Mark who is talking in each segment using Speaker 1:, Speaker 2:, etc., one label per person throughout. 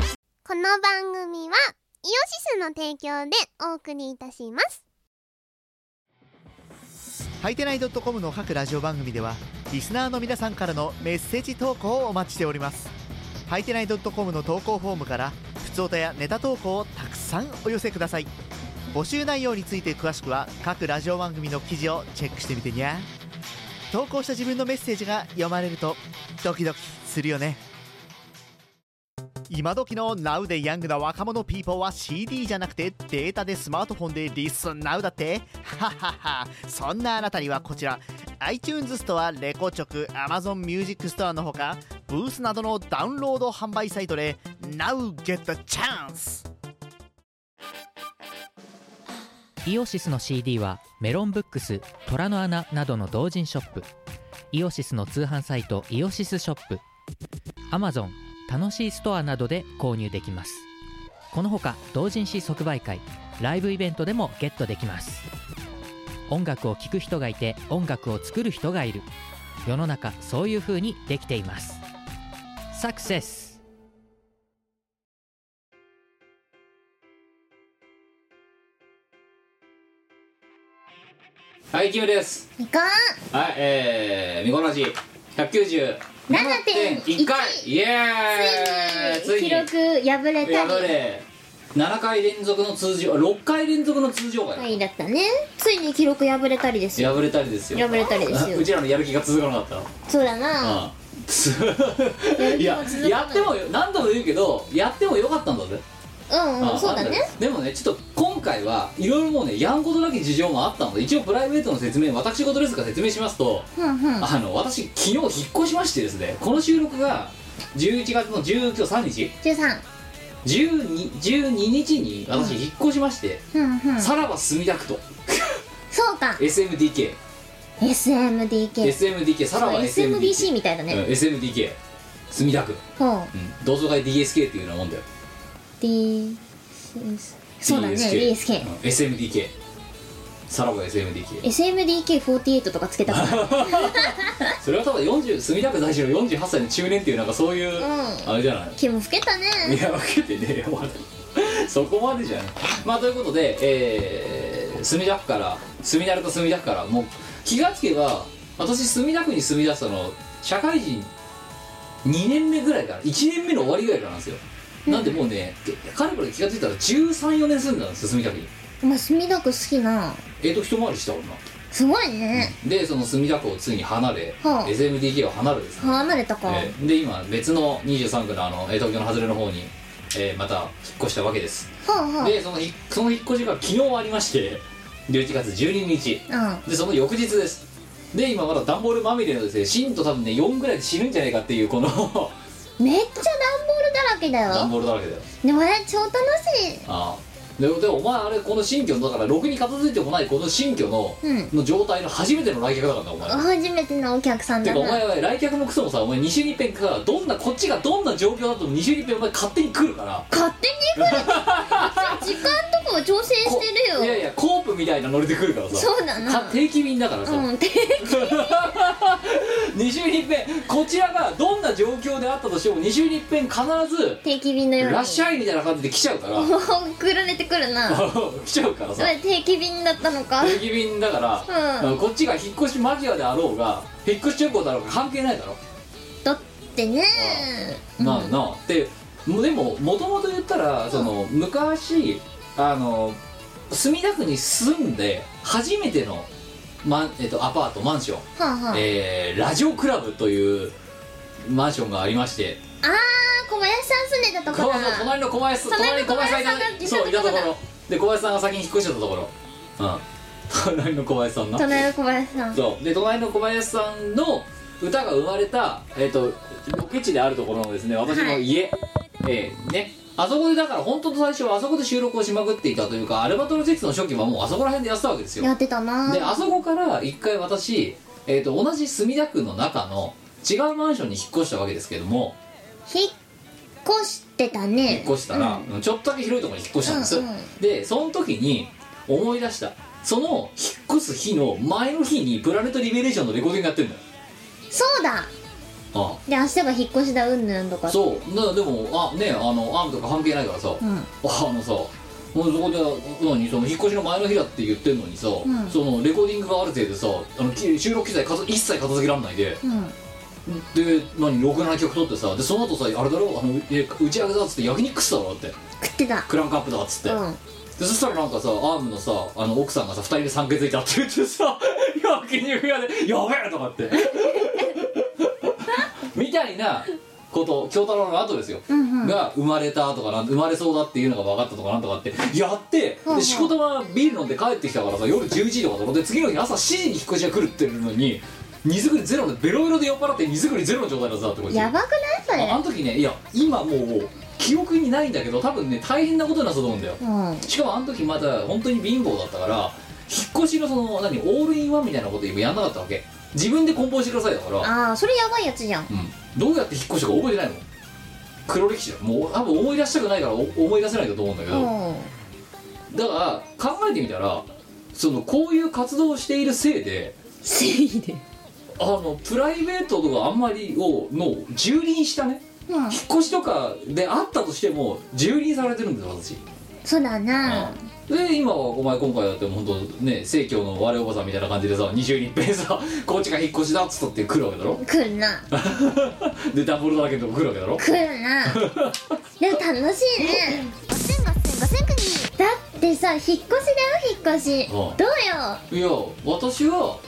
Speaker 1: の番組はイオシスの提供でお送りいたします
Speaker 2: はいてない .com の各ラジオ番組ではリスナーの皆さんからのメッセージ投稿をお待ちしておりますはいてない .com の投稿フォームから普通歌やネタ投稿をたくさんお寄せください募集内容について詳しくは各ラジオ番組の記事をチェックしてみてにゃ投稿した自分のメッセージが読まれるとドキドキするよね今時の Now でヤングな若者ピーポーは CD じゃなくてデータでスマートフォンでリスン Now だってはははそんなあなたにはこちら iTunes ストアレコチョク Amazon ミュージックストアのほかブースなどのダウンロード販売サイトで Now get the chance!
Speaker 3: イオシスの CD はメロンブックス虎の穴などの同人ショップイオシスの通販サイトイオシスショップ Amazon 楽しいストアなどで購入できますこのほか同人誌即売会ライブイベントでもゲットできます音楽を聴く人がいて音楽を作る人がいる世の中そういう風にできていますサクセス
Speaker 4: はい、キムです。
Speaker 1: みこ
Speaker 4: はい、えー、見殺し百九十
Speaker 1: 7.1
Speaker 4: 回。イエーイ。ついに
Speaker 1: 記録破れた
Speaker 4: 破
Speaker 1: り
Speaker 4: れ、七回連続の通常、あ六回連続の通常回、
Speaker 1: 回だったねついに記録破れたりですよ
Speaker 4: 破れたりですよ。
Speaker 1: 破れたりですよ
Speaker 4: うちらのやる気が続かなかった。
Speaker 1: そうだな
Speaker 4: うん。い
Speaker 1: や
Speaker 4: や
Speaker 1: る気も続かない
Speaker 4: やっても何度も言うけどやってもよかったんだぜ、
Speaker 1: うんうん
Speaker 4: ん
Speaker 1: そうだね
Speaker 4: でもねちょっと今回はいろいろもうねやんことなき事情もあったので一応プライベートの説明私事ですが説明しますと、
Speaker 1: うんうん
Speaker 4: あの私昨日引っ越しましてですねこの収録が11月の13日
Speaker 1: 13
Speaker 4: 12, 12日に私引っ越しまして、
Speaker 1: うんうん
Speaker 4: さらば墨田区と
Speaker 1: そうか
Speaker 4: SMDK
Speaker 1: SMDK
Speaker 4: SMDK さらば
Speaker 1: SMDC
Speaker 4: SMDK
Speaker 1: みたいだ
Speaker 4: うん
Speaker 1: ね
Speaker 4: SMDK 墨田区、
Speaker 1: ほう
Speaker 4: うん、同窓会 DSK っていうようなもんだよ
Speaker 1: D そうだね DSK
Speaker 4: うん SMDK さらば SMDK
Speaker 1: SMDK48 とかつけたから
Speaker 4: それはただ40墨田区在住の48歳の中年っていうなんかそういう、
Speaker 1: ん
Speaker 4: あれじゃない
Speaker 1: 気も老けたね
Speaker 4: いや分けてねえよまだそこまでじゃんまあということでえー、墨田区から墨田区と墨田区からもう気がつけば私墨田区に住み出したの社会人2年目ぐらいから1年目の終わりぐらいからなんですよなんでもうね彼から気がついたら134年住んだんですよ墨田区に
Speaker 1: お前墨田区好きな
Speaker 4: えっ、と一回りした女
Speaker 1: すごいね
Speaker 4: でその墨田区をついに離れ、
Speaker 1: はあ
Speaker 4: SMDK を離れですね
Speaker 1: 離れたか
Speaker 4: えーで今別の23区のあのえー東京の外れの方に、えーまた引っ越したわけです
Speaker 1: ほうほう
Speaker 4: でその引その引っ越しが昨日ありまして11月12日
Speaker 1: うん
Speaker 4: でその翌日ですで今まだ段ボールまみれのですね芯と多分ね4ぐらいで死ぬんじゃないかっていうこの
Speaker 1: めっちゃ段ボールだらけだ
Speaker 4: 段
Speaker 1: よ
Speaker 4: ボールだらけだよ
Speaker 1: でもあれ超楽しい
Speaker 4: ああででお前あれこの新居のだからろくに片付いてもないこの新居の、
Speaker 1: うん
Speaker 4: の状態の初めての来客だからなお前
Speaker 1: 初めてのお客さん
Speaker 4: て
Speaker 1: だ
Speaker 4: かお前
Speaker 1: な
Speaker 4: は来客もクソもさお前2週に一遍かどんなこっちがどんな状況だとも2週に一遍お前勝手に来るから
Speaker 1: 勝手に来る時間とかを調整
Speaker 4: こ
Speaker 1: してる
Speaker 4: いやい
Speaker 1: よ
Speaker 4: やコープみたいなノリで来るからさ
Speaker 1: そうだな
Speaker 4: か定期便だからさ、
Speaker 1: うん て
Speaker 4: 2週に一遍こちらがどんな状況であったとしても2週に一遍必ず
Speaker 1: 定期便のように
Speaker 4: ラッシャーイみたいな感じで来ちゃうから
Speaker 1: 送られてくるな
Speaker 4: 来ちゃうから
Speaker 1: そ
Speaker 4: さ
Speaker 1: れ定期便だったのか
Speaker 4: 定期便だから、
Speaker 1: う
Speaker 4: こっちが引っ越し間際であろうが引っ越し直後だろうが関係ないだろ、
Speaker 1: だってね
Speaker 4: なあなあでもでももともと言ったらその昔あの墨田区に住んで初めての、マンえっと、アパートマンション
Speaker 1: はあはあ
Speaker 4: えーラジオクラブというマンションがありまして
Speaker 1: あー小林さん住んでたとこ
Speaker 4: そうそう
Speaker 1: だ
Speaker 4: 隣の小林さん
Speaker 1: 隣の小林さんが
Speaker 4: 隣に小林さんそういたところで小林さんが先に引っ越してたところうん 隣の小林さんな
Speaker 1: 隣の小林さん
Speaker 4: そうで隣の小林さんの歌が生まれた、えっとロケ地であるところのですね私の家、えーねあそこでだから本当と最初はあそこで収録をしまくっていたというかアルバトロジェクトの初期はもうあそこら辺でやってたわけですよ
Speaker 1: やってたな
Speaker 4: であそこから一回私、えー、と同じ墨田区の中の違うマンションに引っ越したわけですけども
Speaker 1: 引っ越してた
Speaker 4: 引
Speaker 1: ね
Speaker 4: っ越したら、
Speaker 1: うん
Speaker 4: ちょっとだけ広いところに引っ越したんです、
Speaker 1: うんうん
Speaker 4: でその時に思い出したその引っ越す日の前の日にプラネットリベレーションのレコーディングやってるんだよ
Speaker 1: そうだ
Speaker 4: あ
Speaker 1: で明日が引っ越しだうんぬんとか
Speaker 4: そうなでもあねあのアームとか関係ないからさ、
Speaker 1: うん
Speaker 4: あのさもうそこで何その引っ越しの前の日だって言ってんのにさ、
Speaker 1: ん
Speaker 4: そのレコーディングがある程度さあのき収録機材かず一切片付けられないで
Speaker 1: うん
Speaker 4: で何ろくな曲取ってさでその後さあれだろあのえ打ち上げだっつって焼肉食ってたろだって
Speaker 1: 食ってた
Speaker 4: クランクアップだっつって、
Speaker 1: うん
Speaker 4: でそしたらなんかさアームのさあの奥さんがさ2人で産気づいたって言ってさ 焼肉屋で「やべえ!」とかって みたいなこと京太郎の後ですよ、
Speaker 1: うんうん
Speaker 4: が生まれたとかなん生まれそうだっていうのが分かったとかなんとかってやって、
Speaker 1: うんう
Speaker 4: で
Speaker 1: ん
Speaker 4: 仕事はビール飲んで帰ってきたからさ夜11時とかだろで次の日朝7時に引っ越しが来るっていうのに荷造りゼロでベロベロで酔っ払って荷造りゼロの状態だったってことですよ
Speaker 1: やばくない
Speaker 4: ああ
Speaker 1: そ
Speaker 4: の時ねいや今もう記憶にないんだけど多分ね大変なことになったと思うんだよ
Speaker 1: れうん
Speaker 4: しかもあの時まだ本当に貧乏だったから引っ越しのその何オールインワンみたいなこと今やんなかったわけ自分で梱包してくださいだから、
Speaker 1: ああそれやばいやつじゃん
Speaker 4: うん、どうやって引っ越したか覚えてないもん黒歴史だよもう多分思い出したくないからお思い出せないんだと思うんだけ
Speaker 1: う
Speaker 4: ど、
Speaker 1: ん
Speaker 4: だから考えてみたらそのこういう活動をしているせいで
Speaker 1: 正義で
Speaker 4: あのプライベートとかあんまりをの蹂躙したね
Speaker 1: うん
Speaker 4: 引っ越しとかであったとしても蹂躙されてるんだよ私
Speaker 1: そうだな
Speaker 4: で今はお前今回だって本当ね生協の我おばさんみたいな感じでさ二週に一遍さ こっちが引っ越しだっつったって来るわけだろ
Speaker 1: 来るな
Speaker 4: でダンボールだらけのとこ来るわけだろ
Speaker 1: 来るなで も楽しいね
Speaker 5: ガセンガセンガセンクニー
Speaker 1: だってさ引っ越しだよ引っ越し
Speaker 4: うん
Speaker 1: どうよ
Speaker 4: いや私は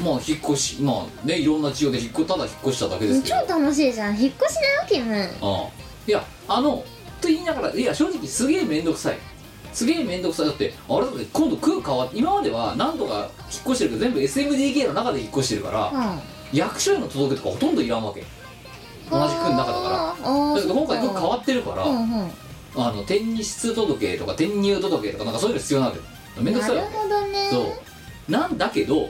Speaker 4: まあ引っ越しまあねいろんな事情で引っ越ただ引っ越しただけですけ
Speaker 1: 超
Speaker 4: ど
Speaker 1: 楽しいじゃん引っ越しだよキム
Speaker 4: あいやあのと言いながらいや正直すげえ面倒くさいすげえ面倒くさいだってあれだって今度空変わって今までは何度か引っ越してるけど全部 SMDK の中で引っ越してるから、
Speaker 1: うん
Speaker 4: 役所への届けとかほとんどいらんわけ同じ区の中だから
Speaker 1: らあ
Speaker 4: だけど今回
Speaker 1: そ
Speaker 4: よ
Speaker 1: っ
Speaker 4: く
Speaker 1: か
Speaker 4: 変わってるから、
Speaker 1: うんうん
Speaker 4: あの転出届とか転入届とかなんかそういうの必要なんだよめんどく
Speaker 1: な
Speaker 4: さい
Speaker 1: る
Speaker 4: わけ
Speaker 1: ほどね
Speaker 4: そうなんだけど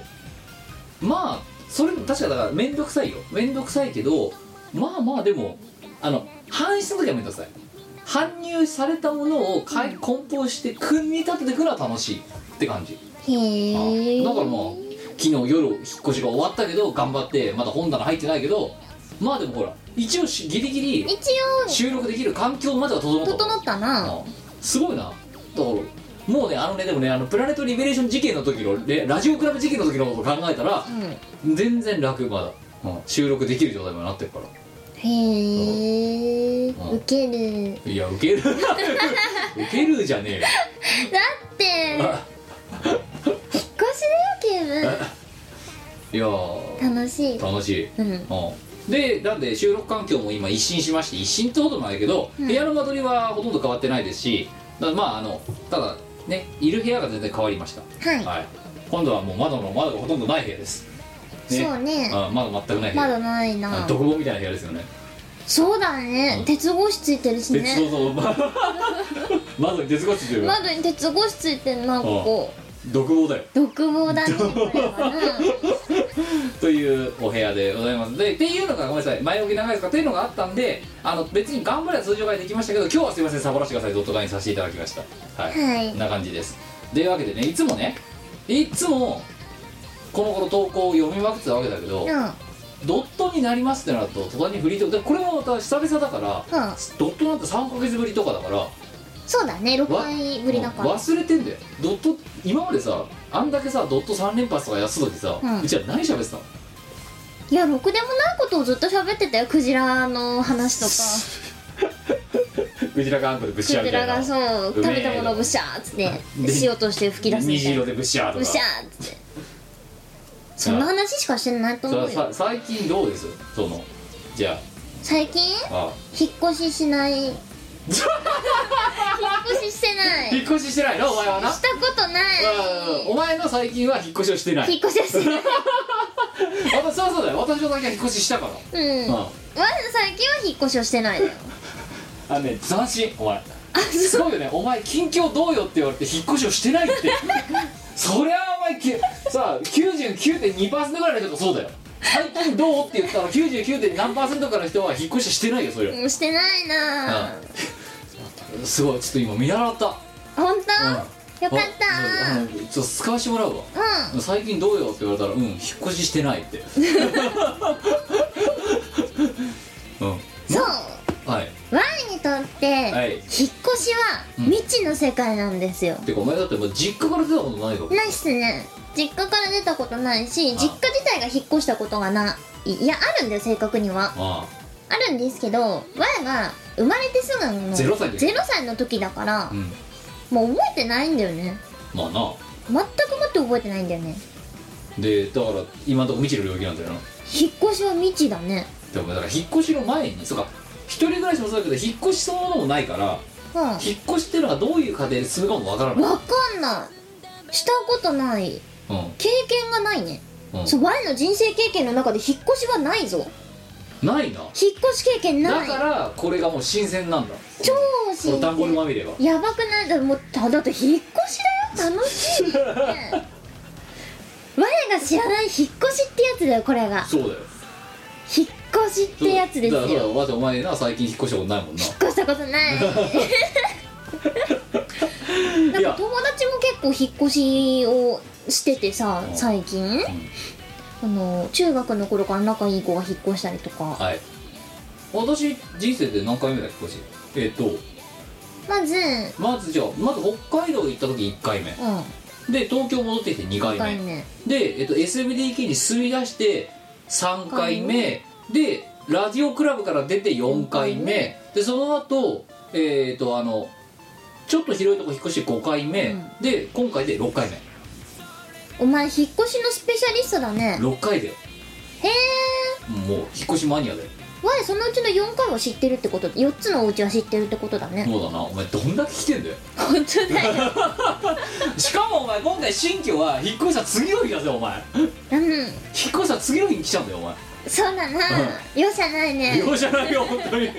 Speaker 4: まあそれも確かだからめんどくさいよめんどくさいけどまあまあでもあの搬出した時はめんどくさい搬入されたものを買い梱包して組み立ててくのは楽しいって感じ
Speaker 1: へえ
Speaker 4: だからまあ昨日夜引っ越しが終わったけど頑張ってまだ本棚入ってないけどまあでもほら一応しギリギリ
Speaker 1: 一
Speaker 4: 収録できる環境までは整っ
Speaker 1: 応
Speaker 4: た
Speaker 1: 整ったな
Speaker 4: すごいなだからもうねあのねでもねあのプラネットリベレーション事件の時のレラジオクラブ事件の時のことを考えたら
Speaker 1: うん
Speaker 4: 全然楽まだ、うん収録できる状態になってるから
Speaker 1: へえ
Speaker 4: うん
Speaker 1: ウケる
Speaker 4: いやウケる ウケるじゃね
Speaker 1: だって
Speaker 4: え
Speaker 1: 引っ
Speaker 4: よ
Speaker 1: 越しだよ
Speaker 4: いやー
Speaker 1: キム楽しい
Speaker 4: 楽しい、
Speaker 1: うん
Speaker 4: うん、でなんで収録環境も今一新しまして一新ってこともないけど、
Speaker 1: うん
Speaker 4: 部屋の間取りはほとんど変わってないですしだまああのただねいる部屋が全然変わりました
Speaker 1: はい
Speaker 4: はい、今度はもう窓の窓がほとんどない部屋です、
Speaker 1: そうね
Speaker 4: あ窓全くない部
Speaker 1: ま
Speaker 4: 屋
Speaker 1: だないな
Speaker 4: 独房みたいな部屋ですよね
Speaker 1: そうだね、
Speaker 4: うん
Speaker 1: 鉄格子ついてるし
Speaker 4: 鉄
Speaker 1: ね
Speaker 4: 道の 窓に鉄格子というか
Speaker 1: 窓に鉄格子ついてるなここ
Speaker 4: 独房だよ
Speaker 1: 独房だねこれは な
Speaker 4: というお部屋でございますでっていうのがごめんなさい前置き長いですかというのがあったんであの別に頑張れば通常回できましたけど今日はすいませんサボらせてくださいドット会にさせていただきましたはい、
Speaker 1: はい
Speaker 4: こんな感じですというわけでねいつもねいつもこの頃投稿を読みまくってたわけだけど、
Speaker 1: うん
Speaker 4: ドットになりますってなると途端にフリートークでこれもまた久々だから、
Speaker 1: うん
Speaker 4: ドットなんて3ヶ月ぶりとかだから
Speaker 1: そうだね6回ぶりだか
Speaker 4: うん
Speaker 1: ら
Speaker 4: 忘れてんだよドット今までさあんだけさドット3連発とかやってた時さ、う
Speaker 1: うん
Speaker 4: ちは何喋ってたの
Speaker 1: いやろくでもないことをずっと喋ってたよクジラの話とか
Speaker 4: クジラがあんこでブ
Speaker 1: クジラが
Speaker 4: う
Speaker 1: そう
Speaker 4: う
Speaker 1: 食
Speaker 4: めえ
Speaker 1: べたものをブシャーっつって
Speaker 4: で
Speaker 1: 塩として吹き出すみたいな
Speaker 4: でブシャー
Speaker 1: ブシャーっつってそんな話しかしてないと
Speaker 4: それ
Speaker 1: 思
Speaker 4: は
Speaker 1: うよ
Speaker 4: さ最近どうですそのじゃ
Speaker 1: 最近
Speaker 4: ああ
Speaker 1: 引っ越ししない引っ越ししてない
Speaker 4: 引っ越ししてないのお前はな
Speaker 1: したことない
Speaker 4: うんお前の最近は引っ越しをしてない
Speaker 1: 引っ越しはしてない
Speaker 4: 私そうそうだよ私の最近は引っ越ししたから、
Speaker 1: うん
Speaker 4: うん
Speaker 1: まず最近は引っ越しをしてないだよ
Speaker 4: あのね斬新お前すごいよねお前近況どうよって言われて引っ越しをしてない ってそりゃお前きさあ99.2%ぐらいの人がそうだよ最近どうって言ったら99. 何パーセントかの人は引っ越ししてないよそれ、
Speaker 1: うんしてないなぁ
Speaker 4: うんすごいちょっと今見習ったよ
Speaker 1: 本当
Speaker 4: うん
Speaker 1: よかった
Speaker 4: ちょっと使わしてもらうわ
Speaker 1: う
Speaker 4: 最近どうよって言われたらうん引っ越ししてないって
Speaker 1: って、
Speaker 4: はい
Speaker 1: 引っ越しは
Speaker 4: うん
Speaker 1: 未知の世界なんですよ、
Speaker 4: てかお前だってもう実家から出たことないよ
Speaker 1: ないっすね実家から出たことないし実
Speaker 4: あ
Speaker 1: 家自体が引っ越したことがないいやあるんだよ正確には
Speaker 4: あ
Speaker 1: あるんですけどわやが生まれてすぐの
Speaker 4: ゼロ歳で
Speaker 1: ゼロ歳の時だから
Speaker 4: あうん
Speaker 1: もう覚えてないんだよね
Speaker 4: まあな
Speaker 1: 全くもって覚えてないんだよね
Speaker 4: でだから今のとこ未知の領域なんだよな
Speaker 1: 引っ越しは未知だね
Speaker 4: でもだから引っ越しの前にそうか一人暮らしもそうだけど引っ越しそのものもないから
Speaker 1: うんわ
Speaker 4: 引っ越しっていうのがどういう過程で進むかもわからない
Speaker 1: かんないしたことない
Speaker 4: うん
Speaker 1: 経験がないね、
Speaker 4: うん
Speaker 1: そう我の人生経験の中で引っ越しはないぞ
Speaker 4: ない
Speaker 1: 引
Speaker 4: な
Speaker 1: っ越し経験な
Speaker 4: だ
Speaker 1: い
Speaker 4: からこれがもう新鮮なんだ
Speaker 1: 超
Speaker 4: この
Speaker 1: 新
Speaker 4: ダンボール
Speaker 1: 鮮
Speaker 4: まみれは
Speaker 1: やばくないだってもうただって引っ越しだよ楽しいね我が知らない引っ越しってやつだよこれが
Speaker 4: そうだよ
Speaker 1: 引っ越しってやつです
Speaker 4: だから
Speaker 1: よ
Speaker 4: だってお前な最近引っ越したことないもんな
Speaker 1: 引っ越したことない なんか
Speaker 4: いや
Speaker 1: 友達も結構引っ越しをしててさ
Speaker 4: うん
Speaker 1: 最近、あの中学の頃から仲いい子が引っ越したりとか、
Speaker 4: はい私人生で何回目だっけ引っ越しえっ、と
Speaker 1: まず
Speaker 4: まずじゃあまず北海道行った時1回目
Speaker 1: うん
Speaker 4: で東京戻ってきて2回
Speaker 1: 1
Speaker 4: 目
Speaker 1: 回目
Speaker 4: で、えっと、SBDK に住み出して3回目でラジオクラブから出て4回
Speaker 1: 四回
Speaker 4: 目でその後えっとあのちょっと広いとこ引っ越して5回目、
Speaker 1: うん
Speaker 4: で今回で6回目
Speaker 1: お前引っ越しのスペシャリストだね
Speaker 4: 6回だよ
Speaker 1: へえ
Speaker 4: もう引っ越しマニアだよ
Speaker 1: 我そのうちの4回は知ってるってこと4つのお家は知ってるってことだね
Speaker 4: そうだなお前どんだけ来てんだよ
Speaker 1: 本当だ よ
Speaker 4: しかもお前今回新居は引っ越した次の日だぜお前引っ
Speaker 1: うん
Speaker 4: 越した次の日に来ちゃうんだよお前
Speaker 1: そうだな
Speaker 4: う
Speaker 1: 容赦ないね
Speaker 4: 容赦ないよ本 当に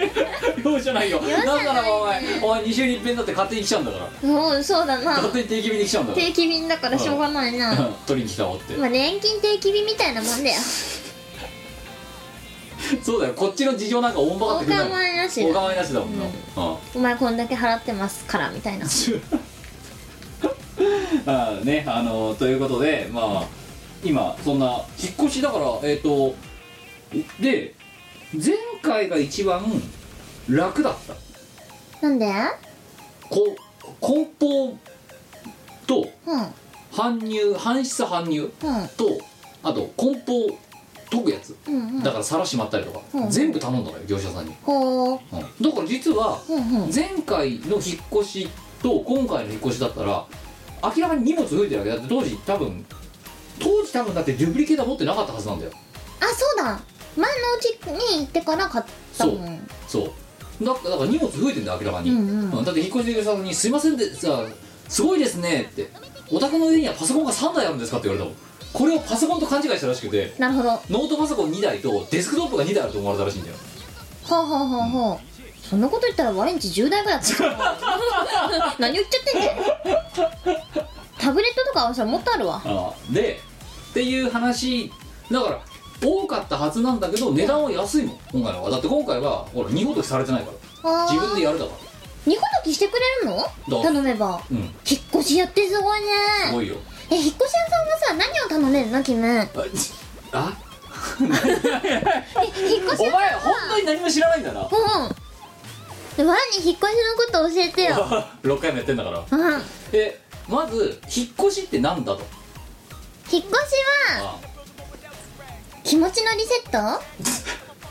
Speaker 4: 容赦ないよ
Speaker 1: 赦ないね
Speaker 4: なんならお前お前2週に一遍だって勝手に来ちゃうんだから
Speaker 1: うんそうだな
Speaker 4: 勝手に定期便で来ちゃうんだか
Speaker 1: 定期便だからしょうがないな
Speaker 4: ら取りに来たおって
Speaker 1: まあ年金定期便みたいなもんだよ
Speaker 4: そうだよこっちの事情なんか大んばか
Speaker 1: お
Speaker 4: ってくんない
Speaker 1: 構いなし
Speaker 4: お
Speaker 1: だ
Speaker 4: 構いなしだもんな、うんあ
Speaker 1: お前こんだけ払ってますからみたいな
Speaker 4: あねあのということでまあ今そんな引っ越しだからえっ、とで前回が一番楽だった
Speaker 1: なんで
Speaker 4: こ梱包と
Speaker 1: うん
Speaker 4: 搬入搬出搬入
Speaker 1: うん
Speaker 4: とあと梱包解くやつ
Speaker 1: うんうん
Speaker 4: だから皿しまったりとか、
Speaker 1: うん
Speaker 4: 全部頼んだのよ業者さんに、
Speaker 1: ほう
Speaker 4: うんだから実は
Speaker 1: うんうん
Speaker 4: 前回の引っ越しと今回の引っ越しだったら明らかに荷物増えてるわけだって当時多分当時多分だってデュプリケーター持ってなかったはずなんだよ
Speaker 1: あそうだ前のうちに行ってから買ったもん
Speaker 4: そうだだから荷物増えてんだよ明らかに、
Speaker 1: うんうん
Speaker 4: だって引っ越しで業者さんに「すいませんでさすごいですね」って「お宅の家にはパソコンが3台あるんですか?」って言われたもんこれをパソコンと勘違いしたらしくて
Speaker 1: なるほど
Speaker 4: ノートパソコン2台とデスクトップが2台あると思われたらしいんだよ
Speaker 1: ほうほうほうほう、そんなこと言ったらワインチ10代ぐらいだった な何を言っちゃってんだよタブレットとかはさもっとあるわ
Speaker 4: ああでっていう話だから多かったはずなんだけど値段は安いもん今回のはだって今回はほら二ごときされてないから
Speaker 1: あ
Speaker 4: 自分で
Speaker 1: や
Speaker 4: やるだか
Speaker 1: 二ごときしてくれる
Speaker 4: ど
Speaker 1: の
Speaker 4: う
Speaker 1: 頼めば
Speaker 4: らうん
Speaker 1: 引っ越しやってすごいね
Speaker 4: すごいよ
Speaker 1: え引っ越し屋さんはさ何を頼めるの君え
Speaker 4: あちあ
Speaker 1: 引っ越し屋
Speaker 4: お
Speaker 1: さん
Speaker 4: 前本当に何も知らないんだな
Speaker 1: うんワイに引っ越しのこと教えてよ
Speaker 4: 6回もやってんだから
Speaker 1: うん
Speaker 4: でまず引っ越しってなんだと
Speaker 1: 引っ越しは
Speaker 4: ああ
Speaker 1: 気持ちのリセット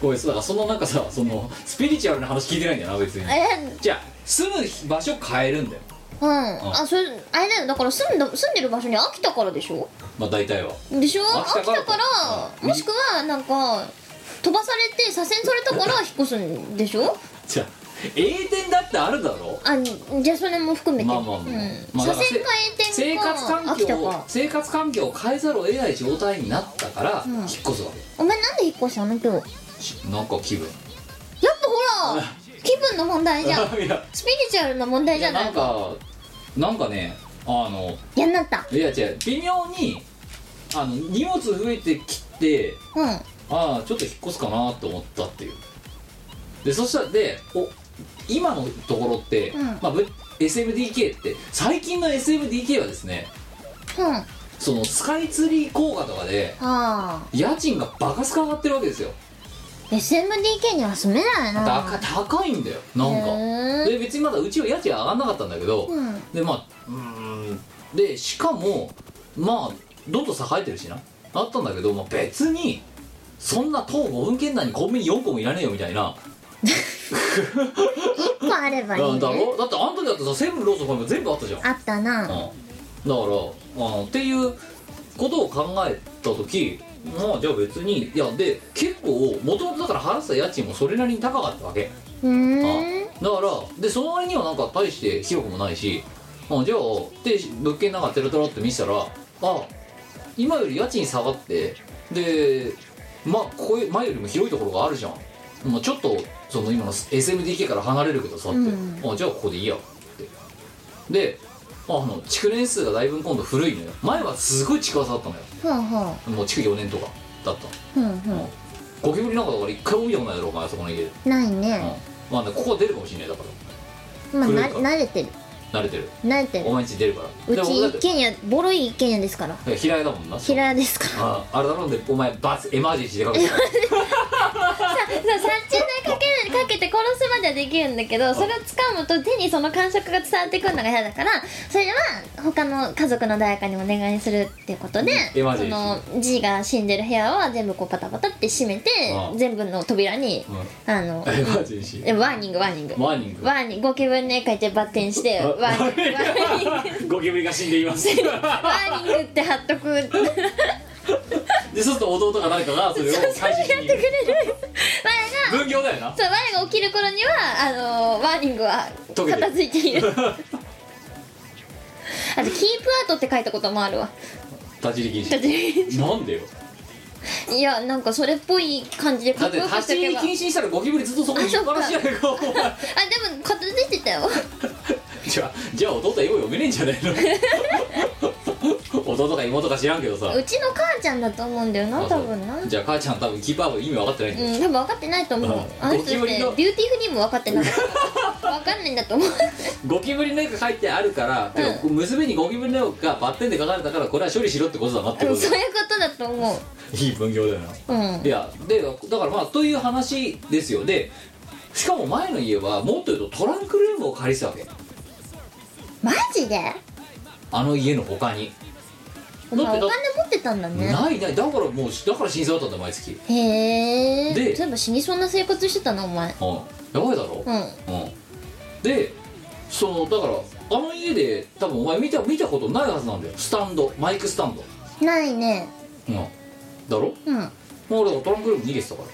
Speaker 4: ごめんそうだからそのなんかさそのスピリチュアルな話聞いてないんだよな別に
Speaker 1: え
Speaker 4: じゃあ住む場所変えるんだよ
Speaker 1: うんあそれあれだよだから住んだ住んでる場所に飽きたからでしょ
Speaker 4: まあ大体は
Speaker 1: でしょ
Speaker 4: 飽
Speaker 1: 飽
Speaker 4: き
Speaker 1: き
Speaker 4: た
Speaker 1: た
Speaker 4: から
Speaker 1: から
Speaker 4: うん
Speaker 1: もしくはなんか飛ばされて左遷されたから引っ越すんでしょ
Speaker 4: じゃあ栄転だってあるだろ
Speaker 1: あじゃあそれも含めて、
Speaker 4: まあまあまあ
Speaker 1: うん
Speaker 4: まあだ
Speaker 1: 左
Speaker 4: からせ
Speaker 1: 遷か栄転
Speaker 4: 生
Speaker 1: か
Speaker 4: 活環
Speaker 1: 飽き
Speaker 4: 境
Speaker 1: た
Speaker 4: を
Speaker 1: か
Speaker 4: 生活環境を変えざるを得ない状態になったから、
Speaker 1: うん
Speaker 4: 引っ越すわ
Speaker 1: お前なんで引っ越したの今日やっ
Speaker 4: けしなんか気分
Speaker 1: ぱほら気分の問題じ ゃん
Speaker 4: いや
Speaker 1: スピリチュアルな問題
Speaker 4: い
Speaker 1: じ
Speaker 4: や
Speaker 1: ゃない
Speaker 4: なんかなんかねあの
Speaker 1: 嫌になった
Speaker 4: いや違う微妙にあの荷物増えてきて
Speaker 1: うん
Speaker 4: ああちょっと引っ越すかなと思ったっていうでそしたらでお今のところって、
Speaker 1: うん
Speaker 4: まあ、ぶ SMDK って最近の SMDK はですね
Speaker 1: うんあ
Speaker 4: そのスカイツリー効果とかで
Speaker 1: あ
Speaker 4: 家賃がバカスカ上がってるわけですよ
Speaker 1: SMDK には住めないな
Speaker 4: 高高いんだよなんか、
Speaker 1: へー
Speaker 4: で別にまだうちは家賃上がんなかったんだけど、
Speaker 1: うん
Speaker 4: でまあうーんでしかもまあどんどん栄えてるしなあったんだけど、まあ、別にそんな当5分圏内にコンビニ4個もいらねえよみたいな、
Speaker 1: 一個あればいい、
Speaker 4: うん
Speaker 1: ね、
Speaker 4: だろだってあの時だってさセブンローソンファミマ全部あったじゃん
Speaker 1: あったな、
Speaker 4: うん、だからあっていうことを考えた時まあじゃあ別にいやで結構もともとだから払ってた家賃もそれなりに高かったわけ
Speaker 1: うーん
Speaker 4: だからでその割にはなんか大して広くもないしあじゃあで物件なんかテロテロって見せたらあ今より家賃下がってでまあここ前よりも広いところがあるじゃん、まあ、ちょっとその今の SMDK から離れるけどさって、
Speaker 1: うん
Speaker 4: あじゃあここでいいやってであの築年数がだいぶ今度古いのよ前はすごい近さだったのよ
Speaker 1: ほうほう
Speaker 4: もう築4年とかだったの
Speaker 1: ふんふん
Speaker 4: ゴキブリなんかだから一回も見たことないだろお前あそこの家で、
Speaker 1: ない
Speaker 4: うん
Speaker 1: ね、
Speaker 4: まあねここは出るかもしれないだか
Speaker 1: まあ
Speaker 4: 古い
Speaker 1: な
Speaker 4: から
Speaker 1: 慣れてる
Speaker 4: ら慣れてる
Speaker 1: 慣れて
Speaker 4: お
Speaker 1: る
Speaker 4: 前んち出るから
Speaker 1: う
Speaker 4: でも
Speaker 1: ち
Speaker 4: だ
Speaker 1: 一軒家ボロい一軒家ですから
Speaker 4: って平屋だもんな
Speaker 1: 平屋ですから
Speaker 4: ああれだろうねお前バスエマージェンシーでかけてる
Speaker 1: そう殺虫剤かけかけて殺すまではできるんだけどそれを掴むと手にその感触が伝わってくるのが嫌だからそれは他の家族の誰かにお願いするっていうことで
Speaker 4: エマージ
Speaker 1: そ
Speaker 4: ェンシ
Speaker 1: の
Speaker 4: ー
Speaker 1: じいが死んでる部屋は全部こうパタパタって閉めて
Speaker 4: ああ
Speaker 1: 全部の扉にあの
Speaker 4: エマージェンシ
Speaker 1: えワーニングワーニング
Speaker 4: ワーニング
Speaker 1: ワーニングゴキブリの絵描いてバッテンしてワーニングワーニングワ
Speaker 4: ー ゴキブリが死んでいます
Speaker 1: ーニングって貼っとく
Speaker 4: でそうすると弟か誰かがそれを回収しに行く分業だよな
Speaker 1: そう我が起きる頃にはあのーワーニングは
Speaker 4: 溶けてる
Speaker 1: 片付いているあと「キープアウト」って書いたこともあるわ
Speaker 4: 立ち入り
Speaker 1: だ
Speaker 4: 禁
Speaker 1: って
Speaker 4: 止なんでよ
Speaker 1: いやなんかそれっぽい感じで
Speaker 4: だ
Speaker 1: か
Speaker 4: っ
Speaker 1: ってこよく
Speaker 4: 立
Speaker 1: し
Speaker 4: ち
Speaker 1: と
Speaker 4: 入
Speaker 1: け
Speaker 4: り
Speaker 1: ばあ
Speaker 4: 禁止にしたらゴキブリずっとそこにいっぱなしやるかお前
Speaker 1: でも片付いてたよ
Speaker 4: じゃあじゃあ弟はよう読めねえんじゃない の弟か妹か知らんけどさ
Speaker 1: うちの母ちゃんだと思うんだよな多分なう
Speaker 4: あそうんじゃあ母ちゃん多分キーパーも意味分かってないんだ
Speaker 1: 多
Speaker 4: よ、
Speaker 1: 分分かってないと思う
Speaker 4: あ
Speaker 1: あの人って
Speaker 4: ゴキブリの
Speaker 1: ビューティーフリーも分かってなかった分かんないんだと思 う
Speaker 4: ゴキブリの絵が書いてあるから、てか娘にゴキブリの絵がバッテンで書かれたからこれは処理しろってことだなって
Speaker 1: う
Speaker 4: こ
Speaker 1: ん
Speaker 4: と
Speaker 1: そう
Speaker 4: だよ
Speaker 1: いうことだと思う
Speaker 4: いい分業だよな
Speaker 1: うん
Speaker 4: いやでだからまあという話ですよでしかも前の家はもっと言うとトランクルームを借りてたわけ
Speaker 1: マジで
Speaker 4: あの家の他に
Speaker 1: お
Speaker 4: だっ
Speaker 1: 前
Speaker 4: て
Speaker 1: お金持ってたんだね
Speaker 4: ないないだからもうだから申請だったんだよ毎月うん
Speaker 1: へえ
Speaker 4: で
Speaker 1: 全部死にそうな生活してたなお前
Speaker 4: やばいだろ
Speaker 1: うん
Speaker 4: うん、でそのだからあの家で多分お前見た見たことないはずなんだよスタンドマイクスタンド、
Speaker 1: ないね
Speaker 4: うん、だろ
Speaker 1: うんほ
Speaker 4: もう俺はトランクルーム逃げてたから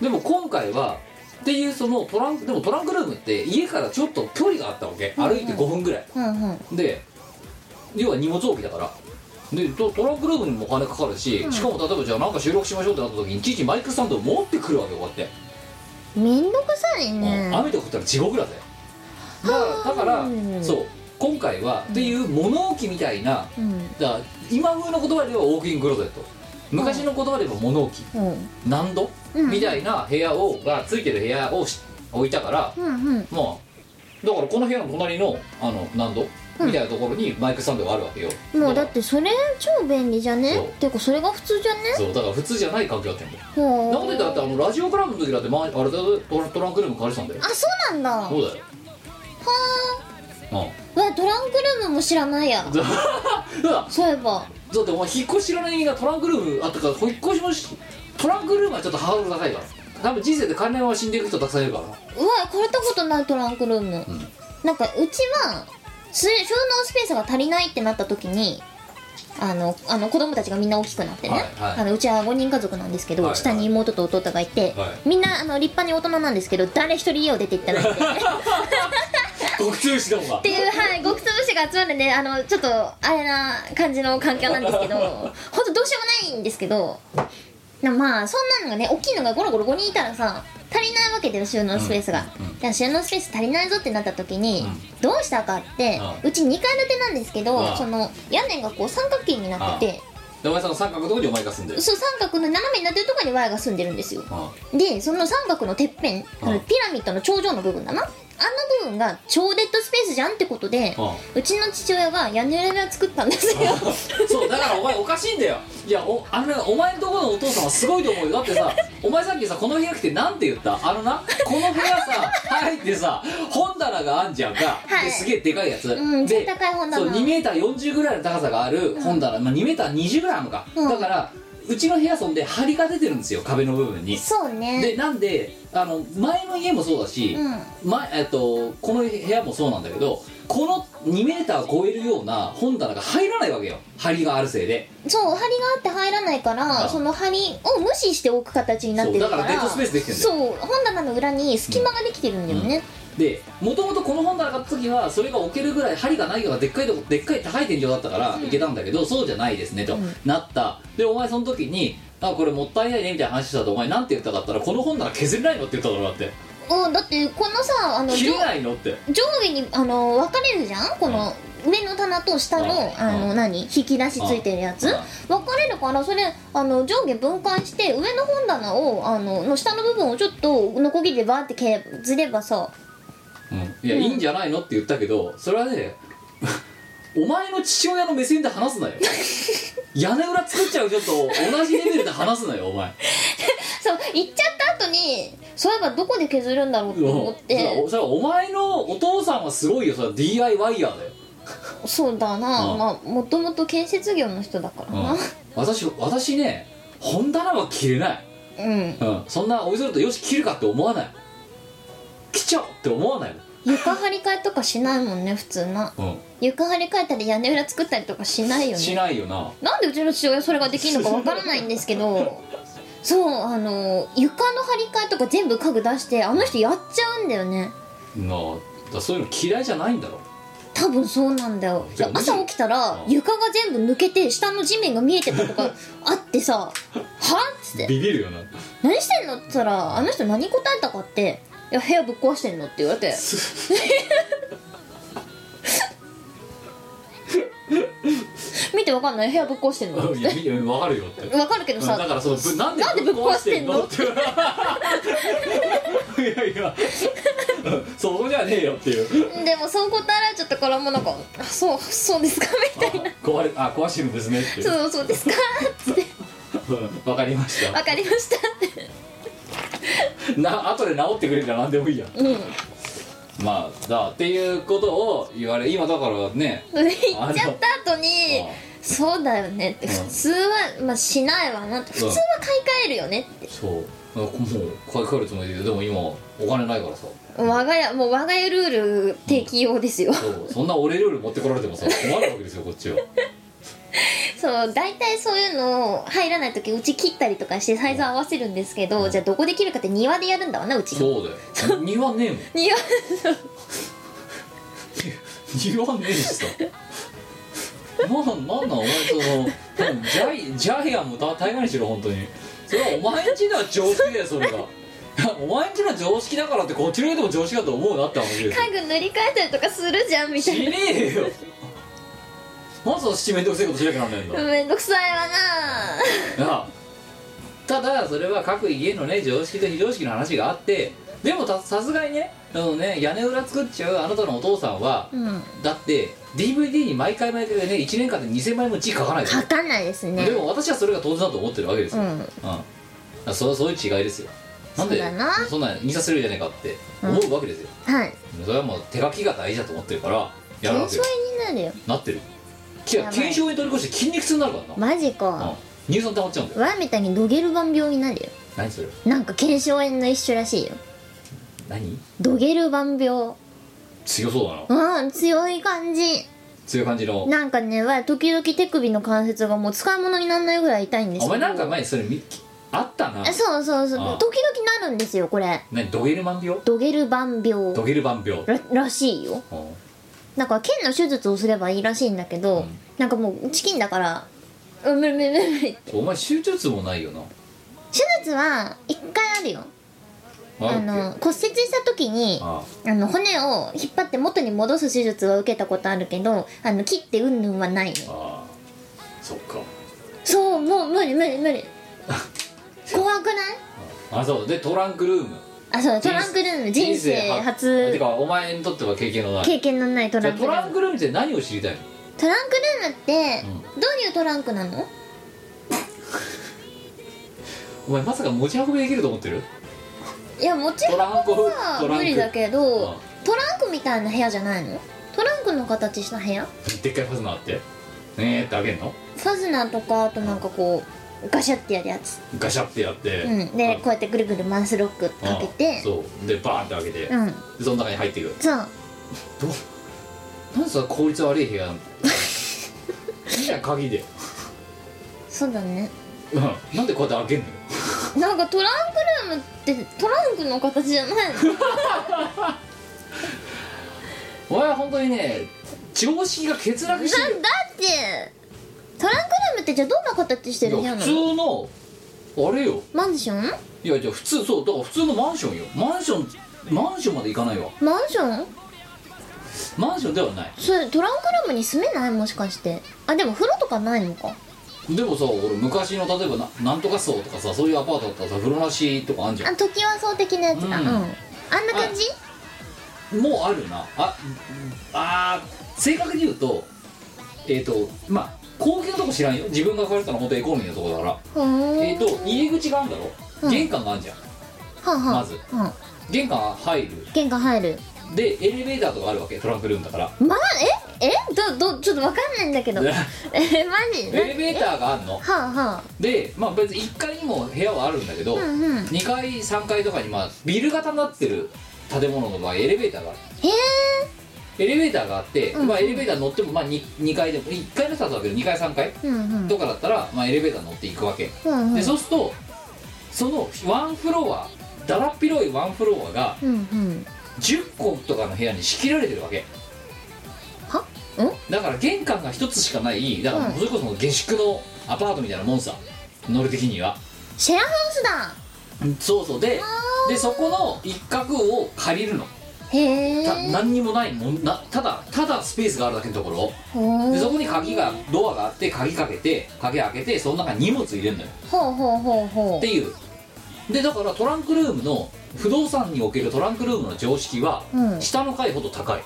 Speaker 4: でも今回はっていうそのトランクでもトランクルームって家からちょっと距離があったわけ
Speaker 1: うんうん
Speaker 4: 歩いて5分ぐらい
Speaker 1: ーうんうん
Speaker 4: で要は荷物置きだからでトトランクルームにもお金かかるし、
Speaker 1: うん
Speaker 4: しかも例えばじゃあなんか収録しましょうってなった時にいちいちマイクスタンドを持ってくるわけよこうやって
Speaker 1: めんどくさい
Speaker 4: うん
Speaker 1: ね
Speaker 4: 雨で降ったら地獄だぜだからだから、
Speaker 1: うん
Speaker 4: そう今回は、っていう物置みたいな
Speaker 1: うん
Speaker 4: だから今風の言葉ではウォークインクローゼット昔の言葉では物置
Speaker 1: うん
Speaker 4: 何度、
Speaker 1: うん
Speaker 4: みたいな部屋をがついてる部屋をし置いたから
Speaker 1: うんうん
Speaker 4: まあだからこの部屋の隣のあの何度
Speaker 1: うん
Speaker 4: みたいなところにマイクスタンドがあるわけよ、
Speaker 1: もうだ
Speaker 4: だ
Speaker 1: っ
Speaker 4: か
Speaker 1: てそれ超便利じゃね
Speaker 4: そう
Speaker 1: てかそれが普通じゃね
Speaker 4: らそうだから普通じゃない環境だったんだよ
Speaker 1: ほ
Speaker 4: なのでだってあのラジオクラブの時だって、まあ、あれだよトラトランクルーム借りてたんだよ
Speaker 1: あそうなんだ
Speaker 4: そうだよは
Speaker 1: うわトランクルームも知らないや
Speaker 4: うんだから
Speaker 1: そういえば
Speaker 4: だってお前引っ越し知らないがトランクルームあったから引っ越しもしトランクルームはちょっとハードル高いから多分人生で関連は死んでいく人たくさんいるからな
Speaker 1: うわ借りたことないトランクルーム、
Speaker 4: ん
Speaker 1: なんかうちはす収納スペースが足りないってなった時にあのあの子供たちがみんな大きくなってね、
Speaker 4: はいはい
Speaker 1: あのうちは5人家族なんですけど、
Speaker 4: はいはい
Speaker 1: 下に妹と弟がいて、
Speaker 4: はい
Speaker 1: みんなあの立派に大人なんですけど誰一人家を出て行ってないってっ
Speaker 4: 極中しどもが
Speaker 1: ていう、はい、極つ節が集まるんであのちょっとあれな感じの環境なんですけど 本当どうしようもないんですけどなまあそんなのがね大きいのがゴロゴロ5人いたらさ足りないわけだよ収納スペースが、
Speaker 4: うんうんうん
Speaker 1: だから収納スペース足りないぞってなった時に、
Speaker 4: うん
Speaker 1: どうしたかって、う
Speaker 4: うん
Speaker 1: ち2階建てなんですけど、
Speaker 4: ああ
Speaker 1: その屋根がこう三角形になってて、
Speaker 4: でお前さんの三角のところにお前が住んでる
Speaker 1: そう三角の斜めになってるところに Y が住んでるんですよ
Speaker 4: うん
Speaker 1: でその三角のてっぺん、
Speaker 4: ああ
Speaker 1: ピラミッドの頂上の部分だなあの部分が超デッドスペースじゃんってことで、
Speaker 4: うん
Speaker 1: うちの父親が屋根裏作ったんですよ
Speaker 4: そうだからお前おかしいんだよいやおあのねお前のところのお父さんはすごいと思うよだってさお前さっきさこの部屋来てなんて言ったあのなこの部屋さ入ってさ本棚があんじゃんか、
Speaker 1: い
Speaker 4: ですげえでかいやつ、
Speaker 1: うん
Speaker 4: で
Speaker 1: 高い本棚
Speaker 4: そう2メーター40ぐらいの高さがある本棚、まあ、2メーター20ぐらいあるのか、
Speaker 1: うん
Speaker 4: だからうちの部屋そんで梁が出てるんですよ壁の部分に
Speaker 1: そうね
Speaker 4: でなんであの前の家もそうだし、
Speaker 1: うん
Speaker 4: まえっと、この部屋もそうなんだけどこの2メーター超えるような本棚が入らないわけよ梁があるせいで
Speaker 1: そう梁があって入らないから、
Speaker 4: うん
Speaker 1: その梁を無視して置く形になってるから
Speaker 4: そうだからデッドスペースできてんだよ
Speaker 1: そう本棚の裏に隙間ができてるんだよね、
Speaker 4: でもともとこの本棚買った時はそれが置けるぐらい針がないようなでっかいとこでっかい高い天井だったからいけたんだけど、そうじゃないですねと、
Speaker 1: うん
Speaker 4: なったでお前その時にあこれもったいないねみたいな話したとお前なんて言ったかったらこの本棚削れないのって言っただろだって
Speaker 1: うん、だってこのさあの
Speaker 4: 切
Speaker 1: 上
Speaker 4: れないのって
Speaker 1: 上下にあの分かれるじゃんこの上の棚と下の
Speaker 4: うん
Speaker 1: あの何引き出しついてるやつ
Speaker 4: うん
Speaker 1: 分かれるからそれあの上下分解して上の本棚をあのの下の部分をちょっとノコギリでバーって削ればさ
Speaker 4: いや、
Speaker 1: うん
Speaker 4: いいんじゃないのって言ったけどそれはね お前の父親の目線で 話すなよ屋根裏作っちゃうちょっと同じレベルで話すなよお前
Speaker 1: そう行っちゃった後にそういえばどこで削るんだろうと思っ
Speaker 4: うん
Speaker 1: て
Speaker 4: それはお前のお父さんはすごいよそれは DIY やだよ、
Speaker 1: そうだな
Speaker 4: うん
Speaker 1: まあもともと建設業の人だから
Speaker 4: うん
Speaker 1: な
Speaker 4: 私私ね本棚は切れない、
Speaker 1: うん
Speaker 4: うん、そんなおいそれとよし切るかって思わない切っちゃおうって思わない
Speaker 1: 床張り替えとかしないもんね普通な
Speaker 4: もん、うん
Speaker 1: 床張り替えたり屋根裏作ったりとかしないよね
Speaker 4: しないよな
Speaker 1: なんでうちの父親それができるのかわからないんですけどそうあの床の張り替えとか全部家具出してあの人やっちゃうんだよね
Speaker 4: なあだからそういうの嫌いじゃないんだろ
Speaker 1: 多分そうなんだよ
Speaker 4: じゃあ
Speaker 1: 朝起きたら
Speaker 4: うん
Speaker 1: 床が全部抜けて下の地面が見えてたと かあってさ「はっ?」つって
Speaker 4: ビビるよな
Speaker 1: 「何してんの?」って言ったらあの人何答えたかって「いや部屋ぶっ壊してんの?」って言われて「 見てわかんない部屋ぶっ壊してんの?」
Speaker 4: いやいやわかるよって
Speaker 1: わかるけどさ
Speaker 4: だからそのぶなんで
Speaker 1: なんでぶっ壊してんの
Speaker 4: ぶっ壊してんのっていやいやそうじゃねえよっていう
Speaker 1: でもそう答えられちゃったからもう なんか「あそうそうですか」みたいな
Speaker 4: 壊れあ壊してるんですねっ
Speaker 1: 「
Speaker 4: ていう
Speaker 1: そうそうですか」っつって
Speaker 4: うんわかりま
Speaker 1: 「
Speaker 4: した
Speaker 1: わかりました」って
Speaker 4: な後で治ってくれたら何でもいいや
Speaker 1: うん
Speaker 4: まあだっていうことを言われ今だからね
Speaker 1: 行っちゃった後に
Speaker 4: あ
Speaker 1: 「そうだよね」って
Speaker 4: うん
Speaker 1: 普通は、まあ、しないわなって普通は買い替えるよねって
Speaker 4: そうあもう買い替えるつもりででも今お金ないからさ
Speaker 1: 我が家もう我が家ルール適用です よ
Speaker 4: そうそんな俺ルール持ってこられてもさ困るわけですよこっちは
Speaker 1: そう大体そういうの入らない時うち切ったりとかしてサイズ合わせるんですけどじゃあどこで切るかって庭でやるんだわなうち
Speaker 4: そうだよ庭ねえもん
Speaker 1: 庭
Speaker 4: 庭ねえしさなんなんなんお前そのジャイジャイアンも大概にしろ本当にそれはお前んちのは常識だよそれがいやお前んちのは常識だからってこっちの家でも常識だと思うなって話ですよ
Speaker 1: 家具塗り替えたりとかするじゃんみたい
Speaker 4: し
Speaker 1: な
Speaker 4: ねえよまずは七面倒くせえことしなきゃなんないんだ
Speaker 1: めんどくさいわな
Speaker 4: なあただそれは各家のね常識と非常識の話があってでもたさすがにねあのね屋根裏作っちゃうあなたのお父さんは
Speaker 1: うん
Speaker 4: だって DVD に毎回毎回ね1年間で2000枚も字書かないで
Speaker 1: 書かないですね
Speaker 4: でも私はそれが当然だと思ってるわけです
Speaker 1: う
Speaker 4: よ、
Speaker 1: ん
Speaker 4: うんそそういう違いですよなんで
Speaker 1: そうだなん
Speaker 4: な印刷するじゃねえかって思うわけですよ、
Speaker 1: はい
Speaker 4: それはもう手書きが大事だと思ってるからやるわ
Speaker 1: 腱鞘
Speaker 4: けよ
Speaker 1: 炎になるよ
Speaker 4: なってるいや
Speaker 1: やばい
Speaker 4: 腱鞘炎取り越して筋肉痛になるからな、
Speaker 1: マジ
Speaker 4: うん
Speaker 1: か、
Speaker 4: 乳酸溜まっちゃうんだよ
Speaker 1: わみたいにドゲルバン病になるよ
Speaker 4: 何それ
Speaker 1: なんか腱鞘炎の一種らしいよ
Speaker 4: 何
Speaker 1: ドゲルバン病
Speaker 4: 強そうだな
Speaker 1: うん強い感じ
Speaker 4: 強い感じの
Speaker 1: なんかねわ時々手首の関節がもう使い物にならないぐらい痛いんです
Speaker 4: お
Speaker 1: けど
Speaker 4: 前なんか前それみあったな
Speaker 1: あそうそうそう時
Speaker 4: あ
Speaker 1: 々なるんですよこれ
Speaker 4: 何ドゲルマン病
Speaker 1: ドゲルバン病
Speaker 4: ドゲルマン病
Speaker 1: ららしいよ
Speaker 4: うん
Speaker 1: なんか腱の手術をすればいいらしいんだけど、
Speaker 4: うん
Speaker 1: なんかもうチキンだからうん無理無理無理無理
Speaker 4: お前手術もないよな
Speaker 1: 手術は一回あるよ
Speaker 4: あ
Speaker 1: あの骨折した時にあ
Speaker 4: あ
Speaker 1: の骨を引っ張って元に戻す手術は受けたことあるけどあの切ってうんぬんはないの
Speaker 4: あそっか
Speaker 1: そうもう無理無理無理怖くない
Speaker 4: あそうでトランクルーム
Speaker 1: あそうトランクルーム人生
Speaker 4: て
Speaker 1: 初
Speaker 4: かお前にとっては経験のない
Speaker 1: 経験のないト
Speaker 4: じ
Speaker 1: ラ
Speaker 4: ゃあ
Speaker 1: ンク
Speaker 4: ト
Speaker 1: ル
Speaker 4: ラ
Speaker 1: ー
Speaker 4: ン
Speaker 1: ム
Speaker 4: クルームって何を知りたいの
Speaker 1: トランクルームって
Speaker 4: う
Speaker 1: どういうトランクなの
Speaker 4: お前まさか持ち運びできると思ってる
Speaker 1: いやもちろん
Speaker 4: トランクを
Speaker 1: さ
Speaker 4: トランク
Speaker 1: 無理だけど
Speaker 4: うん
Speaker 1: トランクみたいな部屋じゃないのトランクの形した部屋
Speaker 4: でっかいファスナーあってねえって開けんの
Speaker 1: ファズナーとかあとなんかこうガシャってやるやつ、
Speaker 4: ガシャってやって、
Speaker 1: うん、でこうやってぐるぐるマウスロックかけ
Speaker 4: うん
Speaker 1: て
Speaker 4: そうでバーンって開けて、
Speaker 1: うん
Speaker 4: でその中に入っていく
Speaker 1: そう
Speaker 4: どうなんでそんな効率悪い部屋なのいいじゃん鍵で、
Speaker 1: そうだね
Speaker 4: うん、なんでこうやって開けんのよ
Speaker 1: なんかトランクルームってトランクの形じゃ ないの
Speaker 4: お前は本当にね常識が欠落してる
Speaker 1: だってトランクルームってじゃあどんな形してる部
Speaker 4: い
Speaker 1: 屋
Speaker 4: や
Speaker 1: な
Speaker 4: 普
Speaker 1: の
Speaker 4: 通のあれよ
Speaker 1: マンション
Speaker 4: いやじゃあ普通そうだから普通のマンションよマンションマンションまで行かないわ
Speaker 1: マンション
Speaker 4: マンションではない
Speaker 1: それトランクルームに住めないもしかしてあでも風呂とかないのか
Speaker 4: でもさ俺昔の例えばななんとか層とかさそういうアパートだったらさ風呂なしとかあんじゃ
Speaker 1: あ時はそう的なやつだう
Speaker 4: う
Speaker 1: んん、あんな感じ
Speaker 4: んもうあるなああー正確に言うとえっ、とまあ高級のとこ知らんよ自分が書かれたのは本当エコノミーのとこだから
Speaker 1: ふーん
Speaker 4: えっ、と入り口があるんだろ、
Speaker 1: うん
Speaker 4: 玄関があるじゃん
Speaker 1: はあはあ
Speaker 4: まず
Speaker 1: うん、
Speaker 4: 玄関入る
Speaker 1: 玄関入る
Speaker 4: でエレベーターとかあるわけトランクルームだから
Speaker 1: まあええどどちょっとわかんないんだ けどえマジ
Speaker 4: エレベーターがあるの
Speaker 1: はあはあ
Speaker 4: でまあ別に1階にも部屋はあるんだけど、
Speaker 1: うんうんへ
Speaker 4: 2階3階とかにまあビル型になってる建物の場合エレベーターがあるエレベーターがあって、
Speaker 1: うん
Speaker 4: まあ、エレベーター乗っても、まあ、2, 二階でも1階の人だったらだけど2階3階
Speaker 1: えうんうん
Speaker 4: とかだったら、まあ、エレベーター乗っていくわけ、
Speaker 1: うんうん
Speaker 4: でそうするとそのワンフロアだらっ広いワンフロアが
Speaker 1: うんうん
Speaker 4: 10個とかの部屋に仕切られてるわけ
Speaker 1: は
Speaker 4: だから玄関が1つしかないだから
Speaker 1: うん
Speaker 4: それこそ下宿のアパートみたいなもんさ乗る的には
Speaker 1: シェアハウスだ
Speaker 4: そうそうででそこの一角を借りるの
Speaker 1: へ
Speaker 4: た
Speaker 1: え
Speaker 4: 何にもないもんなただただスペースがあるだけのところ
Speaker 1: ほ
Speaker 4: で
Speaker 1: う
Speaker 4: そこに鍵がドアがあって鍵かけて鍵開けてその中に荷物入れるのよ
Speaker 1: ほうほうほうほ
Speaker 4: っ
Speaker 1: う
Speaker 4: ていうでだからトランクルームの不動産におけるトランクルームの常識は
Speaker 1: うん
Speaker 4: 下の階ほど高い、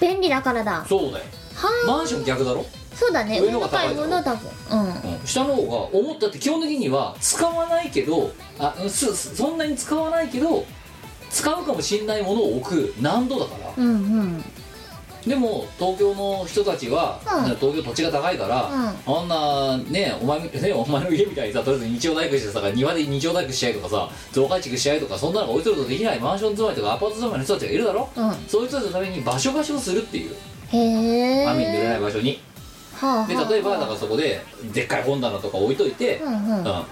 Speaker 1: 便利だからだは
Speaker 4: そうだよ
Speaker 1: あ
Speaker 4: マンション逆だろ、
Speaker 1: そうだね
Speaker 4: 上
Speaker 1: 上の
Speaker 4: の方が高い
Speaker 1: 階
Speaker 4: だろ
Speaker 1: もの多分うん
Speaker 4: うん、下の方が思ったって基本的には使わないけどあうんすすそんなに使わないけど使うかもしんないものを置く難度だから
Speaker 1: うんうん
Speaker 4: でも東京の人たちは、
Speaker 1: うん
Speaker 4: 東京土地が高いから、あんなねお前みねお前の 家みたいにさとりあえず日曜大工してさ庭で日曜大工しちゃいとかさ増改築しちゃいとかそんなのが置いとるとできないマンション住まいとかアパート住まいの人たちがいるだろ
Speaker 1: うん
Speaker 4: そういう人たちのために場所貸しをするっていう
Speaker 1: へえ
Speaker 4: 雨に濡れない場所に
Speaker 1: はあ
Speaker 4: で
Speaker 1: はあ
Speaker 4: 例えばだからそこででっかい本棚とか置いといて、
Speaker 1: うんうんへ
Speaker 4: うん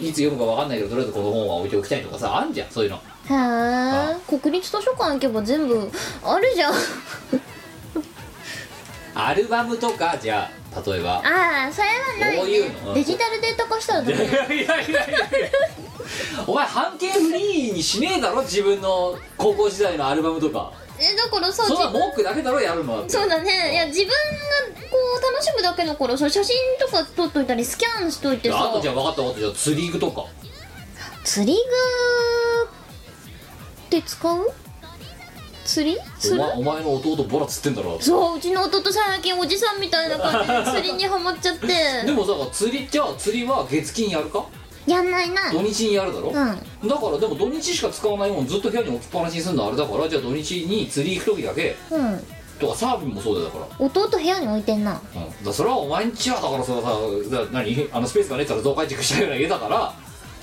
Speaker 4: いつ読むかわかんないけどとりあえずこの本は置いておきたいとかさあんじゃんそういうの
Speaker 1: え国立図書館行けば全部あるじゃん
Speaker 4: アルバムとかじゃあ例えば
Speaker 1: ああそれはないね
Speaker 4: そういうのうん
Speaker 1: デジタルデータ化したら
Speaker 4: い
Speaker 1: ダ
Speaker 4: やい
Speaker 1: メ
Speaker 4: やいやいや お前半径フリーにしねえだろ自分の高校時代のアルバムとか
Speaker 1: えだからさ
Speaker 4: そんな
Speaker 1: じ
Speaker 4: 文句だけだろやるのはって
Speaker 1: そうだねいや自分がこう楽しむだけの頃さ写真とか撮っといたりスキャンしといて
Speaker 4: あ
Speaker 1: さ
Speaker 4: とじゃあ分かった分かったじゃあ釣り具とか
Speaker 1: 釣り具って使う釣りす
Speaker 4: お
Speaker 1: る
Speaker 4: 前お前の弟ボラ釣ってんだろ
Speaker 1: そううちの弟最近おじさんみたいな感じで釣りにハマっちゃって
Speaker 4: でもさ釣りじゃあ釣りは月金やるか
Speaker 1: やんないな
Speaker 4: 土日にやるだろ、
Speaker 1: うん
Speaker 4: だか
Speaker 1: あ
Speaker 4: らでも土日しか使わないもんずっと部屋に置きっぱなしにするのあれだからじゃあ土日に釣り行く時だけ
Speaker 1: うん
Speaker 4: とかサーフィンもそうだよだから
Speaker 1: 弟部屋に置いてんな
Speaker 4: うん、だからそれはお前んちはだからそのさだ何あのスペースがねえから増改築したような家だから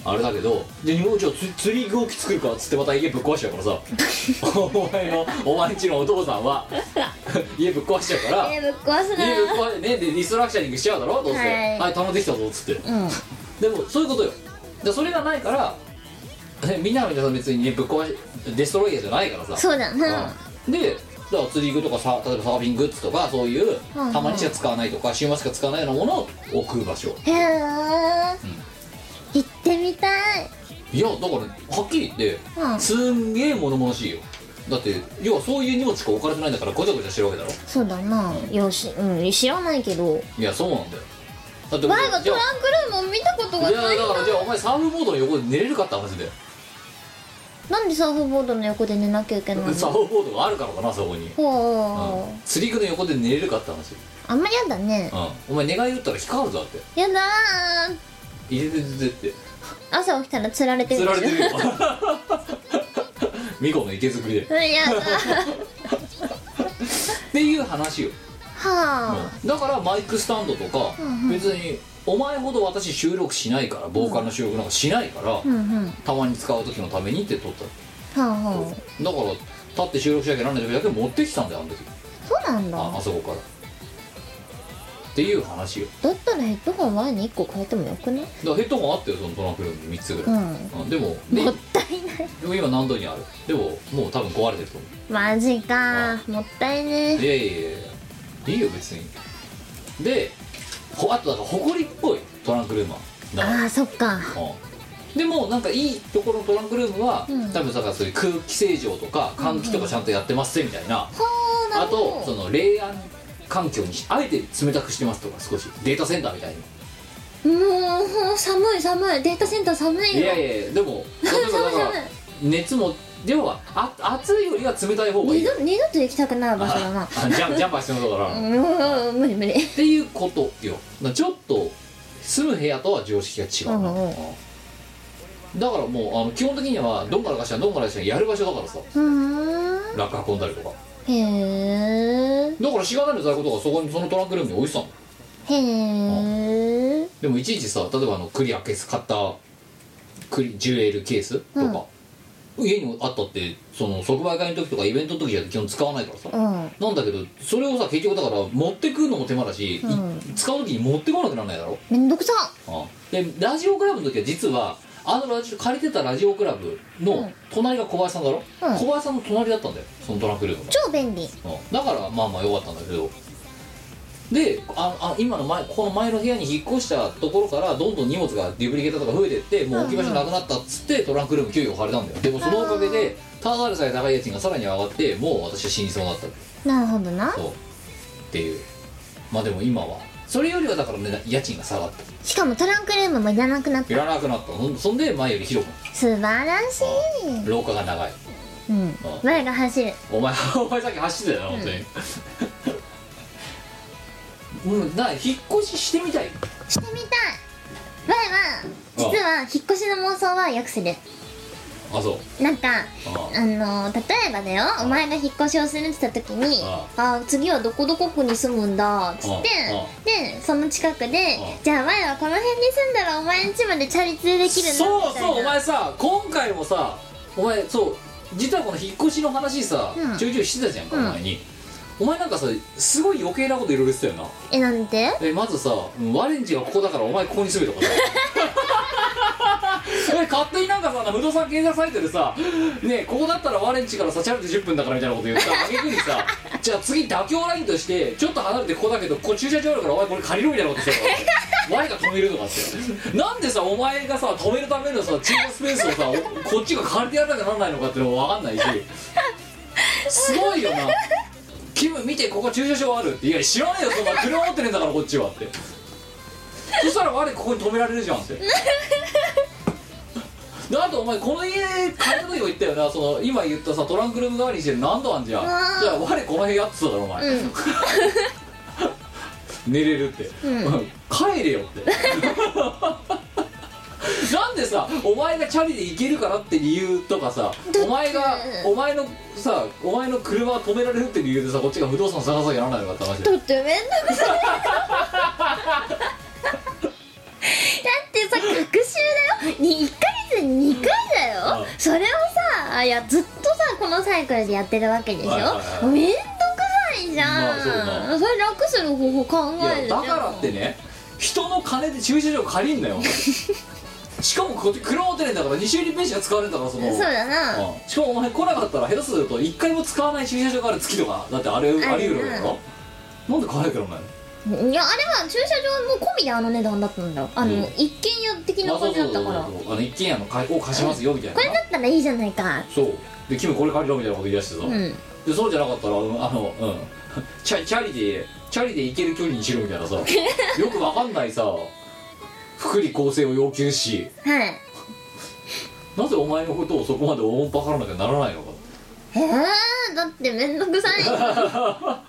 Speaker 4: あれだけどで日本一をつ釣り具置作るからっつってまた家ぶっ壊しちゃうからさ お前のお前んちのお父さんは家ぶっ壊しちゃうから
Speaker 1: えぶっ壊すな
Speaker 4: 家ぶっ壊してねでリストラクチャリングしちゃうだろどうせ
Speaker 1: はい
Speaker 4: はい頼んできたぞっつって
Speaker 1: うん
Speaker 4: でもそういうことよでそれがないからねみんなは皆さん別にねぶっ壊しデストロイヤーじゃないからさ
Speaker 1: そうだな
Speaker 4: うんでだから釣り具とかさ例えばサーフィングッズとかそういう
Speaker 1: うんうん
Speaker 4: たまにしか使わないとか週末しか使わないようなものを置く場所
Speaker 1: へえ行ってみたい
Speaker 4: いやだからはっきり言って
Speaker 1: うん
Speaker 4: すんげえ物々しいよだって要はそういう荷物しか置かれてないんだからごちゃごちゃしてるわけだろ
Speaker 1: そうだなよし、うん、知らないけど
Speaker 4: いやそうなんだよだって
Speaker 1: 前は
Speaker 4: じ
Speaker 1: ト
Speaker 4: ゃ
Speaker 1: ランクルームを見たこと
Speaker 4: あ
Speaker 1: が
Speaker 4: いや
Speaker 1: ない
Speaker 4: だからじゃあお前サーフボードの横で寝れるかって話だよ
Speaker 1: なんでサーフボードの横で寝なきゃいけないの
Speaker 4: サーフボードがあるからかなそこに、
Speaker 1: ほう、
Speaker 4: うん、釣り具の横で寝れるかって話、
Speaker 1: あんまりやだね
Speaker 4: うん、お前寝返り打ったら引っかかるぞだって
Speaker 1: やだー
Speaker 4: 入れて出てって
Speaker 1: 朝起きたら釣られてる
Speaker 4: 釣
Speaker 1: でし
Speaker 4: ら
Speaker 1: ょ
Speaker 4: れてる よミコの池作りでっ
Speaker 1: うんやだー
Speaker 4: ていう話よ、
Speaker 1: は
Speaker 4: うんだからマイクスタンドとか、
Speaker 1: うんうん
Speaker 4: 別にお前ほど私収録しないからボーカルの収録なんかしないから、
Speaker 1: あうんうんは
Speaker 4: たまに使う時のためにって撮った
Speaker 1: あはあ
Speaker 4: だから立って収録しなきゃなんない時だけ持ってきたんだよあの時
Speaker 1: そうなんだ
Speaker 4: ああそこからっていう話よ
Speaker 1: だったらヘッドホン前に1個変えてもよくね
Speaker 4: だからヘッドホンあったよそのトランクルームに3つぐ
Speaker 1: う
Speaker 4: らい、
Speaker 1: ん
Speaker 4: うんでもで
Speaker 1: もったいない
Speaker 4: でも今何度にあるでももう多分壊れてると思
Speaker 1: マジかーもったいうね
Speaker 4: いやいやいやいやいいよ別にでほあとだから埃っぽいトランクルームはだから
Speaker 1: ああそっか
Speaker 4: うんでもなんかいいところのトランクルームは、
Speaker 1: うん
Speaker 4: 多分だからそういう空気清浄とか換気とかちゃんとやってますぜみたいな、
Speaker 1: ほうな
Speaker 4: あ
Speaker 1: るほど
Speaker 4: とその冷暗環境にしあえて冷たくしてますとか少しデータセンターみたいに
Speaker 1: もう寒い寒いデータセンター寒いよ
Speaker 4: いやいやいやでもだか
Speaker 1: 寒い
Speaker 4: らだか
Speaker 1: 寒
Speaker 4: ら
Speaker 1: い
Speaker 4: 熱も要はあ暑いよりは冷たい方がい
Speaker 1: 二
Speaker 4: い
Speaker 1: 度二度と行きたくなる場所だ
Speaker 4: あ
Speaker 1: な
Speaker 4: あジャンジャンパーしてもだから、
Speaker 1: う
Speaker 4: っ
Speaker 1: んうん無理無理
Speaker 4: ていうことよだからちょっと住む部屋とは常識が違うな、
Speaker 1: うんうん
Speaker 4: だからもうあの基本的にはどんからかしたらどんからかしたらやる場所だからさ
Speaker 1: ふーん
Speaker 4: 楽運んだりとか
Speaker 1: へえ
Speaker 4: だからしがないの在庫とかそこにそのトランクルームに置いてたの
Speaker 1: へえ
Speaker 4: でもいちいちさ例えばあのクリアケース買ったクリジュエルケースとか、家にもあったってその即売会の時とかイベントの時じゃ基本使わないからさ、
Speaker 1: うん
Speaker 4: なんだけどそれをさ結局だから持ってくるのも手間だし、い
Speaker 1: うん
Speaker 4: 使う時に持ってこなくならないだろ、
Speaker 1: めんどくさ
Speaker 4: でラジオクラブの時は実はあのラジオ借りてたラジオクラブ
Speaker 1: う
Speaker 4: の
Speaker 1: ん
Speaker 4: 隣が小林さんだろ、
Speaker 1: うん
Speaker 4: 小林さんの隣だったんだよそのトランクルームが
Speaker 1: 超便利
Speaker 4: うんだからまあまあ良かったんだけどでああ今の前この前の部屋に引っ越したところからどんどん荷物がデュプリケーターとか増えてってもう置き場所なくなったっつってトランクルーム急遽借りたんだよでもそのおかげでただでさえ高い家賃がさらに上がってもう私は死にそうになった
Speaker 1: なるほどな
Speaker 4: そうっていうまあでも今はそれよりはだからね家賃が下がった
Speaker 1: しかもトランクルームもいらなくなっ
Speaker 4: い
Speaker 1: た
Speaker 4: らなくなったほんそんで前より広くなっ
Speaker 1: 素晴らしい
Speaker 4: た廊下が長い
Speaker 1: うん前が走る
Speaker 4: お前 お前さっき走ってたよな本当に うんだから引っ越ししてみたい
Speaker 1: してみたい前は実は引っ越しの妄想はよくする
Speaker 4: あそう
Speaker 1: なんか
Speaker 4: あ
Speaker 1: あの例えばだよお前が引っ越しをするって言った時に
Speaker 4: あ
Speaker 1: 「あ次はどこどこ区に住むんだ」っつって
Speaker 4: あ
Speaker 1: でその近くで
Speaker 4: あ
Speaker 1: 「じゃあ前はこの辺に住んだらお前ん家までチャリ通できるんだ」
Speaker 4: そう
Speaker 1: み
Speaker 4: そう
Speaker 1: た
Speaker 4: お
Speaker 1: いな
Speaker 4: 前さ今回もさお前そう実はこの引っ越しの話さ、
Speaker 1: うん
Speaker 4: ちょいちょいしてたじゃんか、
Speaker 1: うん
Speaker 4: 前にお前なんかさすごい余計なこといろいろしてたよ
Speaker 1: えなんで
Speaker 4: なえまずさうん我んちがここだからお前ここに住めとかさえ勝手になんかさ不動産検索サイトでさねえここだったら我んちからさチャリで10分だからみたいなこと言ったあげくにさ じゃあ次妥協ラインとしてちょっと離れてここだけどここ駐車場あるからお前これ借りろみたいなことしてたから我が止めるとかってなんでさお前がさ止めるためのさ駐車スペースをさおこっちが借りてやらなきゃなんないのかっていうのも分かんないしすごいよな「キム見てここ駐車場ある」って「いや知らねえよそんな車持ってねえんだからこっちは」ってそしたら我ここに止められるじゃんってであとお前この家借りた時も言ったよなその今言ったさトランクルーム代わりにしてる何度あんじゃん
Speaker 1: う
Speaker 4: じ
Speaker 1: わー
Speaker 4: ゃあ我この部屋っつっただろお前、
Speaker 1: うん
Speaker 4: 寝れるって、
Speaker 1: うん
Speaker 4: うん帰れよってなんでさお前がチャリで行けるからって理由とかさお前がお前のさお前の車止められるって理由でさこっちが不動産探さなきゃならないのかって話だ
Speaker 1: とっ
Speaker 4: よ
Speaker 1: てめんどくさいだってさ学習だよに1ヶ月に2回だ
Speaker 4: ああ
Speaker 1: よそれをさいやずっとさこのサイクルでやってるわけでしょ
Speaker 4: はいはいはい
Speaker 1: めんどくさいじゃ
Speaker 4: まあ
Speaker 1: ん、
Speaker 4: そうだ
Speaker 1: それ楽する方法考える
Speaker 4: い
Speaker 1: じゃ
Speaker 4: や
Speaker 1: ん
Speaker 4: だからってね人の金で駐車場借りん なよしかもこっち車持ってねえんだから2週に1遍しか使われんだからその
Speaker 1: そうだな
Speaker 4: うんしかもお前来なかったら下手すると1回も使わない駐車場がある月とかだってあれあり得るわけだろなんで買わないからお前
Speaker 1: いやあれは駐車場も込みであの値段だったんだよあの、
Speaker 4: うん
Speaker 1: 一軒家的な
Speaker 4: まあそ
Speaker 1: 感
Speaker 4: う
Speaker 1: じ
Speaker 4: そ
Speaker 1: だ
Speaker 4: う
Speaker 1: ったから、
Speaker 4: そうそうあの一軒家の買いを貸しますよみたい
Speaker 1: これ
Speaker 4: な
Speaker 1: だったらいいじゃないか
Speaker 4: そうでキムこれ借りろみたいなこと言い出してさ、
Speaker 1: うん
Speaker 4: でそうじゃなかったらうんあのうんチャチャリでチャリで行ける距離にしろみた いなさよくわかんないさ福利厚生を要求し
Speaker 1: はい
Speaker 4: なぜお前のことをそこまで大んぱからなきゃならないのか
Speaker 1: えー、だってめんどくさいだか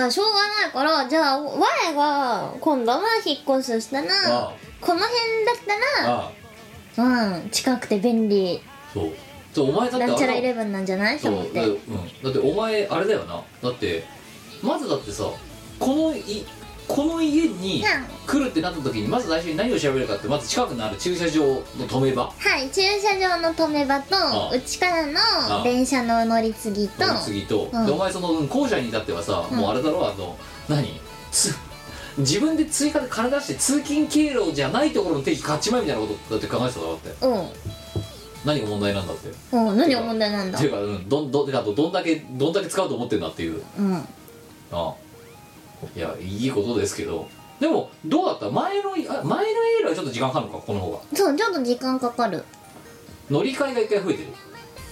Speaker 1: らしょうがないからじゃあ我が今度は引っ越すしたら
Speaker 4: ああ
Speaker 1: この辺だったら
Speaker 4: ああ
Speaker 1: うん近くて便利
Speaker 4: そうそうお前だってあれ
Speaker 1: なんちゃらイレブンなんじゃないと
Speaker 4: そう
Speaker 1: 思っ
Speaker 4: だ,、うん
Speaker 1: て、
Speaker 4: だってお前あれだよなだってまずだってさこのいこの家に来るってなった時にまず最初に何を調べるかってまず近くのある駐車場の止め場
Speaker 1: はい駐車場の止め場
Speaker 4: ああ
Speaker 1: とうちから
Speaker 4: あ
Speaker 1: の電車の乗り継ぎと
Speaker 4: 乗り継ぎと、
Speaker 1: うん
Speaker 4: でお前そのうん校舎に至ってはさ、
Speaker 1: うん
Speaker 4: もうあれだろあの何つ自分で追加で金出して通勤経路じゃないところの定義買っちまえみたいなことだって考えてただろだって
Speaker 1: うん
Speaker 4: 何が問題なんだってっ
Speaker 1: うん何が問題なんだ
Speaker 4: ていうか、うん、どんどんてかどんだけどんだけ使うと思ってんだっていう
Speaker 1: うん
Speaker 4: あいやいいことですけどでもどうだった前のあ前の家よりはちょっと時間かかるのかこの方が
Speaker 1: そうちょっと時間かかる
Speaker 4: 乗り換えが一回増えてる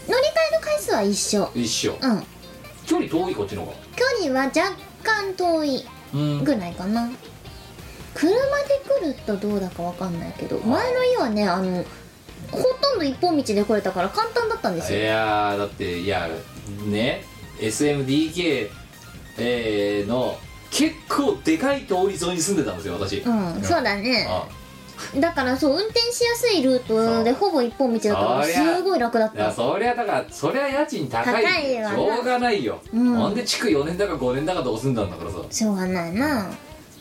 Speaker 1: 乗り換える回数は一緒
Speaker 4: 一緒
Speaker 1: うん
Speaker 4: 距離遠いこっちの方が
Speaker 1: 距離は若干遠い
Speaker 4: うん
Speaker 1: ぐらいかな車で来るとどうだかわかんないけど
Speaker 4: あ
Speaker 1: 前の家はねあのほとんど一本道で来れたから簡単だったんです
Speaker 4: い
Speaker 1: よ
Speaker 4: やーだっていやね SMDK、えーの結構でかい通り沿いに住んでたんですよ私、
Speaker 1: うんそうだね
Speaker 4: あ
Speaker 1: だからそう運転しやすいルートで
Speaker 4: そう
Speaker 1: ほぼ一本道だったから
Speaker 4: そりゃ
Speaker 1: すごい楽だっ
Speaker 4: いや
Speaker 1: た
Speaker 4: そりゃだからそりゃ家賃高い
Speaker 1: 高いわな
Speaker 4: しょうがないよ、
Speaker 1: うん
Speaker 4: なんで築4年だか5年だかと住んだんだからさ
Speaker 1: しょうがないな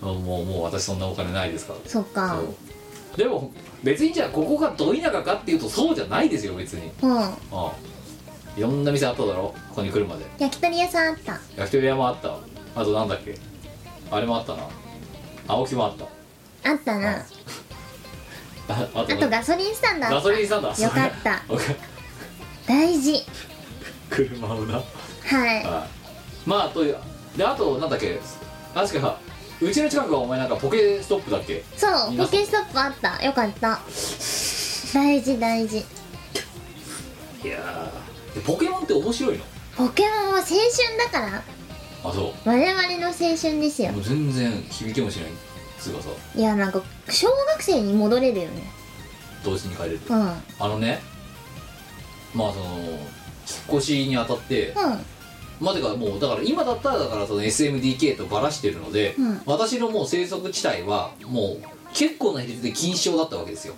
Speaker 4: もうもう私そんなお金ないですから
Speaker 1: そっか
Speaker 4: そうでも別にじゃあここがど田舎かっていうとそうじゃないですよ別に
Speaker 1: うん
Speaker 4: ああいろんな店あっただろここに来るまで
Speaker 1: 焼き鳥屋さんあった
Speaker 4: 焼き鳥屋もあったあとなんだっけあれもあったな青木もあった
Speaker 1: あったな
Speaker 4: あああ
Speaker 1: あとガソリンスタンドあった
Speaker 4: ガソリンスタンド
Speaker 1: よかった
Speaker 4: それ
Speaker 1: 大事
Speaker 4: 車をなあ
Speaker 1: はい
Speaker 4: あまあというであとなんだっけ確かうちの近くはお前なんかポケストップだっけ
Speaker 1: そう
Speaker 4: 皆
Speaker 1: ポ
Speaker 4: さん
Speaker 1: ケストップあったよかった大事大事
Speaker 4: いやーでポケモンって面白いの
Speaker 1: ポケモンは青春だから
Speaker 4: あそう
Speaker 1: 我々の青春ですよ
Speaker 4: もう全然響きもしないつうかさ
Speaker 1: いやなんか小学生に戻れるよね
Speaker 4: 同時に帰れる
Speaker 1: うんうん
Speaker 4: あのねまあその引っ越しにあたってまあてかもうだから今だったらだからその SMDK とバラしてるので、
Speaker 1: うん
Speaker 4: 私のもう生息地帯はもう結構な比率で禁止症だったわけですよ、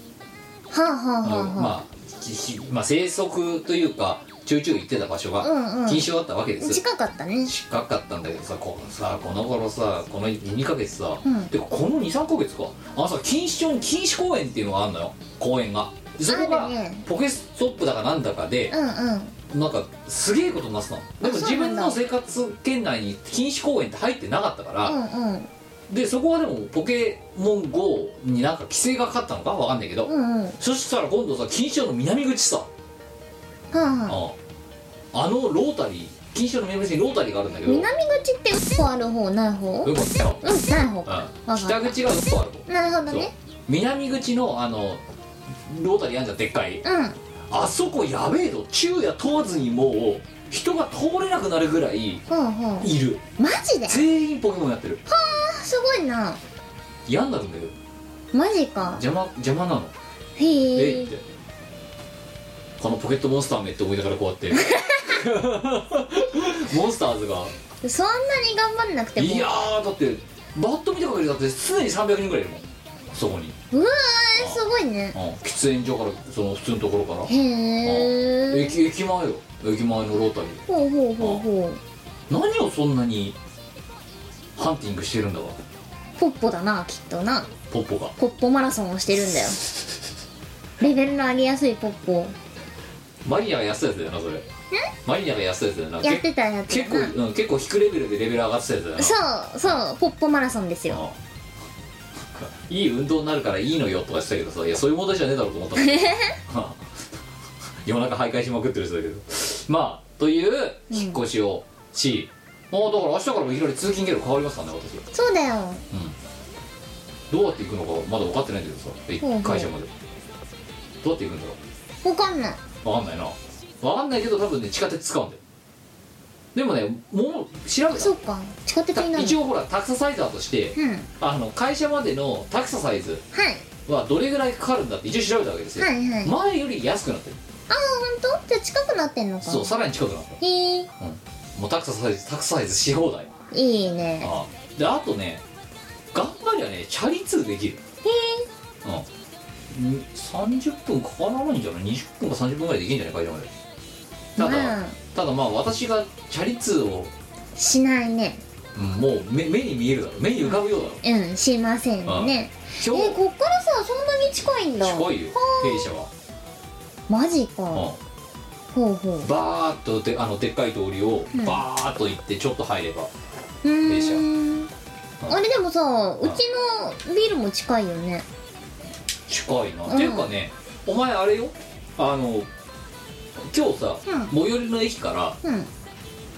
Speaker 1: はあはあ
Speaker 4: あ
Speaker 1: は
Speaker 4: の
Speaker 1: あはあ
Speaker 4: まあひひまあ生息というかちょいちょい行ってた場所が
Speaker 1: うんうん
Speaker 4: 禁止症だったわけですよ、
Speaker 1: 近かったね
Speaker 4: 近かったんだけどさこのさこの頃さこの2ヶ月さ、
Speaker 1: うん
Speaker 4: でこの23ヶ月かあのさ錦糸町に錦糸公園っていうのがあるのよ公園がでそこ
Speaker 1: あ
Speaker 4: が
Speaker 1: るね
Speaker 4: ポケストップだかなんだかで
Speaker 1: う、んうん
Speaker 4: なんかすげえことになってたので
Speaker 1: あそうな
Speaker 4: も
Speaker 1: んだ
Speaker 4: 自分の生活圏内に錦糸公園って入ってなかったから、
Speaker 1: うんうん
Speaker 4: でそこはでもポケモン GO になんか規制がかかったのかわかんないけど、
Speaker 1: うんうんは
Speaker 4: そしたら今度さ錦糸町の南口さ、
Speaker 1: あはあ
Speaker 4: ああのロータリー錦糸町の南口にロータリーがあるんだけど
Speaker 1: 南口ってうっこある方ない方
Speaker 4: よかったよ
Speaker 1: うんない方か
Speaker 4: うん北口が6個あるもん
Speaker 1: なるほど
Speaker 4: そう
Speaker 1: ね
Speaker 4: 南口のあのロータリーあんじゃんでっかい
Speaker 1: うん
Speaker 4: あそこやべえぞ昼夜問わずにもう人が通れなくなるぐらい
Speaker 1: ほうほう
Speaker 4: いる
Speaker 1: マジで
Speaker 4: 全員ポケモンやってる
Speaker 1: あすごいな
Speaker 4: 嫌になるんだよ
Speaker 1: マジか
Speaker 4: 邪魔邪魔なの
Speaker 1: へ
Speaker 4: えい
Speaker 1: え
Speaker 4: ってこのポケットモンスターめって思いながらこう やってモンスターズが
Speaker 1: そんなに頑張んなくても
Speaker 4: いやーだってバット見てかけるだって常に300人ぐらいいるもんそこに、
Speaker 1: うわーすごいね
Speaker 4: うん、喫煙所からその普通のところから
Speaker 1: へえ
Speaker 4: 駅駅前よ駅前のロータリー
Speaker 1: ほうほうほうほう
Speaker 4: 何をそんなにハンティングしてるんだわ
Speaker 1: ポッポだなきっとな
Speaker 4: ポッポが
Speaker 1: ポッポマラソンをしてるんだよレベルの上げやすいポッポ
Speaker 4: マリアが安いやつだよなそれマリアが安いやつだよな
Speaker 1: やってたやつ
Speaker 4: け
Speaker 1: だ
Speaker 4: 結構、
Speaker 1: な
Speaker 4: うん、結構低レベルでレベル上がってたやつだよな
Speaker 1: そうそうポッポマラソンですよ
Speaker 4: ああ いい運動になるからいいのよとかしてたけどさいやそういう問題じゃねえだろうと 思ったんだけどはあ夜中徘徊しまくってる人だけどまあという引っ越しをし、もうだから明日からもいきなり通勤経路変わりますからね私
Speaker 1: そうだよ
Speaker 4: どうやって行くのかまだ分かってないんだけど
Speaker 1: ほうほ
Speaker 4: さ
Speaker 1: う
Speaker 4: 会社までどうやって行くんだろ
Speaker 1: わかんないう
Speaker 4: 分かんないな分かんないけど多分ね地下鉄使うんだよでもねもう調べた
Speaker 1: そうか地地下鉄になる
Speaker 4: 一応ほらタクササイザーとして
Speaker 1: うんはい
Speaker 4: あの会社までのタクササイズはどれぐらいかかるんだって一応調べたわけですよ、
Speaker 1: はいはい
Speaker 4: 前より安くなってる
Speaker 1: ああ本当じゃあ近くなってんのか
Speaker 4: そうさらに近くなった
Speaker 1: へえ
Speaker 4: もうタクササイズタクササイズし放題
Speaker 1: いいね
Speaker 4: ああであとね頑張りゃねチャリ通できるうんん30分かからないんじゃない20分か30分ぐらいでいけんじゃない会社までただ、
Speaker 1: まあ
Speaker 4: ただまあ私がチャリ通を、
Speaker 1: しないね
Speaker 4: うんもう目目に見えるだろ目に浮かぶようだろ
Speaker 1: うんしませんね
Speaker 4: 超
Speaker 1: えこっからさそんなに近いんだ
Speaker 4: 近いよ弊社は、
Speaker 1: マジかほ
Speaker 4: う、
Speaker 1: うほうん
Speaker 4: バーッとであのでっかい通りを
Speaker 1: うん
Speaker 4: バーッと行ってちょっと入れば、
Speaker 1: う
Speaker 4: 弊社
Speaker 1: ーんあれでもさう
Speaker 4: う
Speaker 1: んちのビルも近いよね
Speaker 4: 近いな、
Speaker 1: うん
Speaker 4: っていうかねお前あれよあの今日さ、
Speaker 1: うん
Speaker 4: 最寄りの駅から
Speaker 1: うん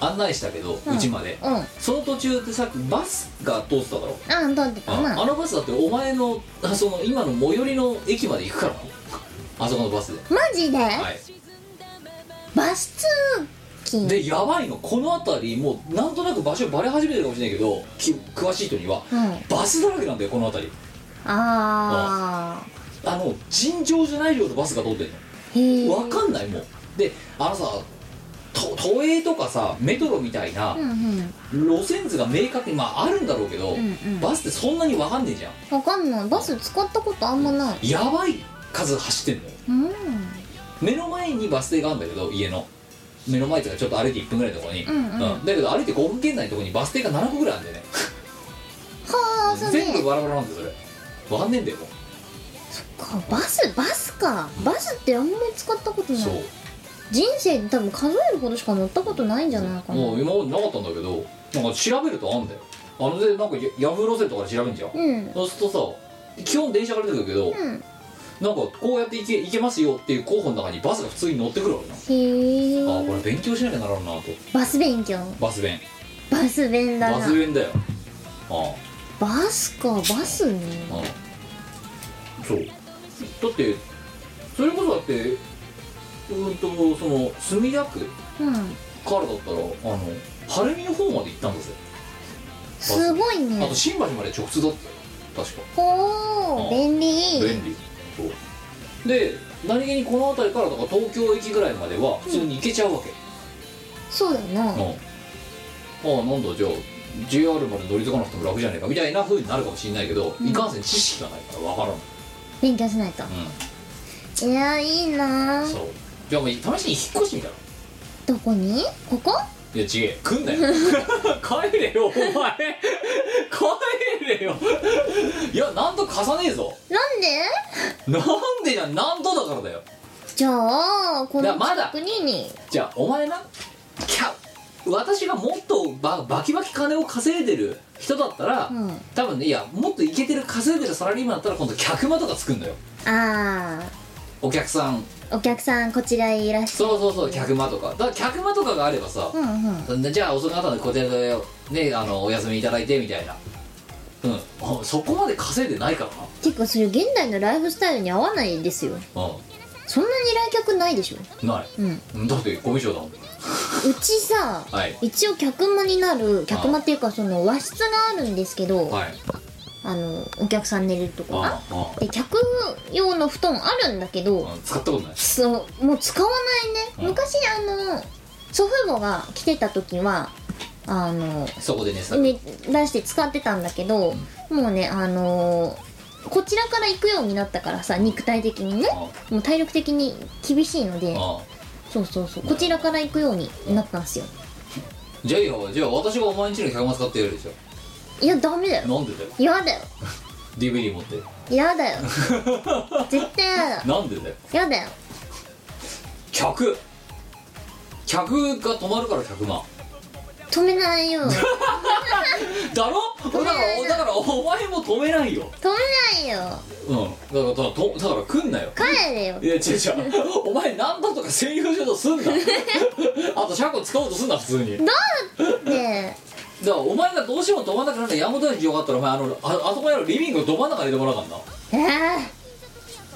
Speaker 4: 案内したけど
Speaker 1: うん
Speaker 4: うち、まで
Speaker 1: うんあ
Speaker 4: その途中でさっきバスが通ってただろ、
Speaker 1: あだってた
Speaker 4: あ
Speaker 1: な
Speaker 4: のバスだってお前のあその今の最寄りの駅まで行くからなあそこのバスで、
Speaker 1: マジで
Speaker 4: はい、
Speaker 1: バス通勤
Speaker 4: でやばいのこの辺りもうなんとなく場所バレ始めてるかもしれないけどき詳しい人には
Speaker 1: うん
Speaker 4: バスだらけなんだよこの辺り
Speaker 1: ああ
Speaker 4: あの尋常じゃない量のバスが通ってる
Speaker 1: へえ
Speaker 4: の分かんないもんであのさと都営とかさメトロみたいな
Speaker 1: うんうん
Speaker 4: 路線図が明確にまああるんだろうけど、
Speaker 1: うんうん
Speaker 4: バスってそんなに分かんねえじゃん
Speaker 1: わかんないバス使ったことあんまない
Speaker 4: やばい数走ってんのよ
Speaker 1: うん
Speaker 4: 目の前にバス停があるんだけど家の目の前とかちょっと歩いて1分ぐらいのところに、
Speaker 1: うんうん
Speaker 4: だけど歩いて5分圏内のところにバス停が7個ぐらいあるんだよね
Speaker 1: はあそう
Speaker 4: 全部
Speaker 1: ね
Speaker 4: バラバラなんだよそれわかんねえんだよもう
Speaker 1: かバスバスかバスってあんまり使ったことない
Speaker 4: そう
Speaker 1: 人生で多分数えるほどしか乗ったことないんじゃないかな
Speaker 4: もう今までなかったんだけどなんか調べるとあんだよあのでなんかヤヤフー路線とかで調べんじゃん、
Speaker 1: うん
Speaker 4: そうするとさ基本電車から出てくるけど、
Speaker 1: うん
Speaker 4: なんかこうやって行け行けますよっていう候補の中にバスが普通に乗ってくるわけな、
Speaker 1: へ
Speaker 4: ああこれ
Speaker 1: え
Speaker 4: 勉強しなきゃならんなと
Speaker 1: バス勉強
Speaker 4: バス弁
Speaker 1: バス弁だ
Speaker 4: バス
Speaker 1: な
Speaker 4: 弁だよああ
Speaker 1: バスかバスね
Speaker 4: うんそうだってそれこそだってうーんとその墨田区
Speaker 1: うん
Speaker 4: からだったらあの晴海の方まで行ったんですよ、
Speaker 1: すごい
Speaker 4: あ
Speaker 1: ね
Speaker 4: と新橋まで直通だったよ確か
Speaker 1: ほ
Speaker 4: あ
Speaker 1: う便利
Speaker 4: 便利そうで何気にこの辺りからとか東京駅ぐらいまでは普通に行けちゃうわけ、
Speaker 1: そうだな
Speaker 4: うんああなんだじゃあ JR まで乗り継がなくても楽じゃねえかみたいな風になるかもしれないけど、
Speaker 1: うん
Speaker 4: いかんせん知識がないからわからん、う
Speaker 1: 勉強しないと
Speaker 4: ん
Speaker 1: いやいいな
Speaker 4: そうじゃあもう試しに引っ越してみたら
Speaker 1: どこにここ
Speaker 4: いや違え来んなよ 帰れよお前帰れよいや何と貸さねえぞ
Speaker 1: なんで
Speaker 4: なんでじゃ何とだからだよ
Speaker 1: じゃあこ
Speaker 4: い
Speaker 1: の
Speaker 4: やま
Speaker 1: 近
Speaker 4: だ
Speaker 1: くにに
Speaker 4: じゃあお前なキャ私がもっとババキバキ金を稼いでる人だったら、
Speaker 1: うん
Speaker 4: 多分ねいやもっとイケてる稼いでるサラリーマンだったら今度客間とかつくんだよ
Speaker 1: あ
Speaker 4: お客さん
Speaker 1: あお客さんこちらへいらっしゃ
Speaker 4: そうそうそう客間とかだから客間とかがあればさ、
Speaker 1: うんうん
Speaker 4: じゃあ遅くなったのでこちらでねあのお休みいただいてみたいなうんあそこまで稼いでないか
Speaker 1: てかそれ現代のライフスタイルに合わないですよ
Speaker 4: らな
Speaker 1: そんなに来客ないでしょ
Speaker 4: うんない
Speaker 1: うん
Speaker 4: うんだってコミュ障だ
Speaker 1: うちさ
Speaker 4: もんはい
Speaker 1: 一応客間になる客間っていうかその和室があるんですけど、
Speaker 4: はい
Speaker 1: あのお客さん寝るとこが
Speaker 4: ああ
Speaker 1: で客用の布団あるんだけど
Speaker 4: あ使ったことない
Speaker 1: そうもう使わない
Speaker 4: うん
Speaker 1: ね昔あの祖父母が来てた時はあの
Speaker 4: そこでねさ
Speaker 1: ね出して使ってたんだけど、もうねあのーこちらから行くようになったからさ肉体的にね
Speaker 4: あ
Speaker 1: もう体力的に厳しいので
Speaker 4: あ
Speaker 1: そうそうそうこちらから行くようになったんですよ
Speaker 4: じゃあいいよじゃあ私がお前んちの客間使ってやるでしょ
Speaker 1: いやダメだよ
Speaker 4: なんでだよ
Speaker 1: 嫌だよ
Speaker 4: DVD 持って
Speaker 1: 嫌 だよ絶対嫌だ
Speaker 4: なんでだよ
Speaker 1: 嫌だよ
Speaker 4: 客客が泊まるから客間
Speaker 1: 止めないよ止
Speaker 4: だろだか
Speaker 1: め
Speaker 4: ら
Speaker 1: ない
Speaker 4: だからお前も止めないよ
Speaker 1: めないよ
Speaker 4: うんだからだからとだから来んなよ
Speaker 1: 帰れよ
Speaker 4: いや違う違うお前何だとか専用所 とすんなあと車庫使おうとすんな普通にだか
Speaker 1: で
Speaker 4: らお前がどうしてもど真ん中なんか山本屋にしようかったらお前あのああそこやるリビングをど真ん中に入れてもらわなかっ
Speaker 1: え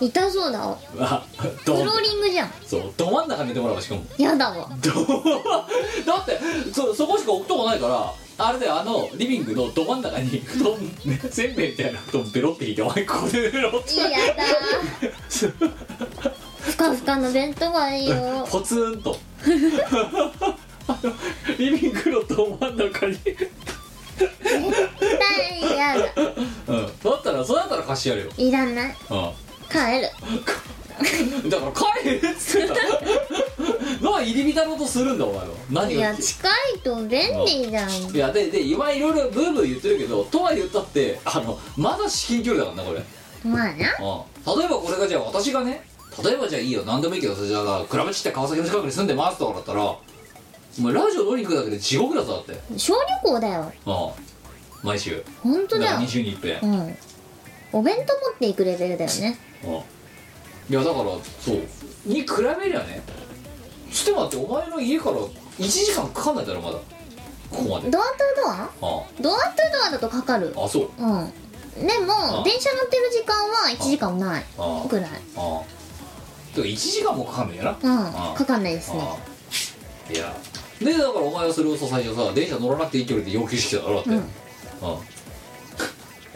Speaker 1: ー、痛そうだわ
Speaker 4: たあ
Speaker 1: フ
Speaker 4: ど
Speaker 1: ローリングじゃん
Speaker 4: そうど真ん中に入れてもらうわしかも
Speaker 1: 嫌だわ
Speaker 4: どだってそそこしか置くとこないからあれだよあのリビングのど真ん中に布団せんべいみたいな布団ベロって引いてお前これベロって
Speaker 1: いいやだーふかふかの弁当がいいよ
Speaker 4: ポツンと あのリビングのど真ん中に
Speaker 1: 大嫌だ
Speaker 4: うんだったらそうだったら貸してやるよ
Speaker 1: いらない
Speaker 4: うん
Speaker 1: 帰る
Speaker 4: だから帰るっつって たなあ入り浸ろうとするんだお前は何
Speaker 1: い
Speaker 4: が
Speaker 1: や近いと便利じゃん
Speaker 4: いやでで今いろいろブーブー言ってるけどとは言ったってあのまだ至近距離だからなこれ
Speaker 1: まあな
Speaker 4: うん例えばこれがじゃあ私がね例えばじゃあいいよ何でもいいけどじゃあクラブチって川崎の近くに住んでますとかだったらお前ラジオ乗りに行くだけで地獄だぞだって
Speaker 1: 小旅行だよ
Speaker 4: うん毎週
Speaker 1: 本当
Speaker 4: だ
Speaker 1: だ
Speaker 4: か
Speaker 1: よ
Speaker 4: ら2週に1遍
Speaker 1: うんお弁当持っていくレベルだよね
Speaker 4: うんいやだからそうに比べりゃねつって待ってお前の家から1時間かかんないだろまだここまで
Speaker 1: ドアトゥドア
Speaker 4: あ
Speaker 1: ドアトゥドアだとかかる
Speaker 4: あそう
Speaker 1: うんで
Speaker 4: あ
Speaker 1: も電車乗ってる時間は1時間もない
Speaker 4: あ
Speaker 1: ぐらい
Speaker 4: あてか1時間もかかんないやな
Speaker 1: うんかかんないですね
Speaker 4: ああいやでだからお前はそれをさ最初さ電車乗らなくていい距離で要求してただろだって、
Speaker 1: うん
Speaker 4: うん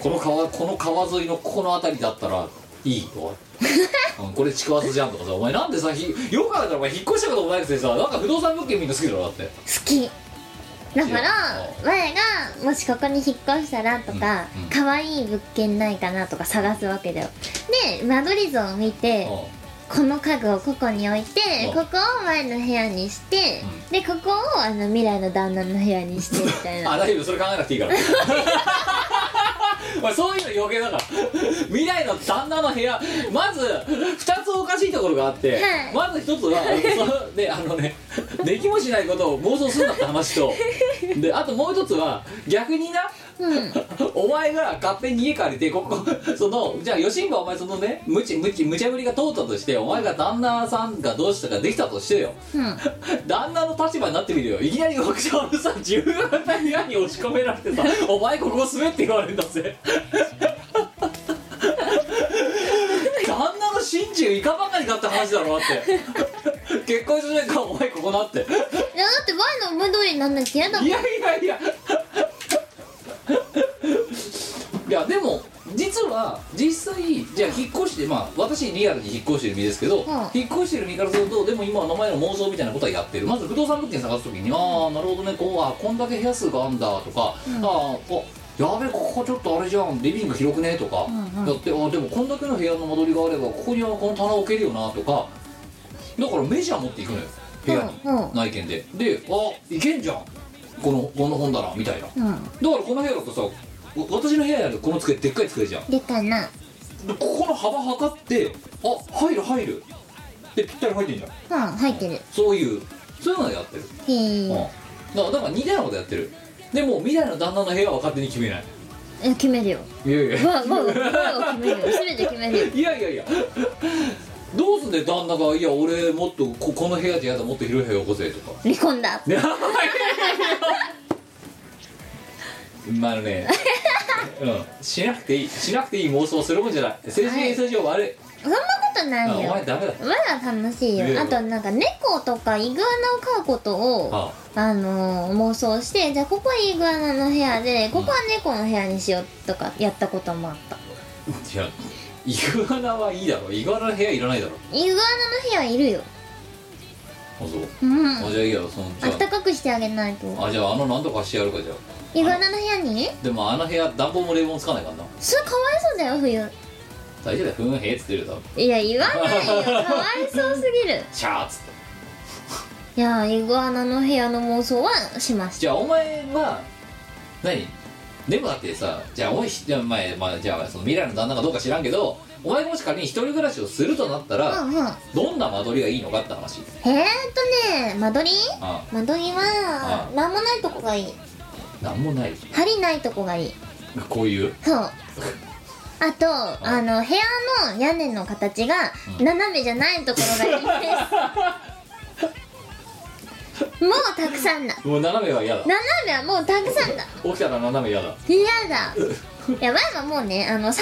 Speaker 4: この川この川沿いのここの辺りだったらいい よ、うん、これ近わずじゃんとかさお前なんでさひよく考えたらお前引っ越したこともないくせにさなんか不動産物件みんな好きだろだって
Speaker 1: 好きだから
Speaker 4: 好き
Speaker 1: 前がもしここに引っ越したらとか
Speaker 4: うんうん
Speaker 1: 可愛、い物件ないかなとか探すわけだよで間取り図を見て
Speaker 4: うん
Speaker 1: この家具をここに置いて
Speaker 4: うん
Speaker 1: ここを前の部屋にして
Speaker 4: う
Speaker 1: でここをあの未来の旦那の部屋にしてみたい
Speaker 4: あ
Speaker 1: な
Speaker 4: 大丈夫それ考えなくていいからまあそういうの余計だから未来の旦那の部屋まず2つおかしいところがあって、
Speaker 1: はい
Speaker 4: まず1つはあのそ、ね、あのねできもしないことを妄想するなって話とであともう1つは逆にな
Speaker 1: うん
Speaker 4: お前が勝手に家借りてここそのじゃあ吉村お前そのね無知無知無茶ぶりが通ったとしてお前が旦那さんがどうしたかできたとしてよ
Speaker 1: うん
Speaker 4: 旦那の立場になってみるよいきなり学者のさ自分が部屋に押し込められてさ「お前ここ住め」って言われるんだぜ旦那の心中いかばかりかって話だろだって結婚してないからお前ここなって
Speaker 1: いやだって前の思い通りになんなきゃ嫌だもん
Speaker 4: いやいやいやいやでも実は実際じゃあ引っ越してまあ私リアルに引っ越してる身ですけ
Speaker 1: ん
Speaker 4: ど、引っ越してる身からするとでも今は名前の妄想みたいなことはやってるまず不動産物件探す時にああなるほどねこうあこんだけ部屋数があんだとか、ああこやべえここちょっとあれじゃんリビング広くねとか、
Speaker 1: うんうん
Speaker 4: だってあでもこんだけの部屋の間取りがあればここにはこの棚置けるよなとかだからメジャー持っていくのよ部屋に、
Speaker 1: うんうん
Speaker 4: 内見でであいけんじゃんこのこの本だなみたいなだか
Speaker 1: うん
Speaker 4: らこの部屋だとさわ私の部屋やるこの机でっかい机じゃん
Speaker 1: でかいな
Speaker 4: でここの幅測ってあ入る入るでぴったり入ってんじゃん
Speaker 1: うん入ってる
Speaker 4: そういうそういうのやってる、
Speaker 1: へ
Speaker 4: うん、だ
Speaker 1: ー
Speaker 4: からだから似たようなことやってるでもう未来の旦那の部屋は勝手に決めない
Speaker 1: え決めるよ
Speaker 4: いやいや
Speaker 1: わわわわ決めるよ全て決めるよ
Speaker 4: いやいやいやどうすんで旦那が「いや俺もっとここの部屋でやだもっと広い部屋よこせ」とか
Speaker 1: 離婚だ
Speaker 4: ねまあね、うん、しなくていいしなくていい妄想するもんじゃない精神衛生上悪い、
Speaker 1: そんなことな
Speaker 4: あ
Speaker 1: い
Speaker 4: お
Speaker 1: よ
Speaker 4: 前ダメだ
Speaker 1: まだ楽しい
Speaker 4: いいよ
Speaker 1: よあとなんか猫とかイグアナを飼うことを
Speaker 4: あ
Speaker 1: あのー妄想してじゃあここはイグアナの部屋でここは猫の部屋にしようとかやったこともあった
Speaker 4: いやイグアナはいいだろイグアナの部屋いらないだろ
Speaker 1: イグアナの部屋いるよ
Speaker 4: あそう、
Speaker 1: うん
Speaker 4: あじゃあいいやその
Speaker 1: あ
Speaker 4: じゃ
Speaker 1: ったかくしてあげないと
Speaker 4: ああじゃああの何とかしてやるかじゃ
Speaker 1: イグアナの部屋に
Speaker 4: あでもあの部屋暖房も冷房もつかないからな
Speaker 1: それかわいそうだよ冬
Speaker 4: 大丈夫だよふんへーっつってるだろ
Speaker 1: いや言わないよかわいそうすぎ る
Speaker 4: シャーっつって
Speaker 1: いやイグアナの部屋の妄想はしまし
Speaker 4: じゃあお前は何でもだってさじゃあお前ひじゃあ前、まあ、じゃあその未来の旦那かどうか知らんけどお前がもし仮に一人暮らしをするとなった
Speaker 1: た
Speaker 4: ら、
Speaker 1: うんうん
Speaker 4: どんな間取りがいいのかって話
Speaker 1: えーっとね間取り
Speaker 4: あ
Speaker 1: 間取りは
Speaker 4: う
Speaker 1: 何もないとこがいい
Speaker 4: なんもない
Speaker 1: 針ないとこがいい
Speaker 4: こういう
Speaker 1: そうあとあの部屋の屋根の形が
Speaker 4: うん
Speaker 1: 斜めじゃないところがいい ですもうたくさんだ
Speaker 4: もう斜めは嫌だ
Speaker 1: 斜めはもうたくさんだ
Speaker 4: 起きたら斜め嫌だ
Speaker 1: 嫌 だいや前はもうねあの30年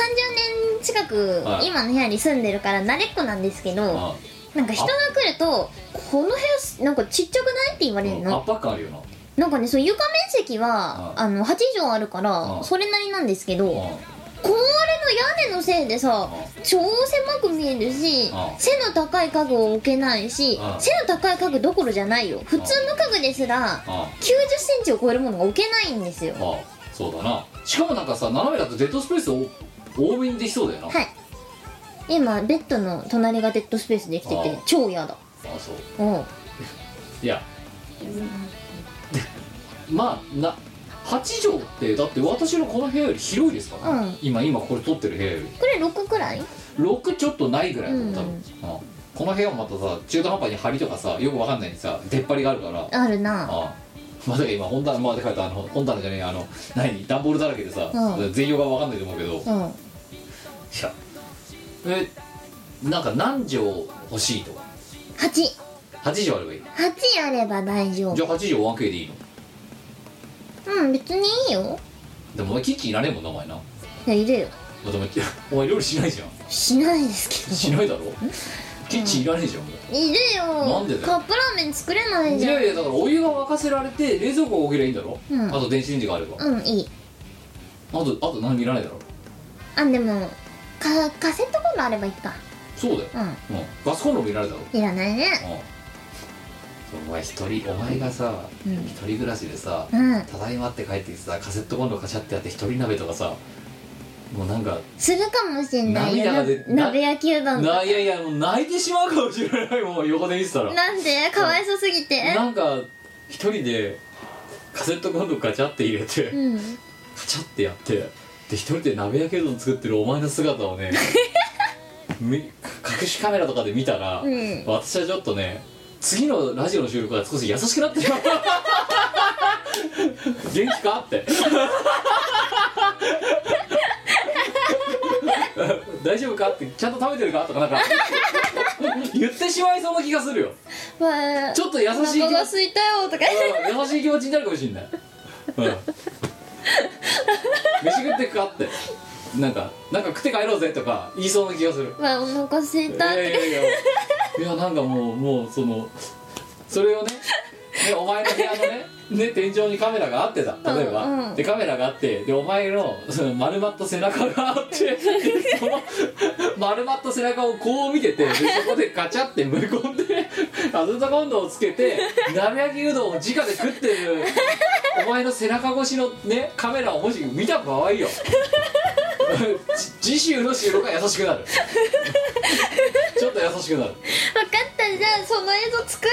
Speaker 1: 近く
Speaker 4: はい
Speaker 1: 今の部屋に住んでるから慣れっこなんですけど
Speaker 4: あ
Speaker 1: なんか人が来ると「この部屋すなんかちっちゃくない?」って言われる
Speaker 4: うん圧
Speaker 1: の
Speaker 4: 迫感あるよな
Speaker 1: なんかねそう床面積は
Speaker 4: うん
Speaker 1: あの8畳あるか
Speaker 4: う
Speaker 1: ら
Speaker 4: ん
Speaker 1: それなりなんですけど
Speaker 4: うん
Speaker 1: これの屋根のせいでさ
Speaker 4: う
Speaker 1: 超狭く見えるし
Speaker 4: うん
Speaker 1: 背の高い家具を置けないし
Speaker 4: うん
Speaker 1: 背の高い家具どころじゃないよ普通の家具ですら9
Speaker 4: あ
Speaker 1: 0センチを超えるものが置けないんですよ
Speaker 4: あそうだなしかもなんかさ斜めだとデッドスペースを多めにできそうだよな、
Speaker 1: はい今ベッドの隣がデッドスペースできて
Speaker 4: う
Speaker 1: て
Speaker 4: ん
Speaker 1: 超嫌だ
Speaker 4: あそう
Speaker 1: うん
Speaker 4: いやまあな8畳ってだって私のこの部屋より広いですからね、
Speaker 1: うん
Speaker 4: 今今これ撮ってる部屋より
Speaker 1: これ6くらい
Speaker 4: 6ちょっとないぐらいだと思う多分、
Speaker 1: うん
Speaker 4: うんこの部屋もまたさ中途半端に梁とかさよくわかんないさ出っ張りがあるから
Speaker 1: あるな
Speaker 4: ああまさか今本棚まで書いたあの本棚じゃねえあの何段ボールだらけでさ、
Speaker 1: うん
Speaker 4: 全容がわかんないと思うけど、い
Speaker 1: うん
Speaker 4: やえなんか何畳欲しいとか
Speaker 1: 88
Speaker 4: 8畳あればいい
Speaker 1: あれば大丈
Speaker 4: じ
Speaker 1: 夫
Speaker 4: ゃあ8畳 1K でいい
Speaker 1: う
Speaker 4: の
Speaker 1: ん別にいいよ
Speaker 4: でもお前キッチンいらねえもんなお前ない
Speaker 1: やいるよ
Speaker 4: だってお前お前料理しないじゃん
Speaker 1: しないです
Speaker 4: し
Speaker 1: けど
Speaker 4: ないだろキッチンいらねえじゃんもう
Speaker 1: いるよ
Speaker 4: なんでだよ
Speaker 1: カップラーメン作れない
Speaker 4: い
Speaker 1: じゃ
Speaker 4: や
Speaker 1: ん
Speaker 4: いやだからお湯が沸かせられて冷蔵庫を置けりゃいいんだろ、
Speaker 1: うん
Speaker 4: あと電子レンジがあれば、あ
Speaker 1: うんいい
Speaker 4: とあと何もいらないだろ
Speaker 1: あでもかカセットコンロあればいいか
Speaker 4: そうだよ、
Speaker 1: う
Speaker 4: うん、ガスコンロもいらないだろ
Speaker 1: んいらないね
Speaker 4: うんお前一人お前がさ一、
Speaker 1: うん
Speaker 4: 人暮らしでさ、
Speaker 1: うん
Speaker 4: ただいまって帰ってきてさカセットコンロカチャってやって一人鍋とかさもうなんか
Speaker 1: するかもしんないよ
Speaker 4: 涙が出
Speaker 1: な鍋焼きうどんと
Speaker 4: な
Speaker 1: か
Speaker 4: いやいやもう泣いてしまうかもしれないもう横で見てたら
Speaker 1: なんでかわいそうすぎて
Speaker 4: なんか一人でカセットコンロガチャって入れて、
Speaker 1: うん
Speaker 4: カチャってやってで一人で鍋焼きうどん作ってるお前の姿を ねみ隠しカメラとかで見たら、
Speaker 1: うん
Speaker 4: 私はちょっとね次のラジオの収録が少し優しくな ってる元気かって大丈夫かってちゃんと食べてるかとかなんか 言ってしまいそうな気がするよ
Speaker 1: わあ
Speaker 4: ちょっと優
Speaker 1: お
Speaker 4: しい気
Speaker 1: 腹が
Speaker 4: 持
Speaker 1: 空いたよとか
Speaker 4: うん優しい気持ちになるかもしれない、うん、飯食ってくかってなんかなんか食って帰ろうぜとか言いそうな気がする
Speaker 1: わあお腹空い
Speaker 4: い
Speaker 1: た
Speaker 4: やいやいやいやなんかもうもうそのそれをねねお前の部屋のねね天井にカメラがあってだ例えば、
Speaker 1: うんうん
Speaker 4: でカメラがあってでお前のその丸まった背中があって でその丸まった背中をこう見ててでそこでガチャって無り込んでアズタコンドをつけて鍋焼きうどんを直で食ってるお前の背中越しのねカメラをもし見た場合よじ次週の収録が優しくなるちょっと優しくな
Speaker 1: 分か
Speaker 4: る
Speaker 1: ったじゃあその映像作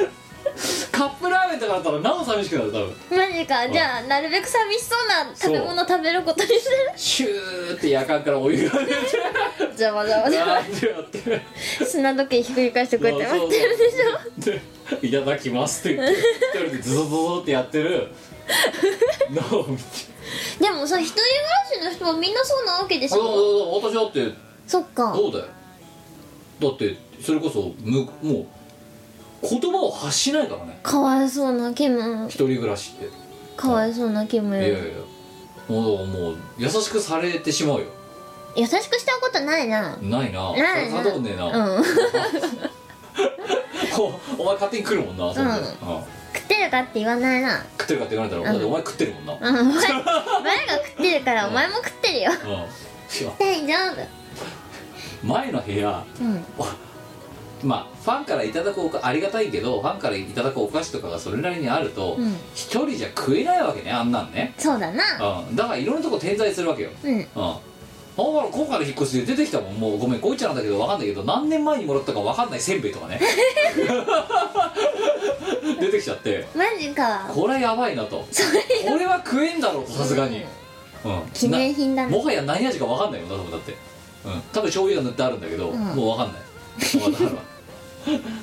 Speaker 1: る
Speaker 4: カップラーメンとかだったらなお寂しくなる多分
Speaker 1: マジかじゃあなるべく寂しそうな食べ物食べることにする
Speaker 4: シューって夜間からお湯が出て
Speaker 1: じゃあわざわざ
Speaker 4: あーってやって
Speaker 1: 砂時計ひっくり返してこうやって待ってるでしょ
Speaker 4: ょでいただきますって言って一人でズズズズってやって るのを見て
Speaker 1: でもさ一人暮らしの人はみんなそうなわけでし
Speaker 4: そう
Speaker 1: ょ
Speaker 4: そうそう私だって
Speaker 1: そっか
Speaker 4: どうだよだってそれこそむもう言葉を発しないからね
Speaker 1: かわいそうなキム
Speaker 4: 一人暮らしって、
Speaker 1: かわいそうなキム
Speaker 4: いやいやいやもうもう優しくされてしまうよ
Speaker 1: 優しくしたことないな
Speaker 4: ないなそ
Speaker 1: な
Speaker 4: れ
Speaker 1: い
Speaker 4: さ
Speaker 1: な
Speaker 4: とんねえな、
Speaker 1: うん 食
Speaker 4: お お前勝手に来るもんなそれで、
Speaker 1: うんってるかって言わないな
Speaker 4: 食ってるかって言われたら、だってお前食ってるもんな、うん
Speaker 1: うんお前お前が食ってるからお前も食ってるよ
Speaker 4: いや
Speaker 1: 大丈夫
Speaker 4: 前の部屋
Speaker 1: うん
Speaker 4: まあファンからいただくおかありがたいけどファンからいただくお菓子とかがそれなりにあると
Speaker 1: うん
Speaker 4: 一、人じゃ食えないわけねあんなんね、
Speaker 1: そうだな
Speaker 4: うん、だからいろんなとこ点在するわけよ
Speaker 1: うん
Speaker 4: うんあほら今回の引っ越しで出てきたもんもうごめんこいちゃなんだけどわかんないけど何年前にもらったかわかんないせんべい とかね出てきちゃって
Speaker 1: マジか
Speaker 4: これはやばいなと
Speaker 1: それ
Speaker 4: これは食えんだろうとさすがに、うん、
Speaker 1: 記念品だ
Speaker 4: な
Speaker 1: な
Speaker 4: もはや何味か分かんないよな多分だって、うん、多分醤油が塗ってあるんだけど、
Speaker 1: うん
Speaker 4: もう分かんないもう分かんないわ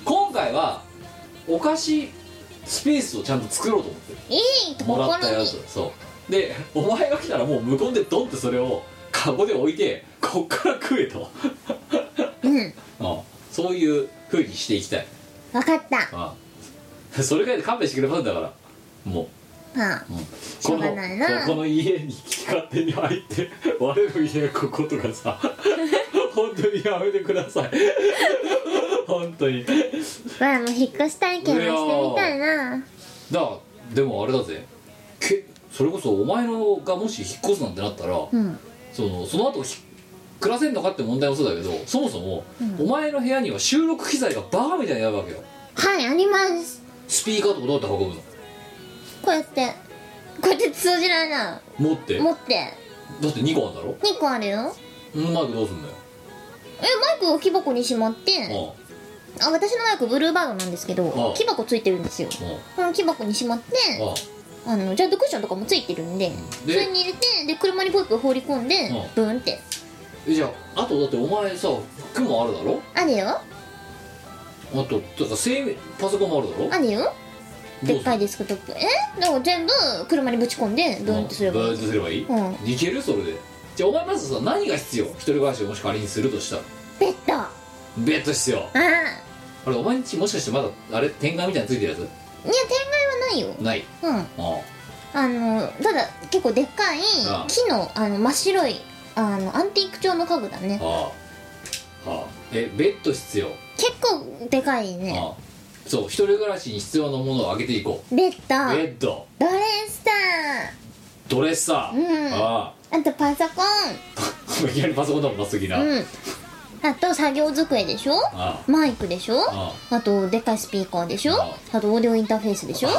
Speaker 4: 今回はお菓子スペースをちゃんと作ろうと思ってる
Speaker 1: いいとこ
Speaker 4: もらったや
Speaker 1: に
Speaker 4: つそうでお前が来たらもう無言でドンってそれをカゴで置いてこっから食えと、
Speaker 1: うん
Speaker 4: うん、そういうふうにしていきたい、
Speaker 1: わかった
Speaker 4: うん、それぐらいで勘弁してくれたんだからもう
Speaker 1: まあしょ
Speaker 4: こ
Speaker 1: う
Speaker 4: の
Speaker 1: がないな
Speaker 4: ここの家に勝手に入って我の家こことかさ本当にやめてください 本当に
Speaker 1: わあもう引っ越し体験はしてみたいな
Speaker 4: だでもあれだぜけそれこそお前のがもし引っ越すなんてなったら、
Speaker 1: うん
Speaker 4: そのその後ひ暮らせんのかって問題もそうだけどそもそも、お前の部屋には収録機材がバカみたいにあるわけよ
Speaker 1: はいあります
Speaker 4: スピーカーとかどうやって運ぶの
Speaker 1: こうやってこうやって通じないな
Speaker 4: 持って
Speaker 1: 持って
Speaker 4: だって2個あるんだろ
Speaker 1: 2個あるよ
Speaker 4: うんマイクどうすんだよ
Speaker 1: えマイクを木箱にしまって
Speaker 4: あ
Speaker 1: あ私のマイクブルーバードなんですけ
Speaker 4: あ
Speaker 1: ど
Speaker 4: あ
Speaker 1: 木箱ついてるんですよ
Speaker 4: あ
Speaker 1: この木箱にしまって
Speaker 4: あああ
Speaker 1: あのジャッドクッションとかもついてるんで
Speaker 4: で
Speaker 1: それに入れてで車にポイポイ放り込んで
Speaker 4: ああ
Speaker 1: ブーンって
Speaker 4: えじゃああとだってお前さ服もあるだろ
Speaker 1: あるよ
Speaker 4: あとだから生命パソコンもあるだろ
Speaker 1: あるよ
Speaker 4: ど
Speaker 1: で
Speaker 4: う
Speaker 1: っ
Speaker 4: す
Speaker 1: か
Speaker 4: る
Speaker 1: いデスクトップえだから全部車にぶち込んでブーンってすれば
Speaker 4: ブ
Speaker 1: い
Speaker 4: ーンっ
Speaker 1: い
Speaker 4: てすればいい、
Speaker 1: うん
Speaker 4: いけるそれでじゃあお前まずさ何が必要一人暮らしをもし仮にするとしたら
Speaker 1: ベッドあ
Speaker 4: ベッド必要
Speaker 1: あいや
Speaker 4: あれお前んちもしかしてまだあれ天蓋みたいについてるや
Speaker 1: 天外はないよ
Speaker 4: つない
Speaker 1: うん
Speaker 4: あ
Speaker 1: あのただ結構でっかい
Speaker 4: ああ
Speaker 1: 木のあの真っ白いあのアンティーク調の家具だ
Speaker 4: あ
Speaker 1: ね
Speaker 4: はあはあえベッド必要
Speaker 1: 結構でかいね
Speaker 4: ああそう一人暮らしに必要なものを挙げていこ
Speaker 1: ベッ
Speaker 4: うベ
Speaker 1: ド
Speaker 4: ッド
Speaker 1: ドレスタ
Speaker 4: ドレッサー、
Speaker 1: うん
Speaker 4: あ
Speaker 1: ーあとパソコ
Speaker 4: あいきなりパソコンだもん真っ先な、
Speaker 1: ン
Speaker 4: あ
Speaker 1: うんあと作業机でしょ
Speaker 4: あ
Speaker 1: マイクでしょ
Speaker 4: あ
Speaker 1: あとでっかいスピーカーでしょ
Speaker 4: あ
Speaker 1: あとオーディオインターフェースでしょ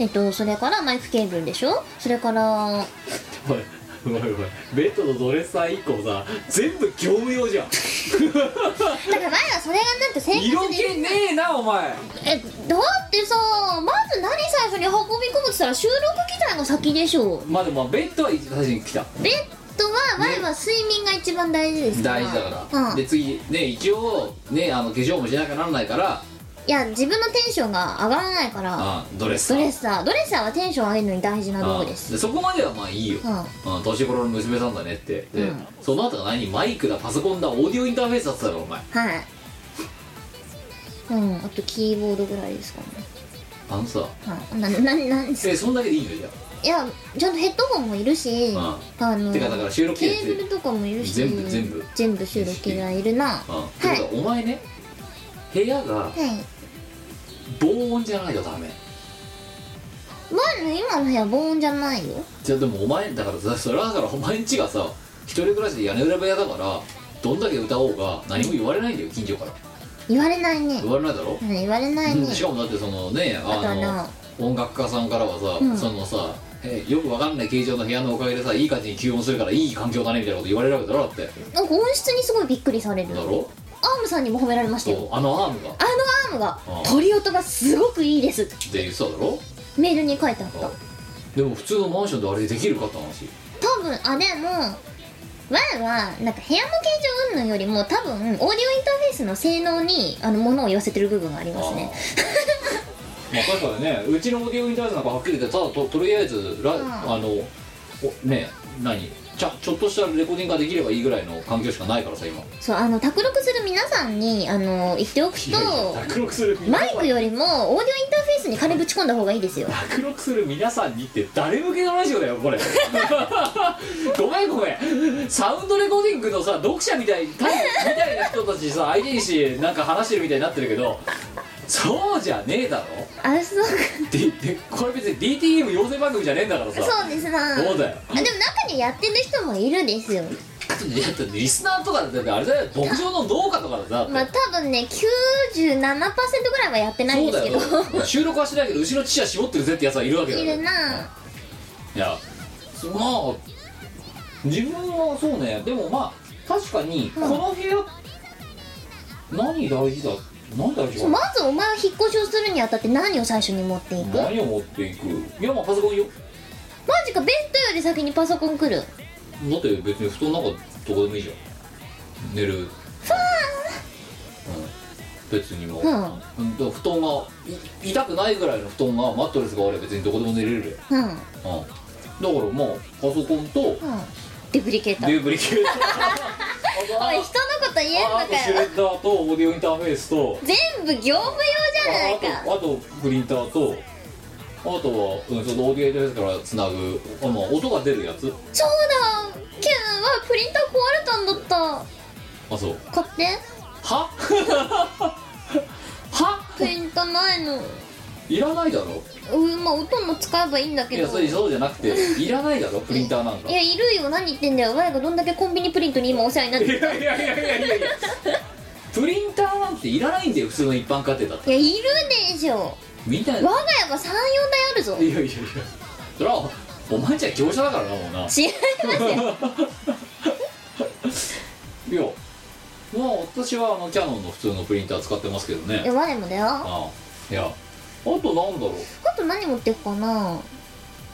Speaker 1: えっとそれからマイクケーブルでしょそれから
Speaker 4: おいおいおいベッドとドレッサー1個さ全部業務用じ ゃん
Speaker 1: だから前はそれがなんて生
Speaker 4: 色
Speaker 1: 活
Speaker 4: 気
Speaker 1: で
Speaker 4: ねえなお前
Speaker 1: えだってさまず何最初に運び込むって言ったら収録機材が先でしょ
Speaker 4: まあでもベッドは一番最初に来た
Speaker 1: ベッドは前は睡眠が一番大事ですから
Speaker 4: 大事だから、
Speaker 1: うん、
Speaker 4: で
Speaker 1: い
Speaker 4: 次ね一応ねあの化粧もしなきゃならないから
Speaker 1: や自分のテンションが上がらないから
Speaker 4: あドレッサ
Speaker 1: ド
Speaker 4: ー
Speaker 1: レッサードレッサーはテンション上げるのに大事な道具です
Speaker 4: でそこまではまあいいよ、
Speaker 1: う
Speaker 4: うん年頃の娘さんだねってで、
Speaker 1: うん
Speaker 4: その後が何マイクだパソコンだオーディオインターフェースだってたろお前
Speaker 1: はいうんあとキーボードぐらいですかね
Speaker 4: あのさ
Speaker 1: はいなななんです
Speaker 4: えそんだけでいいのじゃ
Speaker 1: いやちゃんとヘッドホンもいるし、
Speaker 4: うん
Speaker 1: あ
Speaker 4: あ
Speaker 1: の
Speaker 4: てかだから収録機
Speaker 1: ケ
Speaker 4: で
Speaker 1: ーブルとかもいるし
Speaker 4: 全部全部
Speaker 1: 全部収録機がいるな
Speaker 4: うん、
Speaker 1: は
Speaker 4: てかお前ね部屋が
Speaker 1: い
Speaker 4: 防音じゃないとダメ
Speaker 1: 前の今の部屋防音じゃないよ
Speaker 4: じゃあでもお前だからさそれはだからお前んちがさ一人暮らしで屋根裏部屋だからどんだけ歌おうが何も言われないんだよ近所から
Speaker 1: 言われないね
Speaker 4: 言われないだろ
Speaker 1: うん言われないね
Speaker 4: うんしかもだってそのねあ
Speaker 1: あとはな
Speaker 4: の音楽家さんからはさ、
Speaker 1: うん
Speaker 4: そのさえよくわかんない形状の部屋のおかげでさいい感じに吸音するからいい環境だねみたいなこと言われるわけだろだって
Speaker 1: なんか音質にすごいびっくりされる
Speaker 4: だ
Speaker 1: ア
Speaker 4: ろ
Speaker 1: ームさんにも褒められました
Speaker 4: そ
Speaker 1: よ
Speaker 4: うあのアームがっ
Speaker 1: あのアーム
Speaker 4: あ
Speaker 1: が
Speaker 4: あ
Speaker 1: 鳥音がすごくいいです
Speaker 4: て言ってただろ
Speaker 1: メールに書いてあった
Speaker 4: でも普通のマンションであれできるかって話
Speaker 1: 多分あでも前はなんか部屋の形状云々よりも多分オーディオインターフェースの性能にあのものを寄せてる部分がありますね
Speaker 4: あーまあ確かにねうちのオーディオインターフェースなんかはっきり言ってただととりあえずラ、
Speaker 1: ん
Speaker 4: あのおね何ちゃちょっとしたレコーディングができればいいぐらいの環境しかないからさ今
Speaker 1: そうあの卓録する皆さんにあの言っておく
Speaker 4: いやいや
Speaker 1: と
Speaker 4: 卓録する皆
Speaker 1: マ
Speaker 4: さん
Speaker 1: イクよりもオーディオインターフェースに金ぶち込んだ方がいいですよ
Speaker 4: 卓録する皆さんにって誰向けのラジオだよこれ ごめんごめんサウンドレコーディングのさ読者みたいみたいな人たちさ相手にしてなんか話してるみたいになってるけどそうじゃねえだろ
Speaker 1: あそうか
Speaker 4: ででこれ別に DTM 養成番組じゃねえんだからさ
Speaker 1: そうですなあで
Speaker 4: そ
Speaker 1: も
Speaker 4: うだよ
Speaker 1: 中にやってる人もいるですよ
Speaker 4: だってリスナーとかだってあれだよ牧場の農家とかださ、
Speaker 1: まあ多分ね97%ぐらいはやってないん
Speaker 4: そう
Speaker 1: です
Speaker 4: だ
Speaker 1: けど
Speaker 4: よ収録はしてないけど後ろ父は絞ってるぜってやつはいるわけだ
Speaker 1: い
Speaker 4: よ
Speaker 1: るなあ
Speaker 4: いやまあ自分はそうねでもまあ確かにこの部屋、何大事だ何大事
Speaker 1: そう
Speaker 4: だ
Speaker 1: まずお前は引っ越しをするにあたって何を最初に持っていくマ
Speaker 4: 何を持っていくいやまあパソコンよ
Speaker 1: ジかベッドより先にパソコン来る
Speaker 4: だって別に布団なんかどこでもいいじゃん寝るうん別にもう、
Speaker 1: う
Speaker 4: うん布団がい痛くないぐらいの布団がマットレスがあれば別にどこでも寝れるよ、
Speaker 1: うんうん
Speaker 4: うん、だからまあパソコンと
Speaker 1: デュプリケータ
Speaker 4: デ
Speaker 1: ー
Speaker 4: ュブリケーター
Speaker 1: おい人のこと言えんの
Speaker 4: ああと
Speaker 1: か
Speaker 4: シュレ
Speaker 1: よ
Speaker 4: ッダーとオーディオインターフェースと
Speaker 1: 全部業務用じゃない
Speaker 4: ああ
Speaker 1: か
Speaker 4: とあとプリンターとあとは、うん、そのオーディオインターフェースからつなぐあまあ音が出るやつ
Speaker 1: そうだケンはプリンター壊れたんだった
Speaker 4: あそう
Speaker 1: 買って
Speaker 4: は は
Speaker 1: プリントないの
Speaker 4: いらないだろ
Speaker 1: うんまあ音も使えばいいんだ
Speaker 4: い
Speaker 1: け
Speaker 4: や
Speaker 1: ど
Speaker 4: それそうじゃなくていらないだろプリンターなんか
Speaker 1: いやいるよ何言ってんだよ我がどんだけコンビニプリントに今お世話になって
Speaker 4: い
Speaker 1: る
Speaker 4: やいやいやいやいやいやプリンターなんていらないんだよ普通の一般家庭だって
Speaker 1: いやいるでしょ
Speaker 4: みんな
Speaker 1: 我
Speaker 4: い
Speaker 1: が
Speaker 4: や
Speaker 1: 家は34台あるぞ違
Speaker 4: い
Speaker 1: い
Speaker 4: やいやそれはお前んちは業者だからなもうな
Speaker 1: ますよ
Speaker 4: いやまあ私はあのキャノンの普通のプリンター使ってますけど
Speaker 1: い
Speaker 4: ね
Speaker 1: や我もだよあ
Speaker 4: ああいやあとなんだろう
Speaker 1: と何持ってくかな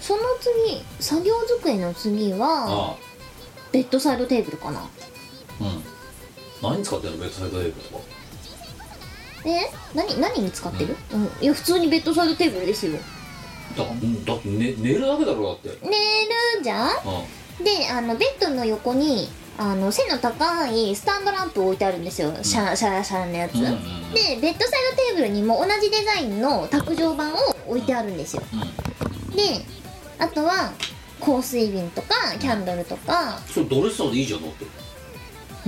Speaker 1: その次作業机の次は
Speaker 4: ああ
Speaker 1: ベッドサイドテーブルかな
Speaker 4: うん何使ってんのベッドサイドテーブルとか
Speaker 1: え何何に使ってる、うんいや普通にベッドサイドテーブルですよ
Speaker 4: だうんだって、ね、寝るだけだろだって
Speaker 1: 寝るじゃん
Speaker 4: うん
Speaker 1: であのベッドの横にあの背の高いスタンドランプ置いてあるんですよシャーシャーシャーのやつ、
Speaker 4: うんうん
Speaker 1: でベッドサイドテーブルにも同じデザインの卓上版を置いてあるんですよ
Speaker 4: うんうん
Speaker 1: であとは香水瓶とかキャンドルとか
Speaker 4: それドレッサーでいいじゃんだって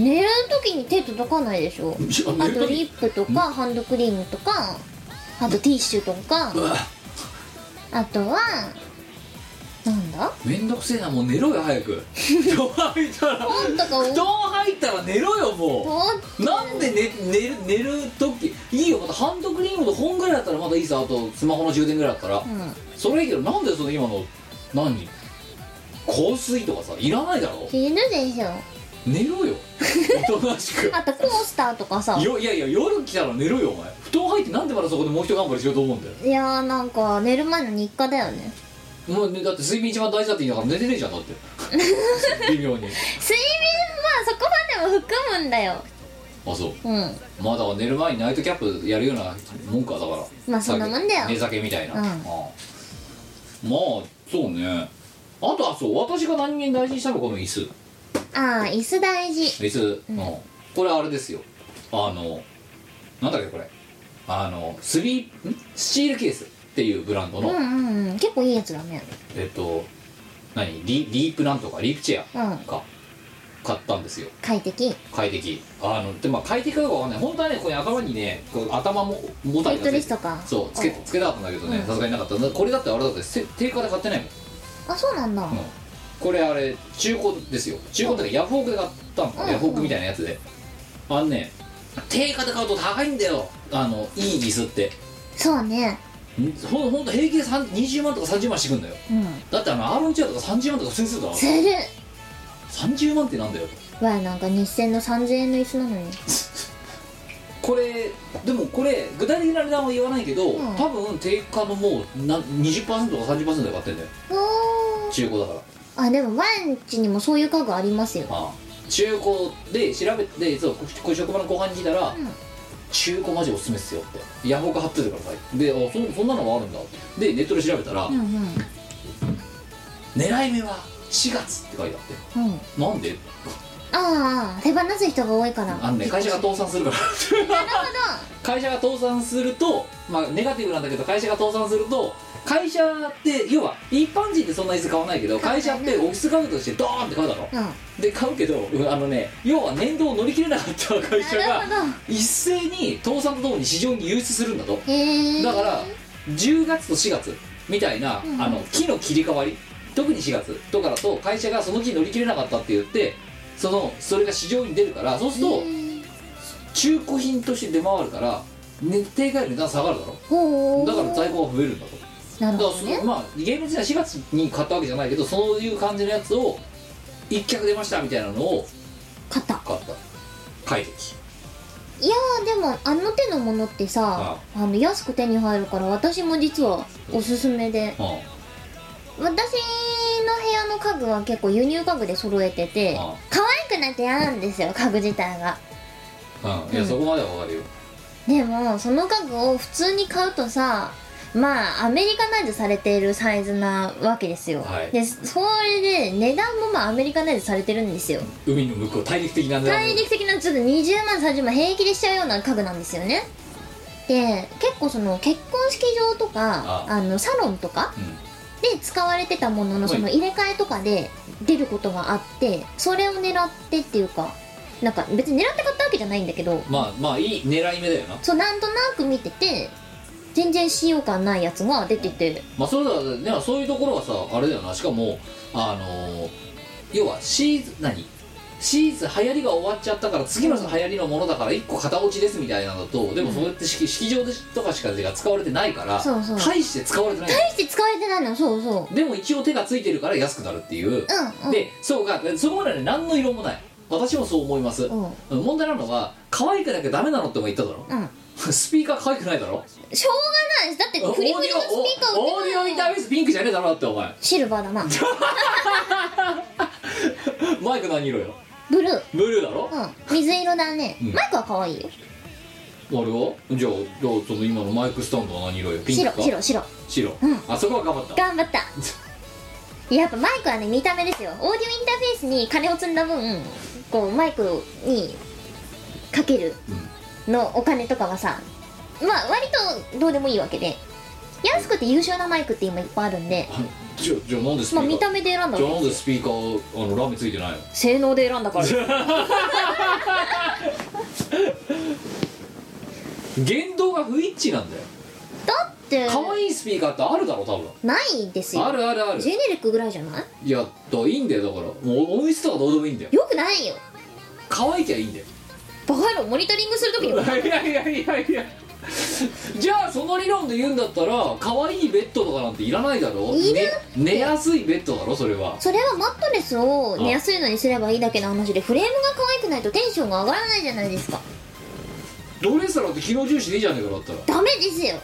Speaker 1: 寝る時に手届かないでしょ
Speaker 4: じゃあ
Speaker 1: あ
Speaker 4: 寝る
Speaker 1: と
Speaker 4: 時
Speaker 1: リップとかハンドクリームとかあとティッシュとか
Speaker 4: うわ
Speaker 1: あとはなんだ
Speaker 4: めんどくせえなもう寝ろよ 早く布団入ったら
Speaker 1: 本とか
Speaker 4: 布団入ったら寝ろよも
Speaker 1: を
Speaker 4: うなんで寝寝る寝る時いいよまたハンドクリームの本ぐらいだったらまだいいさあとスマホの充電ぐらいだったら、
Speaker 1: うん
Speaker 4: それいいけどなんでその今の何香水とかさいらないだろ
Speaker 1: 死ぬでしょ
Speaker 4: 寝 ろよおとなしく
Speaker 1: あとコースターとかさ
Speaker 4: よいやいや夜来たら寝ろよお前布団入ってなんでまだそこでもう一頑張りしようと思うんだよ
Speaker 1: いやーなんか寝る前の日課だよね
Speaker 4: もうねだって睡眠一番大事だって言いながら寝てねえじゃんだって 微妙に
Speaker 1: 睡眠まあそこまでも含むんだよ
Speaker 4: あそう
Speaker 1: うん
Speaker 4: まあだから寝る前にナイトキャップやるようなもんかだから
Speaker 1: まあそんなもんだよ
Speaker 4: 寝酒みたいな、
Speaker 1: うん
Speaker 4: ああまあそうねあとはそう私が何気に大事にしたのはこの椅子
Speaker 1: ああ椅子大事
Speaker 4: 椅子、
Speaker 1: うん
Speaker 4: うんこれあれですよあのなんだっけこれあのスリーんスチールケースっていうブランド
Speaker 1: うん
Speaker 4: の、
Speaker 1: うんうん結構いいやつだね
Speaker 4: えっと何リリープなんとかリープチェ
Speaker 1: うん
Speaker 4: アか、買ったんですよ
Speaker 1: 快適
Speaker 4: 快適あのでまあ快適かどうかわかんない本当はねここに頭にねこう頭ももた
Speaker 1: ベッ
Speaker 4: れ
Speaker 1: ド
Speaker 4: が
Speaker 1: リ
Speaker 4: つ
Speaker 1: ス
Speaker 4: いて
Speaker 1: トか
Speaker 4: そうつけ
Speaker 1: ん
Speaker 4: つけたかったんだけどね
Speaker 1: うん
Speaker 4: さすがになかっただこれだってあれだってせ定価で買ってないもん、
Speaker 1: あそうなんだ、
Speaker 4: うんこれあれ中古ですよ中古だけヤフオクで買ったのか、
Speaker 1: うん
Speaker 4: ヤフオクみたいなやつであのね定価で買うと高いんだよあのいい椅子って
Speaker 1: そうね
Speaker 4: んほんほんと平均でさん20万とか30万してくんだよ
Speaker 1: うん
Speaker 4: だってあのアーロンチェアとか30万とか普通にするだろ
Speaker 1: する
Speaker 4: 30万ってなんだよ
Speaker 1: わあなんか日銭の3000円の椅子なのに
Speaker 4: これでもこれ具体的な値段は言わないけど、
Speaker 1: うん
Speaker 4: 多分定価のもうな20%か30%で買ってんだよ
Speaker 1: おー
Speaker 4: 中古だから
Speaker 1: あでもワンチにもそういう家具ありますよ
Speaker 4: ああ中古で調べてそうここ職場の後半に聞いたら、
Speaker 1: ん
Speaker 4: 中古マジおすすめっすよってヤフオク貼ってるからさであそそんなのがあるんだでネットで調べたら「
Speaker 1: うんうん
Speaker 4: 狙い目は4月」って書いてあっ
Speaker 1: うん
Speaker 4: てなんで
Speaker 1: ああ手放す人が多いから
Speaker 4: あのね会社が倒産するから
Speaker 1: なるほど
Speaker 4: 会社が倒産するとまあネガティブなんだけど会社が倒産すると会社って要は一般人ってそんな椅子買わないけど
Speaker 1: 買わな
Speaker 4: 会
Speaker 1: いね
Speaker 4: 社ってオフィス家具としてドーンって買うだろ
Speaker 1: うん、な
Speaker 4: で買うけどうんあのね要は年度を乗り切れなかった会社が
Speaker 1: るほ
Speaker 4: 一斉に倒産とともに市場に輸出するんだと
Speaker 1: どへえ
Speaker 4: だから10月と4月みたいな、
Speaker 1: うん
Speaker 4: あの木の切り替わり特に4月とかだと会社がその木に乗り切れなかったって言ってそのそれが市場に出るからそうすると中古品として出回るから、ね、定価より値段下がるだろ
Speaker 1: ほう
Speaker 4: だから在庫が増えるんだと
Speaker 1: なる
Speaker 4: だか
Speaker 1: ほど
Speaker 4: らそ
Speaker 1: ね
Speaker 4: のまあ厳密には4月に買ったわけじゃないけどそういう感じのやつを一脚出ましたみたいなのを
Speaker 1: 買った
Speaker 4: 買った快適
Speaker 1: いやーでもあの手のものってさ
Speaker 4: あ
Speaker 1: あの安く手に入るから私も実はおすすめで
Speaker 4: うんうん
Speaker 1: 私の部屋の家具は結構輸入家具で揃えてて
Speaker 4: あ
Speaker 1: 可愛くなって嫌なんですよ家具自体が
Speaker 4: いや、
Speaker 1: うん
Speaker 4: そこまではわかるよ
Speaker 1: でもその家具を普通に買うとさまあアメリカナイズされているサイズなわけですよ、
Speaker 4: はい
Speaker 1: でそれで値段もまあアメリカナイズされてるんですよ
Speaker 4: 海の向こう大陸的な値段
Speaker 1: 大陸的なちょっと20万30万平気でしちゃうような家具なんですよねで結構その結婚式場とか
Speaker 4: あ
Speaker 1: あのサロンとか
Speaker 4: うん
Speaker 1: で使われてたものの
Speaker 4: はい
Speaker 1: その入れ替えとかで出ることがあってそれを狙ってっていうかなんか別に狙って買ったわけじゃないんだけど
Speaker 4: まあまあいい狙い目だよな
Speaker 1: そうなんとなく見てて全然使用感ないやつが出てて
Speaker 4: まあそうだでもそういうところはさあれだよなしかもあのー要はシーズン何シーズン流行りが終わっちゃったから次の流行りのものだから1個型落ちですみたいなのとでもそうやって式式場でとかしか使われてないから
Speaker 1: そうそう
Speaker 4: 大して使われてない
Speaker 1: 大して使われてないのそうそう
Speaker 4: でも一応手がついてるから安くなるっていう、
Speaker 1: うんうん
Speaker 4: でそうかそこまでね何の異論もない私もそう思います、
Speaker 1: うん
Speaker 4: 問題なのは可愛くなきゃダメなのっても言っただろ、
Speaker 1: うん
Speaker 4: スピーカー可愛くないだろ
Speaker 1: しょうがないですだってフリフリのスピーカー
Speaker 4: オーディオオーディオインターフェースピンクじゃねえだろだってお前
Speaker 1: シルバーだな
Speaker 4: マイク何色よ
Speaker 1: ブルー
Speaker 4: ブルーだろ、
Speaker 1: うん水色だね、
Speaker 4: うん
Speaker 1: マイクは可愛いよ
Speaker 4: あれはじゃあじゃあその今のマイクスタンドは何色よピン
Speaker 1: 白
Speaker 4: クか
Speaker 1: 白白
Speaker 4: 白
Speaker 1: うん
Speaker 4: あそこは頑張った
Speaker 1: 頑張ったやっぱマイクはね見た目ですよオーディオインターフェースに金を積んだ分こうマイクにかけるのお金とかはさまあ割とどうでもいいわけで安くて優秀なマイクって今いっぱいあるんで
Speaker 4: あ じゃあじゃあなんでスピ
Speaker 1: まあ
Speaker 4: ー
Speaker 1: 見
Speaker 4: カ
Speaker 1: た
Speaker 4: ー
Speaker 1: 目で選んだ
Speaker 4: じゃあな
Speaker 1: わ
Speaker 4: んでスピーカーあのラメついてないの
Speaker 1: け性能で選んだから
Speaker 4: 言動が不一致なんだよ
Speaker 1: だって
Speaker 4: 可愛いスピーカーってあるだろ多
Speaker 1: ないです
Speaker 4: 分あ
Speaker 1: よ
Speaker 4: るあるある
Speaker 1: ジェネリックぐらいじゃない
Speaker 4: いやだいいんだよだからもう音質とかどうでもいいんだよ
Speaker 1: よくないよ
Speaker 4: 可愛きゃいいんだよ
Speaker 1: バカ野郎モニタリングするとき
Speaker 4: い
Speaker 1: にも
Speaker 4: やいやいやいやじゃあその理論で言うんだったら可愛いベッドとかなんていらないだろ
Speaker 1: いる
Speaker 4: ね寝やすいベッドだろそれは
Speaker 1: それはマットレスを寝やすいのにすればいいだけの話でフレームが可愛くないとテンションが上がらないじゃないですか
Speaker 4: ドレスラーって機能重視でいいじゃねえかだったら
Speaker 1: ダメですよ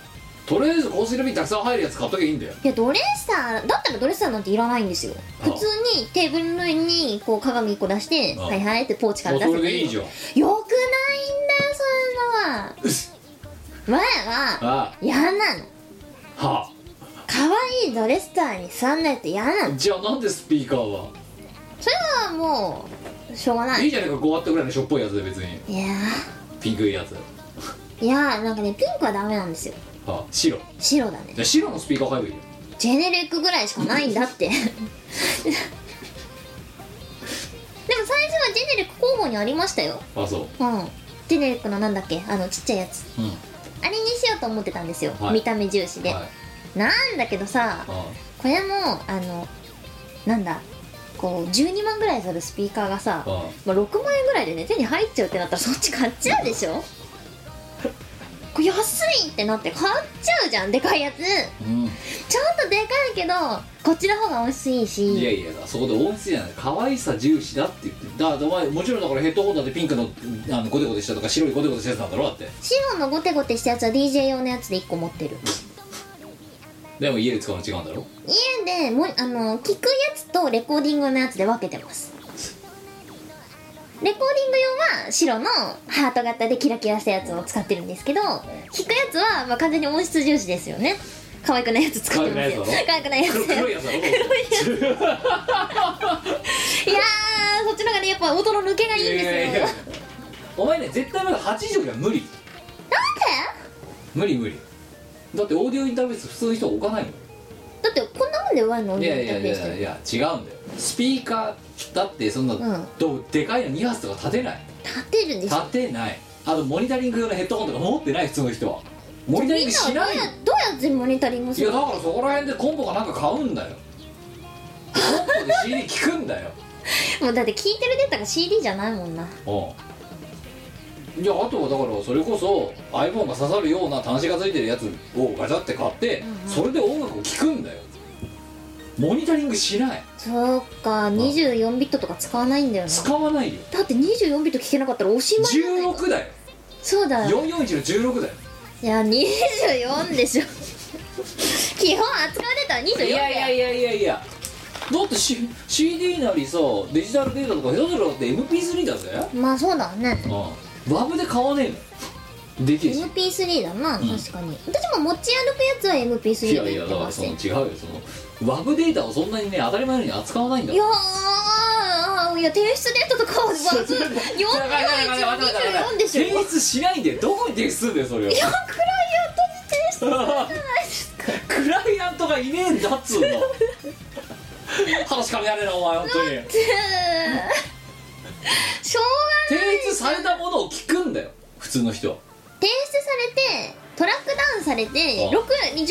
Speaker 4: とりあえず香水の瓶たくさん入るやつ買っときゃいいんだよ
Speaker 1: いやドレッサーだったらドレッサーなんていらないんですよ
Speaker 4: あ
Speaker 1: 普通にテーブルの上にこう鏡1個出して「
Speaker 4: あ
Speaker 1: はいはい」ってポーチか
Speaker 4: も
Speaker 1: ら
Speaker 4: う
Speaker 1: 出
Speaker 4: そ
Speaker 1: せ
Speaker 4: れ
Speaker 1: ば
Speaker 4: でいいじゃ
Speaker 1: よ
Speaker 4: ん
Speaker 1: くないんだよそういうのは前は
Speaker 4: あ
Speaker 1: 嫌なの
Speaker 4: あは
Speaker 1: 可愛いドレッサーに座んないと嫌な
Speaker 4: あ
Speaker 1: の
Speaker 4: じゃあなんでスピーカーは
Speaker 1: それはもうしょうがない
Speaker 4: い
Speaker 1: い
Speaker 4: いじゃねえか5ワットぐらいのしょっぽいやつで別に
Speaker 1: や
Speaker 4: ピンクいやつ
Speaker 1: ーいやーなんかねピンクはダメなんですよ
Speaker 4: はあ白
Speaker 1: 白だね
Speaker 4: じゃあ白のスピーカー買えばいいよ
Speaker 1: ジェネリックぐらいしかないんだって でも最初はジェネリック候補にありましたよ
Speaker 4: あそう
Speaker 1: うんジェネリックのなんだっけあのちっちゃいやつ
Speaker 4: うん
Speaker 1: あれにしようと思ってたんですよ、
Speaker 4: はい
Speaker 1: 見た目重視で、
Speaker 4: はい
Speaker 1: なんだけどさ
Speaker 4: あ
Speaker 1: これもあのなんだこう12万ぐらいするスピーカーがさ
Speaker 4: ああ
Speaker 1: まあ、6万円ぐらいでね手に入っちゃうってなったらそっち買っちゃうでしょこれ安いってなって買っちゃうじゃんでかいやつち
Speaker 4: うん
Speaker 1: ょっとでかいけどこっちの方が美味しい
Speaker 4: いや
Speaker 1: し
Speaker 4: いやそこで音質じゃない可愛さ重視だって言ってだからお前もちろんだからヘッドホンだってピンクのあのゴテゴテしたとか白いゴテゴテしたやつなんだろだって
Speaker 1: 白のゴテゴテしたやつは DJ 用のやつで1個持ってる
Speaker 4: でも家で使うの違うんだろ
Speaker 1: 家でもあの聞くやつとレコーディングのやつで分けてますレコーディング用は白のハート型でキラキラしたやつを使ってるんですけど聞くやつは、まあ、完全に音質重視ですよね可愛くないやつ使ってますよ可
Speaker 4: 可
Speaker 1: 愛くないやつ
Speaker 4: 黒黒いやつだろ
Speaker 1: いやーそっちの方がねやっぱ音の抜けがいいんですよ
Speaker 4: お前ね絶対まだ8畳じゃ無理無理無理だってオーディオインターフェース普通の人は置かないもん
Speaker 1: だってこんなもんでワイの
Speaker 4: い
Speaker 1: 音
Speaker 4: やい
Speaker 1: 楽
Speaker 4: や
Speaker 1: だっ
Speaker 4: い
Speaker 1: たりし
Speaker 4: やい
Speaker 1: て
Speaker 4: や違うんだよスピーカーだってそんな、
Speaker 1: ん
Speaker 4: どうでかいの2発とか立てない
Speaker 1: 立てるんですよ
Speaker 4: 立てないあとモニタリング用のヘッドホンとか持ってない普通の人はモニタリングし
Speaker 1: みんな
Speaker 4: な
Speaker 1: はいど
Speaker 4: よ
Speaker 1: うやどうやってモニタリングす
Speaker 4: い
Speaker 1: る
Speaker 4: や
Speaker 1: の
Speaker 4: だからそこら辺でコンボかなんか買うんだよコンボで CD 聞くんだよ
Speaker 1: もうだって聞いてるデータが CD じゃないもんな
Speaker 4: うんいやあとはだからそれこそ iPhone が刺さるような端子がついてるやつをガチャって買って、それで音楽を聴くんだよモニタリングしない
Speaker 1: そうか24ビットとか使わないんだよな
Speaker 4: 使わないよ
Speaker 1: だって24ビット聞けなかったらおしまいじゃない
Speaker 4: 16だよ
Speaker 1: そうだよ
Speaker 4: 441の16だよ
Speaker 1: いや24でしょ 基本扱うデータは24
Speaker 4: い
Speaker 1: だよ
Speaker 4: やいやいやいやいやだって、C、CD なりさデジタルデータとか下手するだって MP3 だぜ
Speaker 1: まあそうだね
Speaker 4: うんワブで買わねえのできるし
Speaker 1: MP3 だな、
Speaker 4: ん
Speaker 1: 確かに私も持ち歩くやつは MP3
Speaker 4: い
Speaker 1: で
Speaker 4: やい
Speaker 1: 言
Speaker 4: や
Speaker 1: っ
Speaker 4: だ
Speaker 1: て
Speaker 4: から
Speaker 1: ます
Speaker 4: その
Speaker 1: よ
Speaker 4: 違うよそのワブデータをそんなにね当たり前のように扱わないんだ
Speaker 1: いやーいや提出データとかは
Speaker 4: うそう
Speaker 1: 4414でしょ
Speaker 4: 提出しないんだよどこに提出するんだよそれをクライアントに提出するじゃないですかクライアントがいねえんだっつうの話しかめやねえなお前本当に
Speaker 1: しょう
Speaker 4: 提出されたものを聞くんだよ普通の人は
Speaker 1: 提出されてトラックダウンされて
Speaker 4: あ
Speaker 1: 六16ビ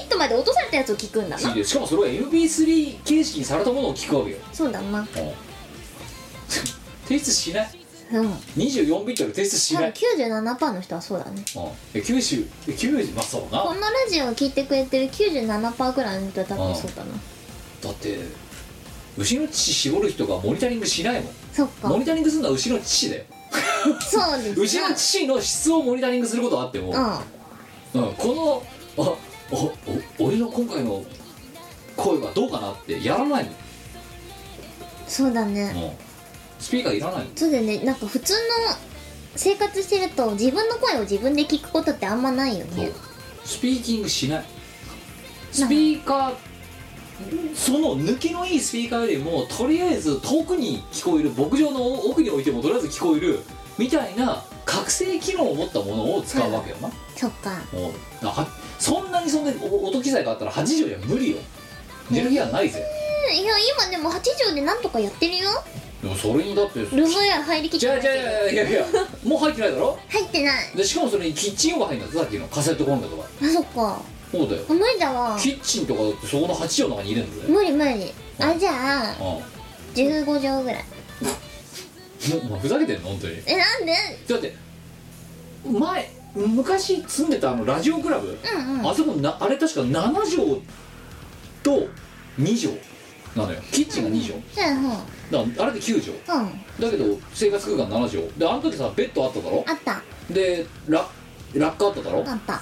Speaker 1: ットまで落とされたやつを聞くんだな
Speaker 4: しかもそれは MP3 形式にされたものを聞くわけよ
Speaker 1: そうだな
Speaker 4: うん提出しない
Speaker 1: うん
Speaker 4: 24ビットで提出し
Speaker 1: 多
Speaker 4: な
Speaker 1: 分
Speaker 4: い、
Speaker 1: 97%の人はそうだね
Speaker 4: うん、え90え90まあそうな
Speaker 1: このラジオを聞いてくれてる97%ぐらいの人は多分そうだな
Speaker 4: だって牛の乳絞る人がモニタリングしないもん
Speaker 1: そっか
Speaker 4: モニタリングするのは牛の乳だよ
Speaker 1: そうですな
Speaker 4: 牛の乳の質をモニタリングすることはあっても、
Speaker 1: うん
Speaker 4: うん、このあおお俺の今回の声はどうかなってやらない
Speaker 1: そうだね、
Speaker 4: の、うん、スピーカーいらないの
Speaker 1: そうだよねなんか普通の生活してると自分の声を自分で聞くことってあんまないよ
Speaker 4: そう
Speaker 1: ね
Speaker 4: スピーキングしないスピーカーその抜きのいいスピーカーよりもとりあえず遠くに聞こえる牧場の奥に置いてもとりあえず聞こえるみたいな覚醒機能を持ったものを使うわけよな、
Speaker 1: そっか
Speaker 4: もうなはそんなにそんなにお音機材があったら8畳じゃ無理よ寝る日はないぜ
Speaker 1: うんいや今でも8畳でなんとかやってるよ
Speaker 4: でもそれにだって
Speaker 1: ルームウェア入りきっ
Speaker 4: じ
Speaker 1: て
Speaker 4: ゃ
Speaker 1: な
Speaker 4: あ
Speaker 1: い
Speaker 4: じゃあいやいやいやもう入ってないだろ
Speaker 1: 入ってない
Speaker 4: でしかもそれにキッチンオーバー入んだぞさっきのカセットコンロとか
Speaker 1: あそっか
Speaker 4: そうだよ
Speaker 1: 無理だわ
Speaker 4: キッチンとかだってそこの8畳の中に入れるんだぜ
Speaker 1: 無理無理あじゃあ
Speaker 4: う
Speaker 1: 15畳ぐらい
Speaker 4: んもうお前ふざけてんの本当に
Speaker 1: えなんで
Speaker 4: だって前昔住んでたあのラジオクラブ、
Speaker 1: うんうん
Speaker 4: あそこなあれ確か7畳と2畳なのよキッチンが2畳
Speaker 1: そうやうんうん
Speaker 4: だからあれで9畳だけど生活空間7畳であの時さベッドあっただろ
Speaker 1: あった
Speaker 4: でララックあっただろ
Speaker 1: あった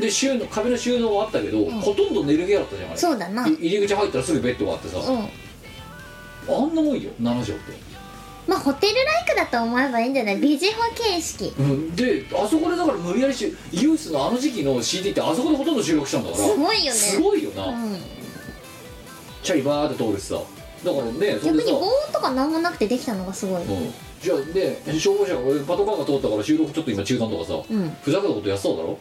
Speaker 4: で収納壁の収納はあったけど、
Speaker 1: ん
Speaker 4: ほとんど寝る部屋だったじゃんあれ
Speaker 1: そうだない
Speaker 4: 入り口入ったらすぐベッドがあってさ、
Speaker 1: うん
Speaker 4: あんなもんよ7畳って、
Speaker 1: まあホテルライクだと思えばいいんじゃないビジホ形式
Speaker 4: うん、であそこでだから無理やりしユースのあの時期の CD ってあそこでほとんど収録したんだから
Speaker 1: すごいよね
Speaker 4: すごいよな、
Speaker 1: うん
Speaker 4: チャリバーって通るしさだからねそれ
Speaker 1: 逆
Speaker 4: で
Speaker 1: に
Speaker 4: さ
Speaker 1: 合音とかなんもなくてできたのがすごい
Speaker 4: うんじゃあで消防車がパトカーが通ったから収録ちょっと今中断とかさ、
Speaker 1: うん
Speaker 4: ふざけたことやってただろ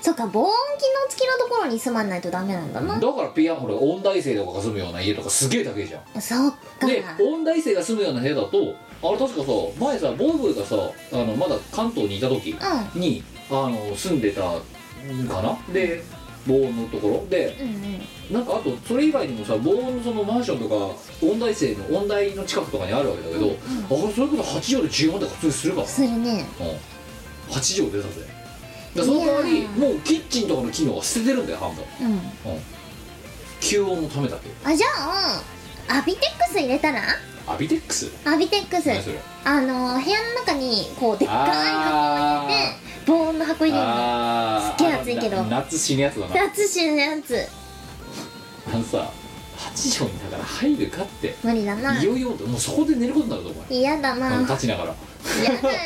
Speaker 1: そっか防音機能付きのところに住まないとダメなんだな、
Speaker 4: だからピアノほら音大生とかが住むような家とかすげえ高いじゃん
Speaker 1: そっか
Speaker 4: で音大生が住むような部屋だとあれ確かさ前さボーブーがさあのまだ関東にいた時
Speaker 1: う
Speaker 4: に、あの住んでたんかなで防音のところで
Speaker 1: んうんうん
Speaker 4: なんかあとそれ以外にもさ防音のそのマンションとか音大生の音大の近くとかにあるわけだけど、あれそれこそ8畳で10万とか普通にするからな、
Speaker 1: するね
Speaker 4: うん、8畳出たぜだからその代わ
Speaker 1: い
Speaker 4: り
Speaker 1: やー
Speaker 4: もうキッチンとかの機能は捨ててるんだよ半分
Speaker 1: うん
Speaker 4: 吸音のためだけ
Speaker 1: あじゃあアビテックス入れたら
Speaker 4: アビテックス
Speaker 1: アビテックス
Speaker 4: 何それ
Speaker 1: あの部屋の中にこうでっかい箱を置いて防音の箱入れるの
Speaker 4: あー
Speaker 1: すっげえ熱いけど
Speaker 4: あのな夏死ぬやつだな
Speaker 1: 夏死のやつ
Speaker 4: あのさ8畳にだから入るかって
Speaker 1: 無理だない
Speaker 4: よいよもうそこで寝ることになるぞお前
Speaker 1: 嫌だ
Speaker 4: あ
Speaker 1: な
Speaker 4: の立ちながら
Speaker 1: 嫌だよ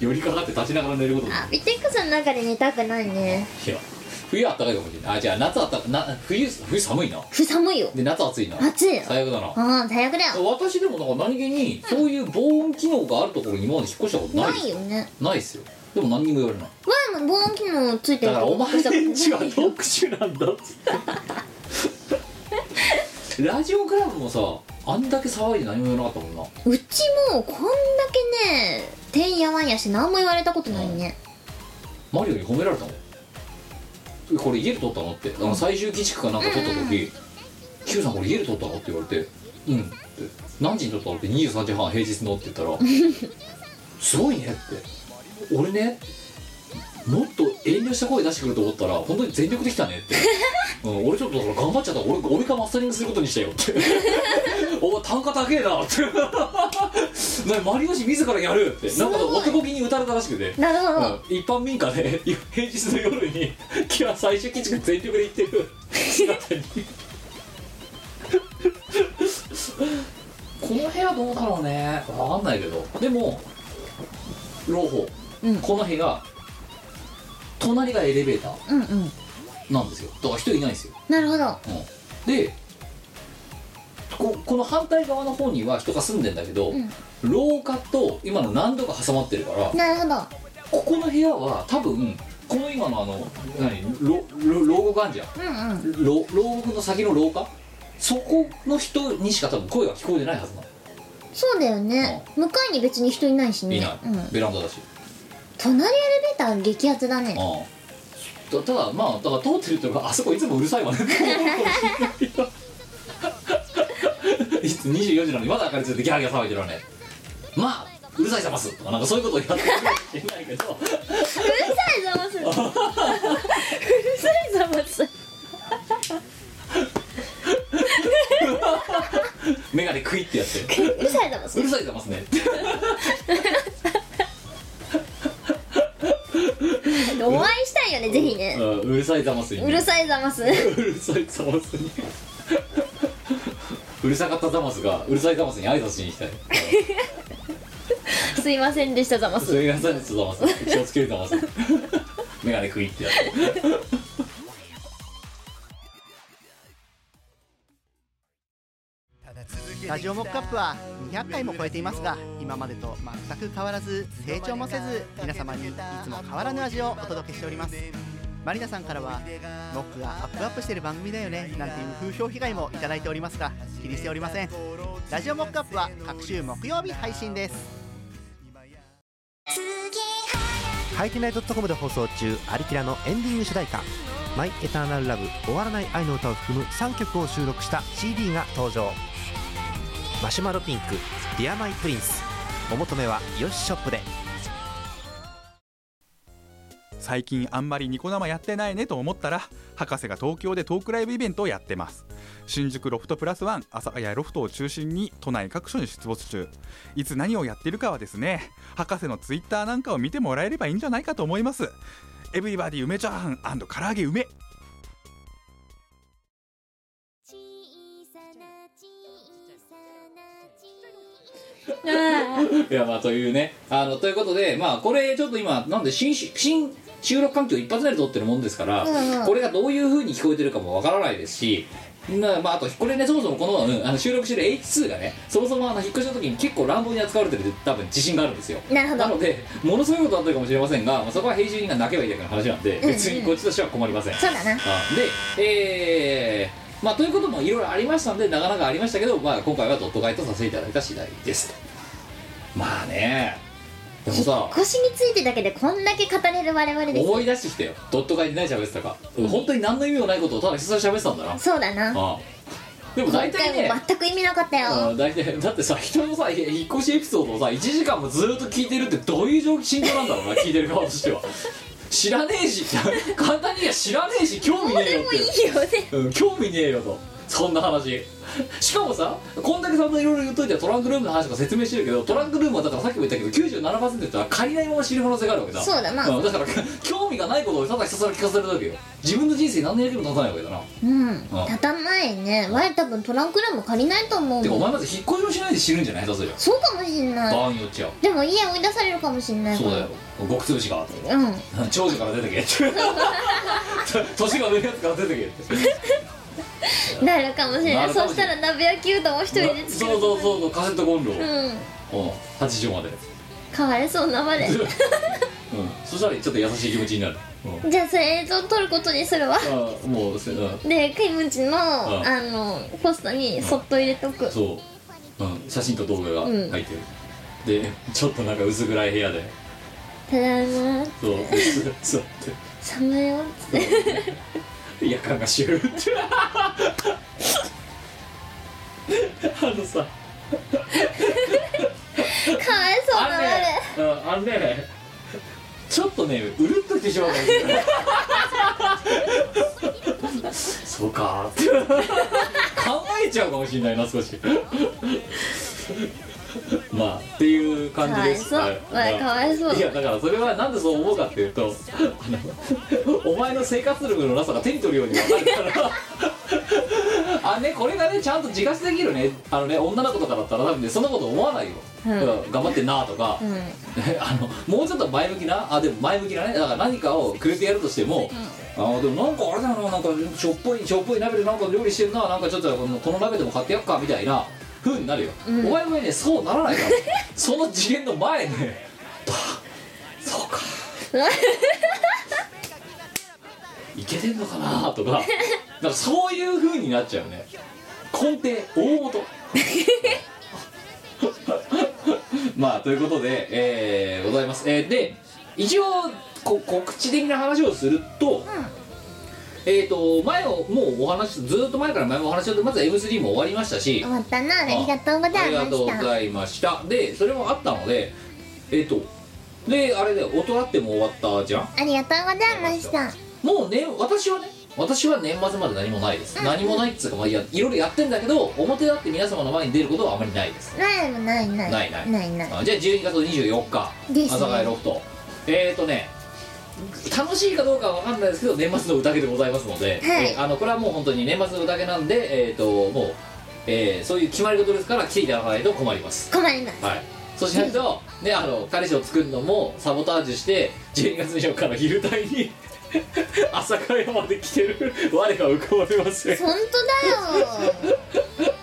Speaker 4: 寄りかかって立ちながら寝ることになる
Speaker 1: アビテックスの中で寝たくないね
Speaker 4: いや冬はあったかいかもしれないあじゃあ夏あったかな冬冬寒いな
Speaker 1: ふ寒いよ
Speaker 4: で夏暑いな
Speaker 1: 暑いよ
Speaker 4: 最悪だな
Speaker 1: うん最悪だよ
Speaker 4: 私でもなんか何気にそういう防音機能があるところに今まで引っ越したことない
Speaker 1: ないよね
Speaker 4: ないっすよでも何にも言われない
Speaker 1: ワンも防音機能ついて
Speaker 4: だ
Speaker 1: る
Speaker 4: からお前
Speaker 1: 嘘
Speaker 4: んちは特殊なん だっつってラジオクラブもさあんだけ騒いで何も言わなかったもんな
Speaker 1: うちもこんだけねてんやわんやして何も言われたことないね
Speaker 4: マリオに褒められたもんこれ家で撮ったのってあの最終基地区かなんか撮った時「Q さんこれ家で撮ったの?」って言われて「うん」って「何時に撮ったの?」って「23時半平日の」って言った ら「すごいね」って「俺ねもっと遠慮した声出してくると思ったら本当に全力できたね」 って「うん、俺ちょっとだから頑張っちゃった俺俺がマスタリングすることにしたよ」 って「お前単価高えな」って 「なにマリオ氏自らやる」ってなんか
Speaker 1: すごい
Speaker 4: 男気に打たれたらしくて
Speaker 1: なるほど、
Speaker 4: うん一般民家で い平日の夜に「今日は最終基地区全力で行って る」姿にこの部屋どうだろうね分かんないけどでも朗報、
Speaker 1: うん
Speaker 4: この部屋隣がエレベーター
Speaker 1: うんうん
Speaker 4: なんですよだから人いないんですよ、
Speaker 1: なるほど
Speaker 4: うんでここの反対側の方には人が住んでんだけど、
Speaker 1: うん
Speaker 4: 廊下と今の何度か挟まってるから
Speaker 1: なるほど
Speaker 4: ここの部屋は多分この今のあの何ろろ牢獄あんじゃん
Speaker 1: うんうん
Speaker 4: ろ牢獄の先の廊下そこの人にしか多分声が聞こえてないはずなの
Speaker 1: そうだよね向かいに別に人いないしね
Speaker 4: いない、
Speaker 1: うん、
Speaker 4: ベランダだし
Speaker 1: 隣エレベーター激アツだね
Speaker 4: うんたただまあだから通ってるっていうかあそこいつもうるさいわねいつ24時なのにまだ明かりついてギャーギャー騒いでるわねまあうるさいざますとかなんかそういうことをやってるかもしれないけど
Speaker 1: うるさいざますうるさいざます
Speaker 4: 眼鏡クイってやって
Speaker 1: うるさいざます
Speaker 4: うるさいざますね
Speaker 1: お会いしたいよねぜひね
Speaker 4: うんうるさいざますに
Speaker 1: うるさいざます
Speaker 4: うるさいザマスに うるさかったザマスがうるさいザマスに挨拶しに行きたい
Speaker 1: すいませんでしたざます
Speaker 4: すみませんザマス気をつけるザマ スメガネ食いってやつ
Speaker 2: ラジオモックアップは200回も超えていますが今までと全く変わらず成長もせず皆様にいつも変わらぬ味をお届けしておりますマリナさんからは「モックがアップアップしてる番組だよね」なんていう風評被害もいただいておりますが気にしておりませんラジオモックアップは各週木曜日配信です
Speaker 6: ハイテナイドットコムで放送中「アリキラ」のエンディング主題歌「マイ・エターナル・ラブ終わらない愛の歌」を含む3曲を収録した CD が登場マシュマロピンク「ディアマイ・プリンス」お求めはよしショップで
Speaker 7: 最近あんまりニコ生やってないねと思ったら博士が東京でトークライブイベントをやってます新宿ロフトプラスワン朝早ロフトを中心に都内各所に出没中いつ何をやってるかはですね博士のツイッターなんかを見てもらえればいいんじゃないかと思いますエブリバディ梅チャーハン唐揚げ梅
Speaker 4: いやまあというねあのということでまあこれちょっと今なんで新し新収録環境一発目で撮ってるもんですから、
Speaker 1: うんうん
Speaker 4: これがどういうふうに聞こえてるかもわからないですしまあ、まあ、あとこれねそもそもこの,、うん、あの収録してる H2 がねそもそもあの引っ越しの時に結構乱暴に扱われてるって多分自信があるんですよ
Speaker 1: なるほど
Speaker 4: なのでものすごいことあったかもしれませんが、まあ、そこは編集人が泣けばいいだけの話なんで
Speaker 1: ん
Speaker 4: 別にこっちとしては困りません、
Speaker 1: そうだな
Speaker 4: あでえー、まあということもいろいろありましたんでなかなかありましたけど、まあ、今回はドット買いとさせていただいた次第ですまあねでもさ
Speaker 1: 腰についてだけでこんだけ語れる我々です
Speaker 4: 思い出してきたよドット買いで何喋ってたか、本当に何の意味もないことをただひたすら喋ってたんだな、
Speaker 1: そうだな
Speaker 4: あでも
Speaker 1: 今
Speaker 4: 大体
Speaker 1: 回
Speaker 4: ね
Speaker 1: も全く意味なかった
Speaker 4: あ
Speaker 1: よ
Speaker 4: 大体だってさ人のさ引っ越しエピソードをさ1時間もずっと聞いてるってどういう状況心境なんだろうな 聞いてる側としては知らねえし 簡単に言えば知らねえし興味ねえよって
Speaker 1: いいよね
Speaker 4: うん、興味ねえよとそんな話しかもさこんだけさんといろいろ言っといてトランクルームの話とか説明してるけどトランクルームはだからさっきも言ったけど97%は借りないまま知る可能性があるわけだ
Speaker 1: そうだな
Speaker 4: うんだから興味がないことをただひたすら聞かされるだけよ自分の人生に何の役にも立たないわけだな、
Speaker 1: うん立たないね我多分トランクルーム借りないと思う
Speaker 4: てかお
Speaker 1: もん
Speaker 4: 前まず引っ越しもしないで死ぬんじゃない下手すりゃ
Speaker 1: そうかもしんない
Speaker 4: 場合によっちゃ
Speaker 1: でも家追い出されるかもしんないか
Speaker 4: そ
Speaker 1: ら
Speaker 4: うだよ極潰しが
Speaker 1: うん
Speaker 4: 長女から出て けって年が上のやつから出てけって
Speaker 1: なるかもしれな
Speaker 4: ないるか
Speaker 1: そ
Speaker 4: も
Speaker 1: し
Speaker 4: しれ
Speaker 1: た
Speaker 4: な
Speaker 1: ら鍋焼きうどんを一人で作
Speaker 4: そう
Speaker 1: る
Speaker 4: そうそうそうカセットコンロを、うん、
Speaker 1: うん
Speaker 4: 80まで
Speaker 1: かわいそうな まで
Speaker 4: うん、そしたらちょっと優しい気持ちになる、うん
Speaker 1: じゃあそれ映像撮ることにするわ
Speaker 4: あーもうせ、うん、
Speaker 1: でクイムンチの
Speaker 4: ん
Speaker 1: あのポストにそっと入れとく
Speaker 4: そう、うん、写真と動画が
Speaker 1: うん
Speaker 4: 入ってる、でちょっとなんか薄暗い部屋で
Speaker 1: ただいま
Speaker 4: そうそうっ
Speaker 1: 寒いよ
Speaker 4: て夜間がシューって あのさ
Speaker 1: かわいそうなまで
Speaker 4: あれねうんあれねちょっとねうるっときてしまうんだよねそうかーって考えちゃうかもしれないな少しまあっていう感じです
Speaker 1: かわいそう
Speaker 4: は
Speaker 1: ま
Speaker 4: い
Speaker 1: あかわいそう
Speaker 4: いやだからそれはなんでそう思うかっていうとあのお前の生活力のなさが手に取るように分かるからあねこれがねちゃんと自活できるねあのね女の子とかだったら多分ねそんなこと思わないよ、
Speaker 1: うん
Speaker 4: うん頑張ってんなとか、
Speaker 1: うん
Speaker 4: あのもうちょっと前向きなあでも前向きなねだから何かをくれてやるとしても、あでもなんかあれだよななんかしょっぽいしょっぽい鍋でなんか料理してるななんかちょっとこのこの鍋でも買ってやっかみたいな風になるよ、
Speaker 1: うん
Speaker 4: お前もねそうならないからその次元の前ねバ そうかいけてんのかなとか なんかそういう風になっちゃうね根底大元 まあということで、えーございます、えーで一応こ告知的な話をすると、えっ、と前をもうお話ずーっと前から前もお話ししてまず M3 も終わりましたし
Speaker 1: 終わったなありがとうござ
Speaker 4: あ
Speaker 1: い
Speaker 4: り
Speaker 1: ま
Speaker 4: がとうご
Speaker 1: した
Speaker 4: ざいましたでそれもあったのでえっ、とであれだよ大人ってもう終わったじゃん
Speaker 1: ありがとうございました
Speaker 4: もうね私はね私は年末まで何もないです、何もないっつうかまあいやいろいろやってんだけど表立って皆様の前に出ることはあまりないです、
Speaker 1: ないもないない
Speaker 4: ないない
Speaker 1: ないない
Speaker 4: あじゃあ12月24日
Speaker 1: ですね
Speaker 4: 朝ヶ谷ロフトえっ、ー、とね楽しいかどうかは分かんないですけど年末の宴でございますので、
Speaker 1: はい
Speaker 4: えーあのこれはもう本当に年末の宴なんでえっ、ともう、えーそういう決まり事ですから来ていただかないと困ります
Speaker 1: 困ります
Speaker 4: はいそうしないと、ね、あの彼氏を作るのもサボタージュして12月24日の昼帯に 朝倉山まで来てる我が浮かばれません
Speaker 1: 本 当だよ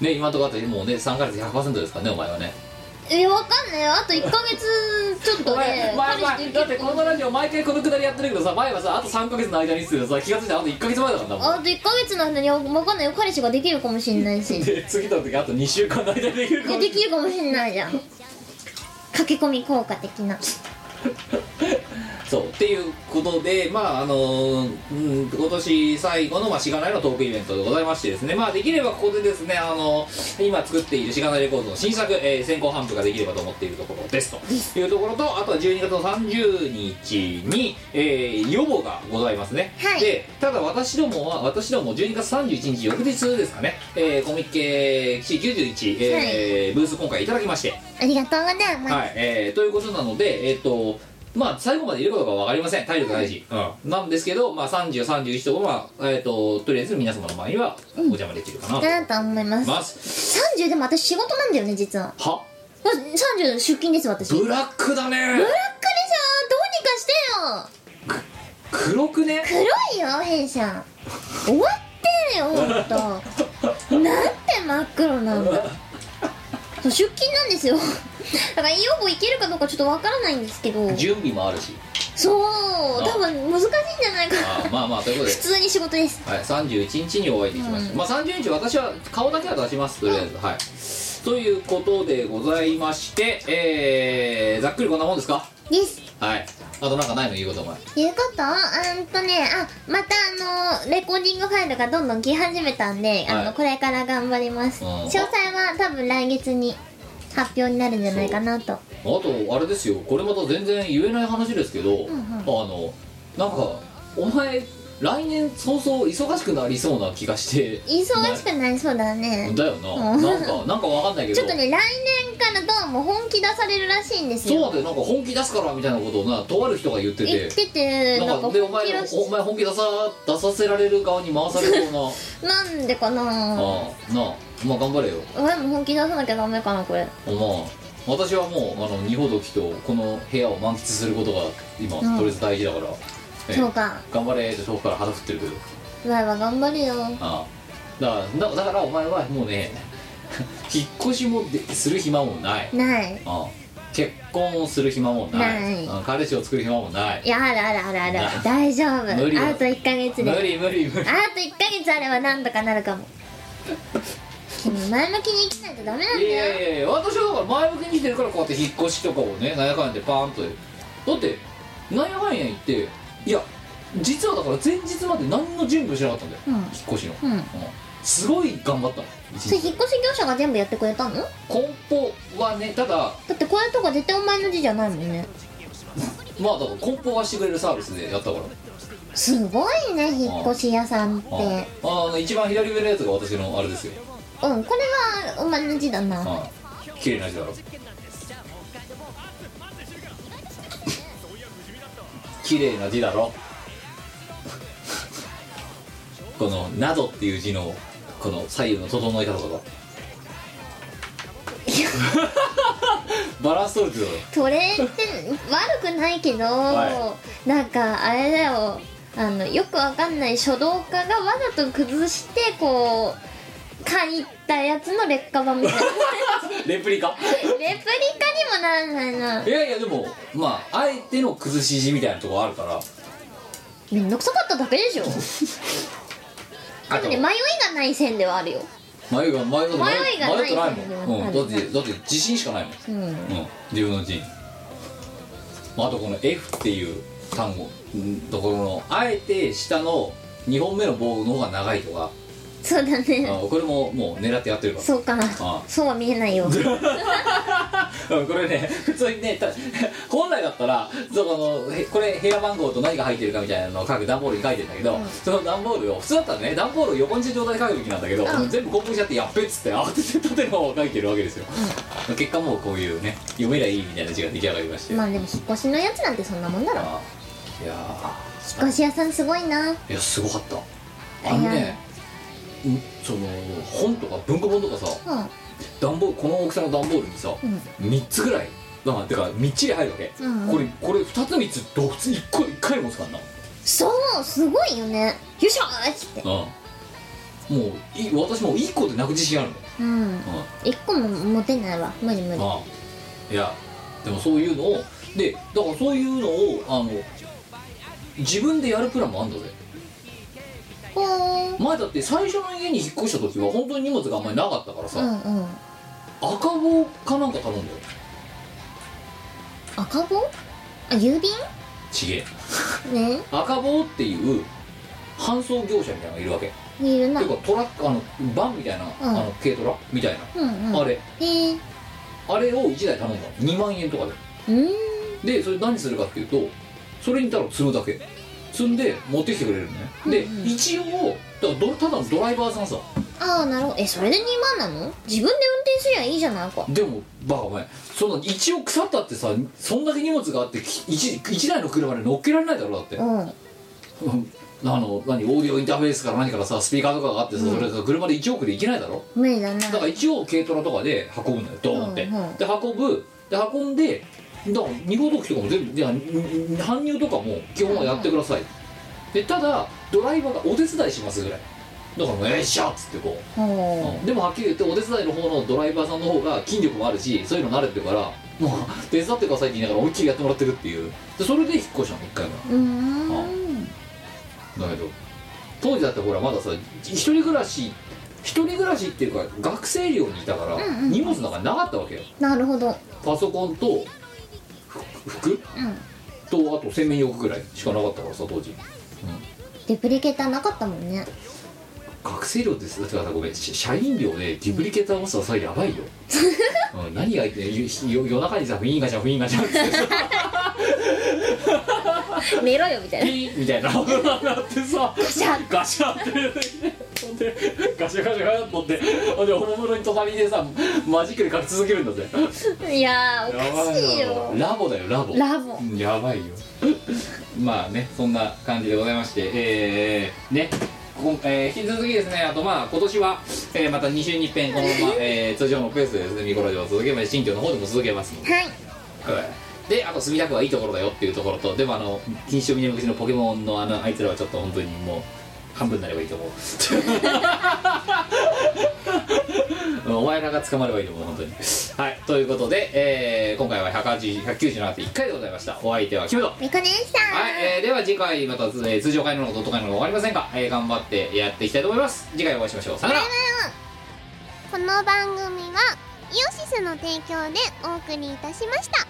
Speaker 4: ね今のところだってもうね3ヶ月100%ですからねお前はね
Speaker 1: えわかんないよあと1ヶ月ちょっ
Speaker 4: お
Speaker 1: とね
Speaker 4: 前前
Speaker 1: 彼氏
Speaker 4: 前
Speaker 1: でき
Speaker 4: だって
Speaker 1: る
Speaker 4: このラジオ毎回このくだりやってるけどさ前はさあと3ヶ月の間にっつってさ気が付いたらあと1ヶ月前だからなも
Speaker 1: あと1ヶ月の間にわかんないよ彼氏ができるかもしんないし
Speaker 4: んで次の時あと2週間の間にできる
Speaker 1: い
Speaker 4: か
Speaker 1: やで
Speaker 4: もしれない
Speaker 1: きるかもしんないじゃん駆け込み効果的な
Speaker 4: そうっていうことでまああのうん今年最後の、まあ、しがないのトークイベントでございましてですねまあできればここでですねあの今作っているしがないレコードの新作、えー先行販布ができればと思っているところですというところとあとは12月の30日に、えー、予防がございますね、
Speaker 1: はい
Speaker 4: でただ私どもは私ども12月31日翌日ですかね、えーコミッケ騎士91、えーブース今回いただきまして
Speaker 1: ありがとうございます、
Speaker 4: はい、えーということなので、えっ、と、まあ、最後までいることが分かりません。体力大事。うん。なんですけど、まあ、30、31とも、まあ、えっ、と、とりあえず皆様の前にはお邪魔できるかなと思い
Speaker 1: だと思います、
Speaker 4: ます。
Speaker 1: 30でも私仕事なんだよね実は
Speaker 4: は
Speaker 1: ま30出勤です私ブラック
Speaker 4: ブラックだね
Speaker 1: でしょどうにかしてよ
Speaker 4: 黒くね
Speaker 1: 黒いよ弊社終わってるよほんとなんて真っ黒なんだそう出勤なんですよだからイオボ行けるかどうかちょっとわからないんですけど
Speaker 4: 準備もあるし。
Speaker 1: そう多分難しいんじゃないか
Speaker 4: あー
Speaker 1: な
Speaker 4: まあまあ、ということで
Speaker 1: 普。通に仕事です
Speaker 4: はい、31日にお会いできました、まあ30日私は顔だけは出しますとりあえずはいということでございましてえー、ざっくりこんなもんですか
Speaker 1: です
Speaker 4: はいあとなんかないの言うことお前
Speaker 1: いうことうんとねあまたあのレコーディングファイルがどんどん来始めたんで、あ
Speaker 4: はい
Speaker 1: のこれから頑張ります
Speaker 4: うん
Speaker 1: 詳細は多分来月に発表になるんじゃないかなと
Speaker 4: あとあれですよこれまた全然言えない話ですけど、
Speaker 1: んうん
Speaker 4: あのなんかお前来年早々忙しくなりそうな気がして
Speaker 1: 忙しくなりそうだね
Speaker 4: だよな、
Speaker 1: うん
Speaker 4: なんかなんかわかんないけど
Speaker 1: ちょっとね来年からどうも本気出されるらしいんです
Speaker 4: そう
Speaker 1: よ
Speaker 4: でなんか本気出すからみたいなことをなとある人が言って
Speaker 1: 言
Speaker 4: て
Speaker 1: ってて
Speaker 4: な
Speaker 1: なんん
Speaker 4: か
Speaker 1: か
Speaker 4: でお
Speaker 1: 本気
Speaker 4: 前
Speaker 1: らし
Speaker 4: お前本気出さ出させられる側に回されそうな
Speaker 1: なんでかな
Speaker 4: ああなあまあ頑張れよ
Speaker 1: 俺も本気出さなきゃダメかなこれ
Speaker 4: まあ私はもうあの二ほどきとこの部屋を満喫することが今、
Speaker 1: ん
Speaker 4: とりあえず大事だから、ええ
Speaker 1: そうか
Speaker 4: 頑張れって遠くから肌振ってるけど
Speaker 1: わいは頑張るよ
Speaker 4: ああだからだだからお前はもうね 引っ越しもでする暇もない
Speaker 1: ない
Speaker 4: ああ結婚をする暇もない
Speaker 1: ない
Speaker 4: ああ彼氏を作る暇もない
Speaker 1: いやあるあるあるある
Speaker 4: な
Speaker 1: 大丈夫
Speaker 4: 無理だ
Speaker 1: あと1ヶ月
Speaker 4: 無
Speaker 1: で
Speaker 4: 理無理無理
Speaker 1: あと1ヶ月あればなんとかなるかも君前向きに生きないとダメなん
Speaker 4: い
Speaker 1: だ
Speaker 4: や
Speaker 1: よ
Speaker 4: いやいや私はだから前向きにしてるからこうやって引っ越しとかをねなんやかんやでパーンとだってなんやかんや言っていや実はだから前日まで何の準備もしなかったんだよ、
Speaker 1: うん
Speaker 4: 引っ越しの、
Speaker 1: うん
Speaker 4: すごい頑張ったの一
Speaker 1: それ
Speaker 4: 日
Speaker 1: 引っ越し業者が全部やってくれたのだ
Speaker 4: 梱包はねただ
Speaker 1: ってこういうとこ絶対お前の字じゃないもんね
Speaker 4: まあだから梱包はしてくれるサービスでやったから
Speaker 1: すごいね引っ越し屋さんってうんこ
Speaker 4: ああの一番左上のやつが私のあれですよ、
Speaker 1: れはお前の字だな
Speaker 4: ああ綺麗な字だろ綺麗な字だろ この「など」っていう字のこの左右の整え方とか バランス取れてるだろ
Speaker 1: それって悪くないけど、
Speaker 4: は
Speaker 1: なんかあれだよあのよくわかんない書道家がわざと崩してこう書いたやつの劣化版 みたいな
Speaker 4: レプリカ
Speaker 1: レプリカにもならないない
Speaker 4: やいやでもまああえての崩し字みたいなとこあるから
Speaker 1: めんどくさかっただけでしょ
Speaker 4: あ
Speaker 1: でもね迷いがない線ではあるよ
Speaker 4: 迷いが迷いがな
Speaker 1: 迷
Speaker 4: い
Speaker 1: いがない
Speaker 4: 迷ってないもん、
Speaker 1: は
Speaker 4: うん、
Speaker 1: い
Speaker 4: だってだって自信しかないもん、
Speaker 1: うん
Speaker 4: うん、自分の字に、まあ、あとこの F っていう単語うんところのあえて下の2本目の棒の方が長いとか、
Speaker 1: そうだね
Speaker 4: あこれももう狙ってやってるから
Speaker 1: そうかな
Speaker 4: あ
Speaker 1: そうは見え ないよ
Speaker 4: うんこれね普通にねた 本来だったらそこのへこれ部屋番号と何が入ってるかみたいなのを書く段ボールに書いてんだけど、その段ボールを普通だったらね段ボールを横にした状態で書くべきなんだけど、全部コンプにしちゃってやっべっつって慌てて縦の方を書いてるわけですよ、結果もうこういうね読めりゃいいみたいな字が出来上がりまして、
Speaker 1: まあでも引っ越しのやつなんてそんなもんだろ
Speaker 4: あいやー
Speaker 1: 引っ越し屋さんすごいない
Speaker 4: やすごかったあのねうんその本とか文庫本とかさ
Speaker 1: うん
Speaker 4: 段ボールこの大きさの段ボールにさ、
Speaker 1: うん
Speaker 4: 三3つぐらいなんかてかみっちり入るわけ、
Speaker 1: うん
Speaker 4: これこれ2つ3つど普通1個1回で持つからな
Speaker 1: そうすごいよねよいしょーっつって
Speaker 4: うんもうい私もう1個で泣く自信ある
Speaker 1: うん
Speaker 4: もん、うん
Speaker 1: 一個も持てないわ無理無理
Speaker 4: ああいやでもそういうのをでだからそういうのをあの自分でやるプランもあんだぜ
Speaker 1: ほー
Speaker 4: 前だって最初の家に引っ越した時は本当に荷物があんまりなかったからさ、
Speaker 1: うんうん
Speaker 4: 赤棒かなんか頼んだよ
Speaker 1: 赤棒あ郵便
Speaker 4: ちげえ
Speaker 1: ね
Speaker 4: 赤棒っていう搬送業者みたいなのがいるわけ
Speaker 1: いるな
Speaker 4: ていうかトラックあのバンみたいな、あの軽トラみたいな、
Speaker 1: うんうん
Speaker 4: あれ
Speaker 1: えー
Speaker 4: あれを1台頼んだの2万円とか
Speaker 1: うーん
Speaker 4: ででそれ何するかっていうとそれにただ積むだけ積んで持ってきてくれるのねで、
Speaker 1: うんうん
Speaker 4: 一応だからどただのドライバーさんさ
Speaker 1: ああなるほどえそれで2万なの自分で運転すりゃいいじゃないか
Speaker 4: でもバカお前その一応腐ったってさそんだけ荷物があってき一一台の車で乗っけられないだろだって
Speaker 1: うん
Speaker 4: うん あの何オーディオインターフェースから何からさスピーカーとかがあってさ、それが車で1億で行けないだろ
Speaker 1: 無理だな
Speaker 4: だから一応軽トラとかで運ぶんだよドーンって、
Speaker 1: うんうん
Speaker 4: で運ぶで運んでだから二号機とかも全部じゃあんん搬入とかも基本はやってください、でただドライバーがお手伝いしますぐらいだからもう「よいしょ!」っつってこう、
Speaker 1: ほ
Speaker 4: うんでもはっきり言ってお手伝いの方のドライバーさんの方が筋力もあるしそういうの慣れてるからもう手伝ってくださいって言いながら思いっきりやってもらってるっていうでそれで引っ越したの1回目は
Speaker 1: ううーん
Speaker 4: だけど当時だってほらまださ一人暮らし一人暮らしっていうか学生寮にいたから
Speaker 1: んうん
Speaker 4: 荷物なんかなかったわけよ
Speaker 1: なるほど
Speaker 4: パソコンとふ服
Speaker 1: うん
Speaker 4: とあと洗面用具ぐらいしかなかったからさ当時
Speaker 1: デプリケーターなかったもんね
Speaker 4: 学生寮ですだからさごめんし社員寮でデュプリケーター持つのはさ やばいよ、うん、何が言ってゆ夜夜中にさフィーンガチャフィーンガチャってさ
Speaker 1: 寝ろよみたい
Speaker 4: ピ
Speaker 1: な
Speaker 4: ーみたいな音が鳴ってさ
Speaker 1: ガシャッ
Speaker 4: ガシャってほんでガシャガシャガシャって持ってほんでおもむろに隣でさマジックで書き続けるんだぜ
Speaker 1: いやーお
Speaker 4: やば
Speaker 1: かしいよ
Speaker 4: ラボだよラボ
Speaker 1: ラボ
Speaker 4: うんやばいよまあねそんな感じでございましてえー、ねこんえー、引き続きですねあとまあ今年は、えーまた2週に一遍このまま、 えー通常のペースでですねミコラジオを続けます新居の方でも続けますので
Speaker 1: はい
Speaker 4: であと墨田区はいいところだよっていうところとでもあの錦糸南口のポケモンのあのあいつらはちょっと本当にもう半分になればい いと思うお前らが捕まればいいと思う本当にはいということで、えー今回は180 197.1回でございましたお相手はキムド
Speaker 1: みこでした
Speaker 4: はい、えーでは次回また、えー通常回なのかドット回なのか分かりませんが、えー頑張ってやっていきたいと思います次回お会いしましょうさよなら
Speaker 5: この番組はイオシスの提供でお送りいたしました